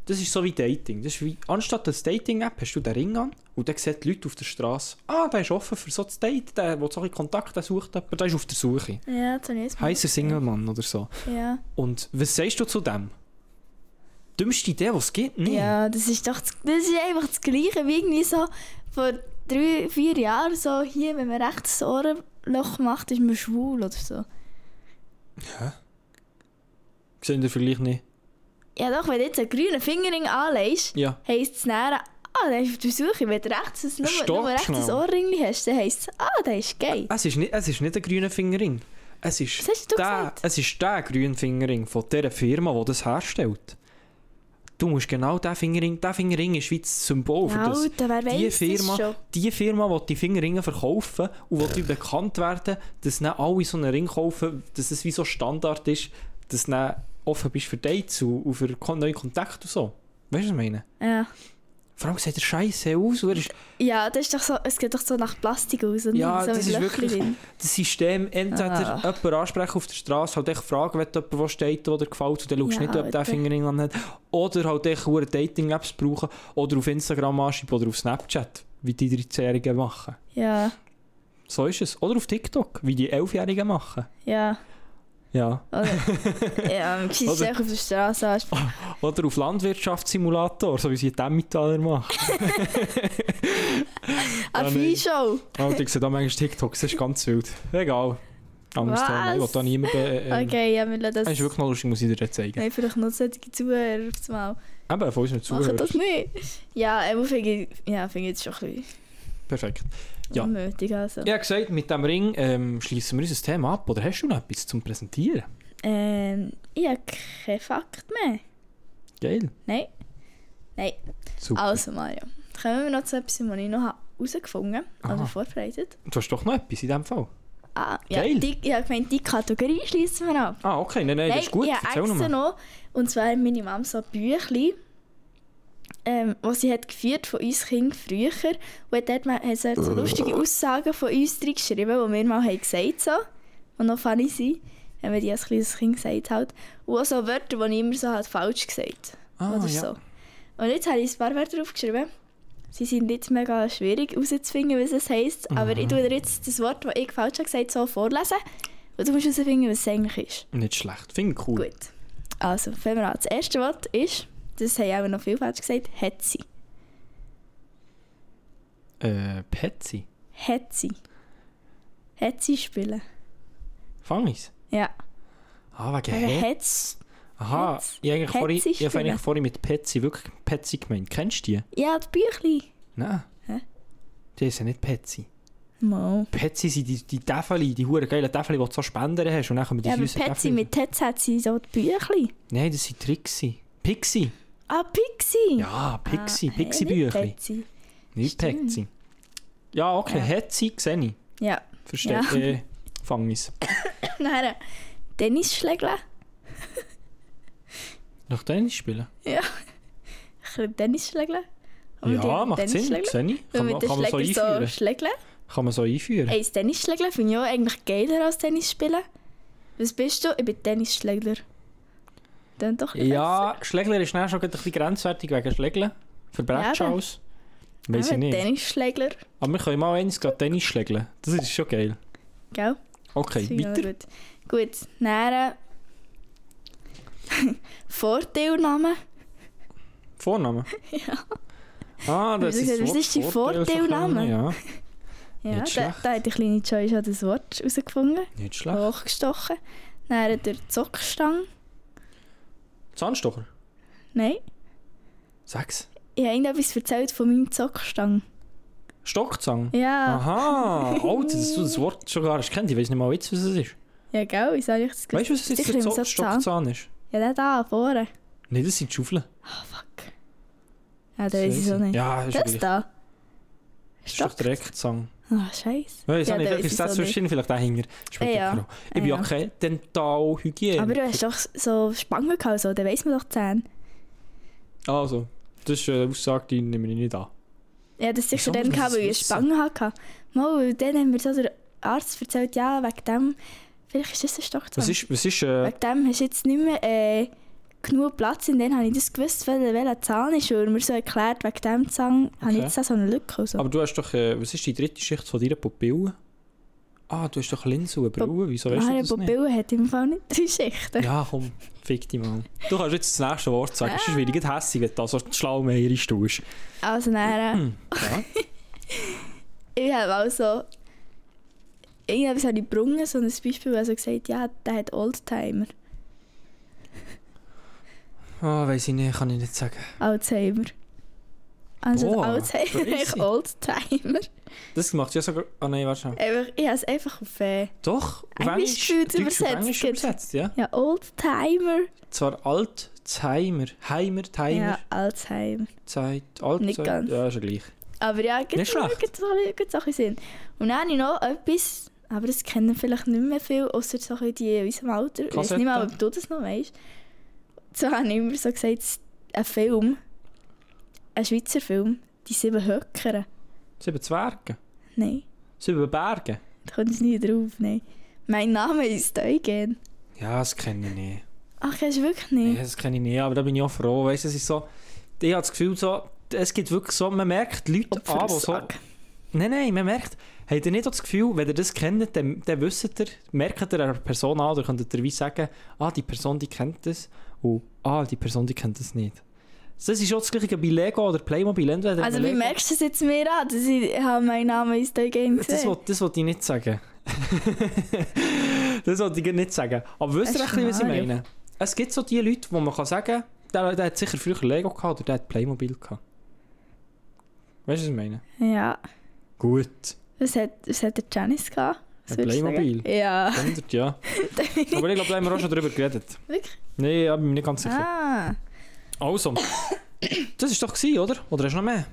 Speaker 4: das ist so wie Dating. Das ist wie, anstatt das Dating-App hast du den Ring an und dann sehen die Leute auf der Straße, ah, der ist offen für so ein Date, der will so ein bisschen Kontakt, der sucht jemanden, der ist auf der Suche.
Speaker 3: Ja, jetzt habe ich jetzt mal-
Speaker 4: Heißer Single-Mann oder so.
Speaker 3: Ja.
Speaker 4: Und was sagst du zu dem? Dümmste Idee, was es gibt? Nein.
Speaker 3: ja, das ist doch das, das ist einfach das Gleiche wie irgendwie so vor drei, vier Jahren so hier, wenn man rechts das Ohrenloch macht, ist man schwul oder so.
Speaker 4: Seht ihr vielleicht nicht?
Speaker 3: Ja doch, wenn du jetzt einen grünen Fingerring anlegst,
Speaker 4: Ja.
Speaker 3: heisst es näher, ah, der ist auf der Suche. Wenn du rechts ein, nur,
Speaker 4: Stopp
Speaker 3: nur rechts ein
Speaker 4: schnell.
Speaker 3: Ohrring hast, dann heisst es, ah, der ist gay.
Speaker 4: Es ist nicht, es ist nicht ein grüner Fingerring. Es ist
Speaker 3: Was hast du
Speaker 4: der,
Speaker 3: gesagt?
Speaker 4: es ist der grüne Fingerring von dieser Firma, die das herstellt. Du musst genau diesen Fingerring, der Fingerring ist wie das Symbol für das.
Speaker 3: Alter, wer
Speaker 4: Die
Speaker 3: weiß das schon?
Speaker 4: Firma, die Firma will die Fingerringe verkaufen und will darüber bekannt werden, dass nicht alle so einen Ring kaufen, dass es wie so Standard ist, dass du dann offen bist für Dates und, und für kon- neue Kontakte und so. Weißt du, was ich meine?
Speaker 3: Ja.
Speaker 4: Vor allem sieht er scheiße aus. Und er ist,
Speaker 3: ja, das ist doch so, es geht doch so nach Plastik aus. Und
Speaker 4: Ja,
Speaker 3: so
Speaker 4: das
Speaker 3: mit
Speaker 4: ist
Speaker 3: Löchli
Speaker 4: wirklich-
Speaker 3: drin.
Speaker 4: das System
Speaker 3: Ah.
Speaker 4: entweder jemanden ansprechen auf der Straße, halt echt fragen, wenn jemand wo steht, der dir gefällt, und dann schaust du
Speaker 3: Ja,
Speaker 4: nicht, ob der
Speaker 3: Alter.
Speaker 4: Fingerring an hat. Oder halt echt hohe Dating-Apps brauchen, oder auf Instagram anschreiben, oder auf Snapchat, wie die 13-Jährigen machen.
Speaker 3: Ja,
Speaker 4: So ist es. Oder auf TikTok, wie die 11-Jährigen machen.
Speaker 3: ja.
Speaker 4: Ja.
Speaker 3: Oder, ja, man schießt
Speaker 4: Oder-
Speaker 3: sich auf der Straße
Speaker 4: Ah,
Speaker 3: an.
Speaker 4: Oder auf Landwirtschaftssimulator, so wie sie in Demmitaler machen.
Speaker 3: Eine
Speaker 4: nein.
Speaker 3: Viehshow.
Speaker 4: Oh,
Speaker 3: Ah,
Speaker 4: Alter, ich sehe da manchmal TikTok, das ist ganz wild. Egal. Anderes
Speaker 3: Was? dus-
Speaker 4: Thema. Ich will da niemand. Äh, äh,
Speaker 3: Okay, ja, wir lassen
Speaker 4: Das ist
Speaker 3: das.
Speaker 4: wirklich noch lustig, muss ich dir jetzt zeigen.
Speaker 3: Nein, vielleicht noch solche Zuhörer aufs Mal.
Speaker 4: Eben, von unseren
Speaker 3: Machen das
Speaker 4: Zuhörern.
Speaker 3: nicht. Ja, ähm, finde ich, ja, finde ich jetzt schon ein bisschen
Speaker 4: Perfekt. Ja.
Speaker 3: unnötig. Also.
Speaker 4: Ich habe gesagt, mit dem Ring ähm, schließen wir unser Thema ab. Oder hast du noch etwas zum Präsentieren?
Speaker 3: Ähm, ich habe keinen Fakt mehr.
Speaker 4: Geil.
Speaker 3: Nein. Nein.
Speaker 4: Super.
Speaker 3: Also, Mario. Kommen wir noch zu etwas, was ich noch habe herausgefunden habe.
Speaker 4: Aha.
Speaker 3: Also vorbereitet.
Speaker 4: Du hast doch noch etwas in dem Fall.
Speaker 3: Ah, ja,
Speaker 4: Geil.
Speaker 3: die, ja, ich meine, die Kategorie schließen wir ab.
Speaker 4: Ah, okay. Nein, nein, das ist gut.
Speaker 3: ich habe
Speaker 4: Erzähl
Speaker 3: extra
Speaker 4: nochmal.
Speaker 3: noch, und zwar hat meine Mama so Büchli, ähm, was sie hat geführt von uns Kindern früher. Und dort ma- hat sie halt so lustige
Speaker 4: Äh.
Speaker 3: Aussagen von uns drin geschrieben, die wir mal haben gesagt so, und noch funny sind, wenn wir die als kleines Kind gesagt haben. Und auch so Wörter, die ich immer so halt falsch gesagt
Speaker 4: Ah,
Speaker 3: oder
Speaker 4: ja.
Speaker 3: so. Und jetzt habe ich ein paar Wörter aufgeschrieben. Sie sind jetzt mega schwierig herauszufinden, was es heisst. Aber
Speaker 4: Mhm.
Speaker 3: ich tue dir jetzt das Wort, das ich falsch habe gesagt so vorlesen. Und du musst herausfinden, was es eigentlich ist.
Speaker 4: Nicht schlecht. Finde ich cool.
Speaker 3: Gut. Also, fangen wir an. Das erste Wort ist, das haben auch noch viele falsch gesagt, Hetzi.
Speaker 4: Äh, Petzi.
Speaker 3: Hetzi. Hetzi spielen.
Speaker 4: Fang ich's?
Speaker 3: Ja.
Speaker 4: Ah, wegen
Speaker 3: Also
Speaker 4: Hetz.
Speaker 3: Hetz.
Speaker 4: Aha,
Speaker 3: Hetz.
Speaker 4: ich habe eigentlich
Speaker 3: Hetzi
Speaker 4: vorhin- ich habe
Speaker 3: spielen.
Speaker 4: eigentlich vorhin mit Petzi wirklich Petzi gemeint. Kennst du die?
Speaker 3: Ja, die Büchli.
Speaker 4: Nein.
Speaker 3: Hä?
Speaker 4: Die ist ja nicht Petzi.
Speaker 3: Mo.
Speaker 4: Petzi sind die, die Täfeli, die hure geilen Täfeli, die du so Spender hast und dann kommen die
Speaker 3: Ja, aber
Speaker 4: süßen
Speaker 3: Petzi
Speaker 4: Täfeli.
Speaker 3: mit Hetz hat sie so die Büchli.
Speaker 4: Nein, das sind Trixi. Pixi.
Speaker 3: Ah, Pixi.
Speaker 4: Ja, Pixi,
Speaker 3: Ah,
Speaker 4: Pixi-Büchli.
Speaker 3: nicht Hetzi.
Speaker 4: Nicht
Speaker 3: Stimmt.
Speaker 4: Petzi. Ja, okay, Hetzi sehe ich.
Speaker 3: Ja.
Speaker 4: Verstehe.
Speaker 3: Ja.
Speaker 4: Äh, fang ich's.
Speaker 3: Nachher Tennisschlägle.
Speaker 4: Nach Tennis spielen?
Speaker 3: Ja. Ich liebe Tennisschlägle. Aber
Speaker 4: ja,
Speaker 3: die
Speaker 4: macht Sinn, sehe
Speaker 3: Tennisschlägle.
Speaker 4: ich.
Speaker 3: Weil
Speaker 4: Kann, man-
Speaker 3: mit den
Speaker 4: kann man so
Speaker 3: Schlägern so
Speaker 4: einführen.
Speaker 3: schlägeln.
Speaker 4: Kann man so einführen.
Speaker 3: Ey, das Tennisschlägler finde ich auch eigentlich geiler als Dus Tennis spielen. Was bist du? Ich bin Tennisschlägler. Dann doch ein
Speaker 4: Ja, Schlägler ist dann schon gerade ein bisschen grenzwertig wegen Schlägeln. Für Brettschals.
Speaker 3: bisschen.
Speaker 4: Weiß ich
Speaker 3: Ja,
Speaker 4: nicht.
Speaker 3: Tennisschlägler.
Speaker 4: Aber wir können mal eines gerade Tennis schlägeln. Das ist schon geil.
Speaker 3: Gell? Das
Speaker 4: Okay,
Speaker 3: finde ich auch
Speaker 4: weiter.
Speaker 3: Gut, gut dann... eh, Vorteilnahme.
Speaker 4: Vorname? ja. Ah, das
Speaker 3: Wieso
Speaker 4: ist
Speaker 3: gesagt, was
Speaker 4: Wort- Vorteil
Speaker 3: ist dein
Speaker 4: von
Speaker 3: Vorteilnahme?
Speaker 4: Kleinen, Ja,
Speaker 3: Ja,
Speaker 4: Nicht
Speaker 3: da,
Speaker 4: schlecht.
Speaker 3: da hat die kleine Joy schon das Wort herausgefunden.
Speaker 4: nicht schlecht.
Speaker 3: Hochgestochen. Dann der Zockstang.
Speaker 4: Zahnstocher?
Speaker 3: Nein,
Speaker 4: Sechs.
Speaker 3: ich habe irgendetwas erzählt von meinem Zockstang.
Speaker 4: Stockzang?
Speaker 3: Ja,
Speaker 4: Aha, Alter, dass du das Wort schon gar nicht kennst. Ich weiß nicht mal jetzt, was es ist.
Speaker 3: ja gell, wieso habe ich das
Speaker 4: Weißt du, was es jetzt
Speaker 3: Sicher
Speaker 4: für
Speaker 3: im
Speaker 4: Zo-
Speaker 3: Sozial-
Speaker 4: Stockzahn ist?
Speaker 3: Ja, der da vorne.
Speaker 4: Nein, das sind die Schaufeln.
Speaker 3: Ah, fuck. Ja, da weiß ich so nicht.
Speaker 4: Ja, das ist
Speaker 3: das
Speaker 4: wirklich.
Speaker 3: da?
Speaker 4: Das ist doch
Speaker 3: Stock?
Speaker 4: Dreckzahn.
Speaker 3: Ah, scheiße.
Speaker 4: Ja, ich
Speaker 3: Ja,
Speaker 4: weiß nicht,
Speaker 3: da
Speaker 4: vielleicht
Speaker 3: weiss
Speaker 4: ist das
Speaker 3: ich so nicht.
Speaker 4: zwischen, vielleicht auch hinter. Spielt
Speaker 3: Ja,
Speaker 4: keine Rolle. Ich bin
Speaker 3: ja.
Speaker 4: ja kein Dentalhygiene.
Speaker 3: Aber äh, du hast doch so Spangen gehabt, so, dann weiss man doch die Zähne.
Speaker 4: Also, das ist eine Aussage, die nehme ich nicht an.
Speaker 3: Ja, das
Speaker 4: Wieso
Speaker 3: sicher dann
Speaker 4: muss man
Speaker 3: gehabt,
Speaker 4: das
Speaker 3: weil ich
Speaker 4: wissen?
Speaker 3: Spangen hatte. Mal, weil dann haben mir so der Arzt erzählt, ja, wegen dem, vielleicht ist das ein Stockzahn.
Speaker 4: Was ist, was ist, äh,
Speaker 3: Wegen dem hast du jetzt nicht mehr äh, genug Platz und dann habe ich das gewusst, welcher, welcher Zahn ist, weil mir so erklärt, wegen dem Zahn habe ich
Speaker 4: Okay.
Speaker 3: jetzt auch so eine Lücke. und So.
Speaker 4: aber du hast doch, äh, was ist die dritte Schicht von deiner Pupille? Ah, du hast doch Linsen und eine
Speaker 3: Pup-
Speaker 4: Brille, wieso weißt
Speaker 3: Mario
Speaker 4: du das nicht?
Speaker 3: Bobil hat im Fall nicht drei Schichten.
Speaker 4: Ja, komm, fick dich mal. Du kannst jetzt das nächste Wort sagen,
Speaker 3: Ah.
Speaker 4: es ist schwierig, hässig, wenn du da so schlaumeierisch tust.
Speaker 3: Also nachher...
Speaker 4: Ja.
Speaker 3: ich habe auch so. Irgendwas habe ich gebrungen, so ein Beispiel, wo er so gesagt ja, der hat Oldtimer.
Speaker 4: Ah, weiss ich nicht, kann ich nicht sagen.
Speaker 3: Alzheimer. Anstatt
Speaker 4: Boah,
Speaker 3: Alzheimer,
Speaker 4: crazy.
Speaker 3: ich Oldtimer.
Speaker 4: Das macht ja sogar, ah nein, warte schnell.
Speaker 3: Einfach, ich habe es einfach auf äh,
Speaker 4: Doch, auf
Speaker 3: Englisch
Speaker 4: Englisch,
Speaker 3: gefühlt
Speaker 4: Deutsch auf
Speaker 3: übersetzt,
Speaker 4: Englisch
Speaker 3: gell?
Speaker 4: übersetzt, ja.
Speaker 3: ja, Oldtimer.
Speaker 4: Zwar Altzheimer, Heimer, Timer,
Speaker 3: Ja, Alzheimer.
Speaker 4: Zeit, Altzeit,
Speaker 3: Nicht ganz.
Speaker 4: ja, ist ja gleich.
Speaker 3: Aber ja, gibt
Speaker 4: Nicht
Speaker 3: es
Speaker 4: schlecht.
Speaker 3: Sachen Sinn. Und dann habe ich noch etwas, aber das kennen vielleicht nicht mehr viel, außer so ein bisschen die in unserem Alter. Ich weiß nicht mal,
Speaker 4: Kassette.
Speaker 3: ob du das noch weißt. So habe ich immer so gesagt, s- ein Film, ein Schweizer Film, die sieben Höcker.
Speaker 4: Sieben Zwerge,
Speaker 3: Nein,
Speaker 4: sieben Berge.
Speaker 3: da kommt es nie drauf. Nein. Mein Name ist Eugen.
Speaker 4: Ja, das kenne ich nicht.
Speaker 3: Ach, kennst du wirklich
Speaker 4: Ja,
Speaker 3: nicht?
Speaker 4: das kenne ich nicht, aber da bin ich auch froh. Weißt du, es ist so, ich habe das Gefühl, so, es gibt wirklich so, man merkt die Leute an, die so.
Speaker 3: Opfersack.
Speaker 4: Nein, nein, man merkt, habt ihr nicht auch das Gefühl, wenn ihr das kennt, dann, dann wisst ihr, merkt ihr einer Person an oder könntet ihr wie sagen, ah, die Person, die kennt das und ah, die Person, die kennt das nicht. Das ist auch das gleiche bei Lego oder Playmobil. Entweder
Speaker 3: Also,
Speaker 4: man
Speaker 3: wie
Speaker 4: Lego-
Speaker 3: merkst du es jetzt mir an, dass ich habe, mein Name ist Eugen
Speaker 4: Äh, Das
Speaker 3: gesehen
Speaker 4: wollte das wollt ich nicht sagen. Das wollte ich nicht sagen. Aber wisst ihr
Speaker 3: Es ist
Speaker 4: echt, was ich
Speaker 3: Mario.
Speaker 4: meine? Es gibt so die Leute, wo man kann sagen der, der hat sicher früher Lego gehabt oder der hat Playmobil gehabt. Weißt du, was ich meine?
Speaker 3: Ja.
Speaker 4: Gut.
Speaker 3: Was hat, was hat der Janis gehabt? Was
Speaker 4: Ein
Speaker 3: würdest du sagen?
Speaker 4: Playmobil.
Speaker 3: Ja.
Speaker 4: 100, ja.
Speaker 3: Dann bin ich-
Speaker 4: Aber ich glaube, da haben wir auch schon drüber geredet.
Speaker 3: Wirklich?
Speaker 4: Nee, ja, bin mir nicht ganz sicher.
Speaker 3: Ah.
Speaker 4: Also. Das war doch, gewesen, oder? Oder hast du noch mehr?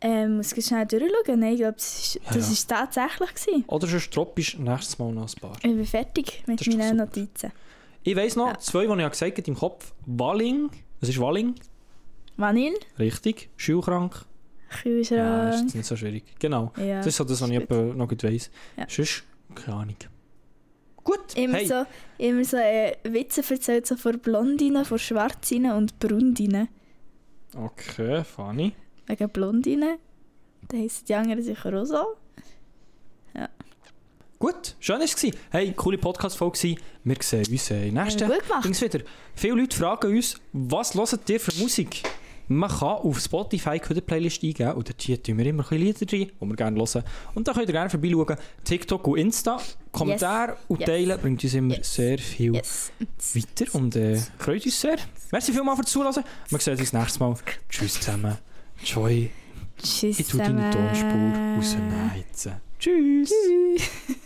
Speaker 3: Ähm, muss ich schnell durchschauen? Nein, ich glaube, das war
Speaker 4: ja.
Speaker 3: ist tatsächlich. Gewesen.
Speaker 4: Oder sonst tropisch nächstes Mal noch ein paar.
Speaker 3: Ich bin fertig mit
Speaker 4: Das ist doch
Speaker 3: meinen
Speaker 4: super.
Speaker 3: Notizen.
Speaker 4: Ich weiss noch,
Speaker 3: Ja.
Speaker 4: zwei, die ich ja gesagt habe im Kopf. Walling. Was ist Walling?
Speaker 3: Vanille,
Speaker 4: Richtig. Schulkrank. Ja, ist
Speaker 3: Kühlschrank.
Speaker 4: jetzt nicht so schwierig. Genau.
Speaker 3: Ja,
Speaker 4: das ist so das, was ich
Speaker 3: ist gut.
Speaker 4: etwa noch gut weiss.
Speaker 3: Ja.
Speaker 4: Sonst, keine Ahnung. Gut.
Speaker 3: Immer
Speaker 4: hey,
Speaker 3: so, immer so äh, Witze erzählt, so von Blondinen, von Schwarzinnen und Brundinnen.
Speaker 4: Okay, funny.
Speaker 3: Wegen Blondinen. Dann heissen die anderen sicher auch so.
Speaker 4: Gut, schön war es. Hey, coole Podcast-Folge. gewesen. Wir sehen uns äh, in der nächsten.
Speaker 3: Haben wir gut gemacht.
Speaker 4: Dings wieder. Viele Leute fragen uns, was hört ihr für Musik? Man kann auf Spotify eine Playlist eingeben und dort hier tun wir immer ein bisschen Lieder rein, die wir gerne hören. Und da könnt ihr gerne vorbeischauen. TikTok und Insta, Kommentare und
Speaker 3: Yes.
Speaker 4: Teilen bringt uns immer
Speaker 3: Yes.
Speaker 4: sehr viel
Speaker 3: Yes.
Speaker 4: weiter und äh, freut uns sehr. Merci vielmals fürs Zuhören. Wir sehen uns nächstes Mal. Tschüss zusammen. Joy,
Speaker 3: Tschüss.
Speaker 4: ich tue deine Tonspur
Speaker 3: zusammen.
Speaker 4: rausneizen. Tschüss.
Speaker 3: Tschüss.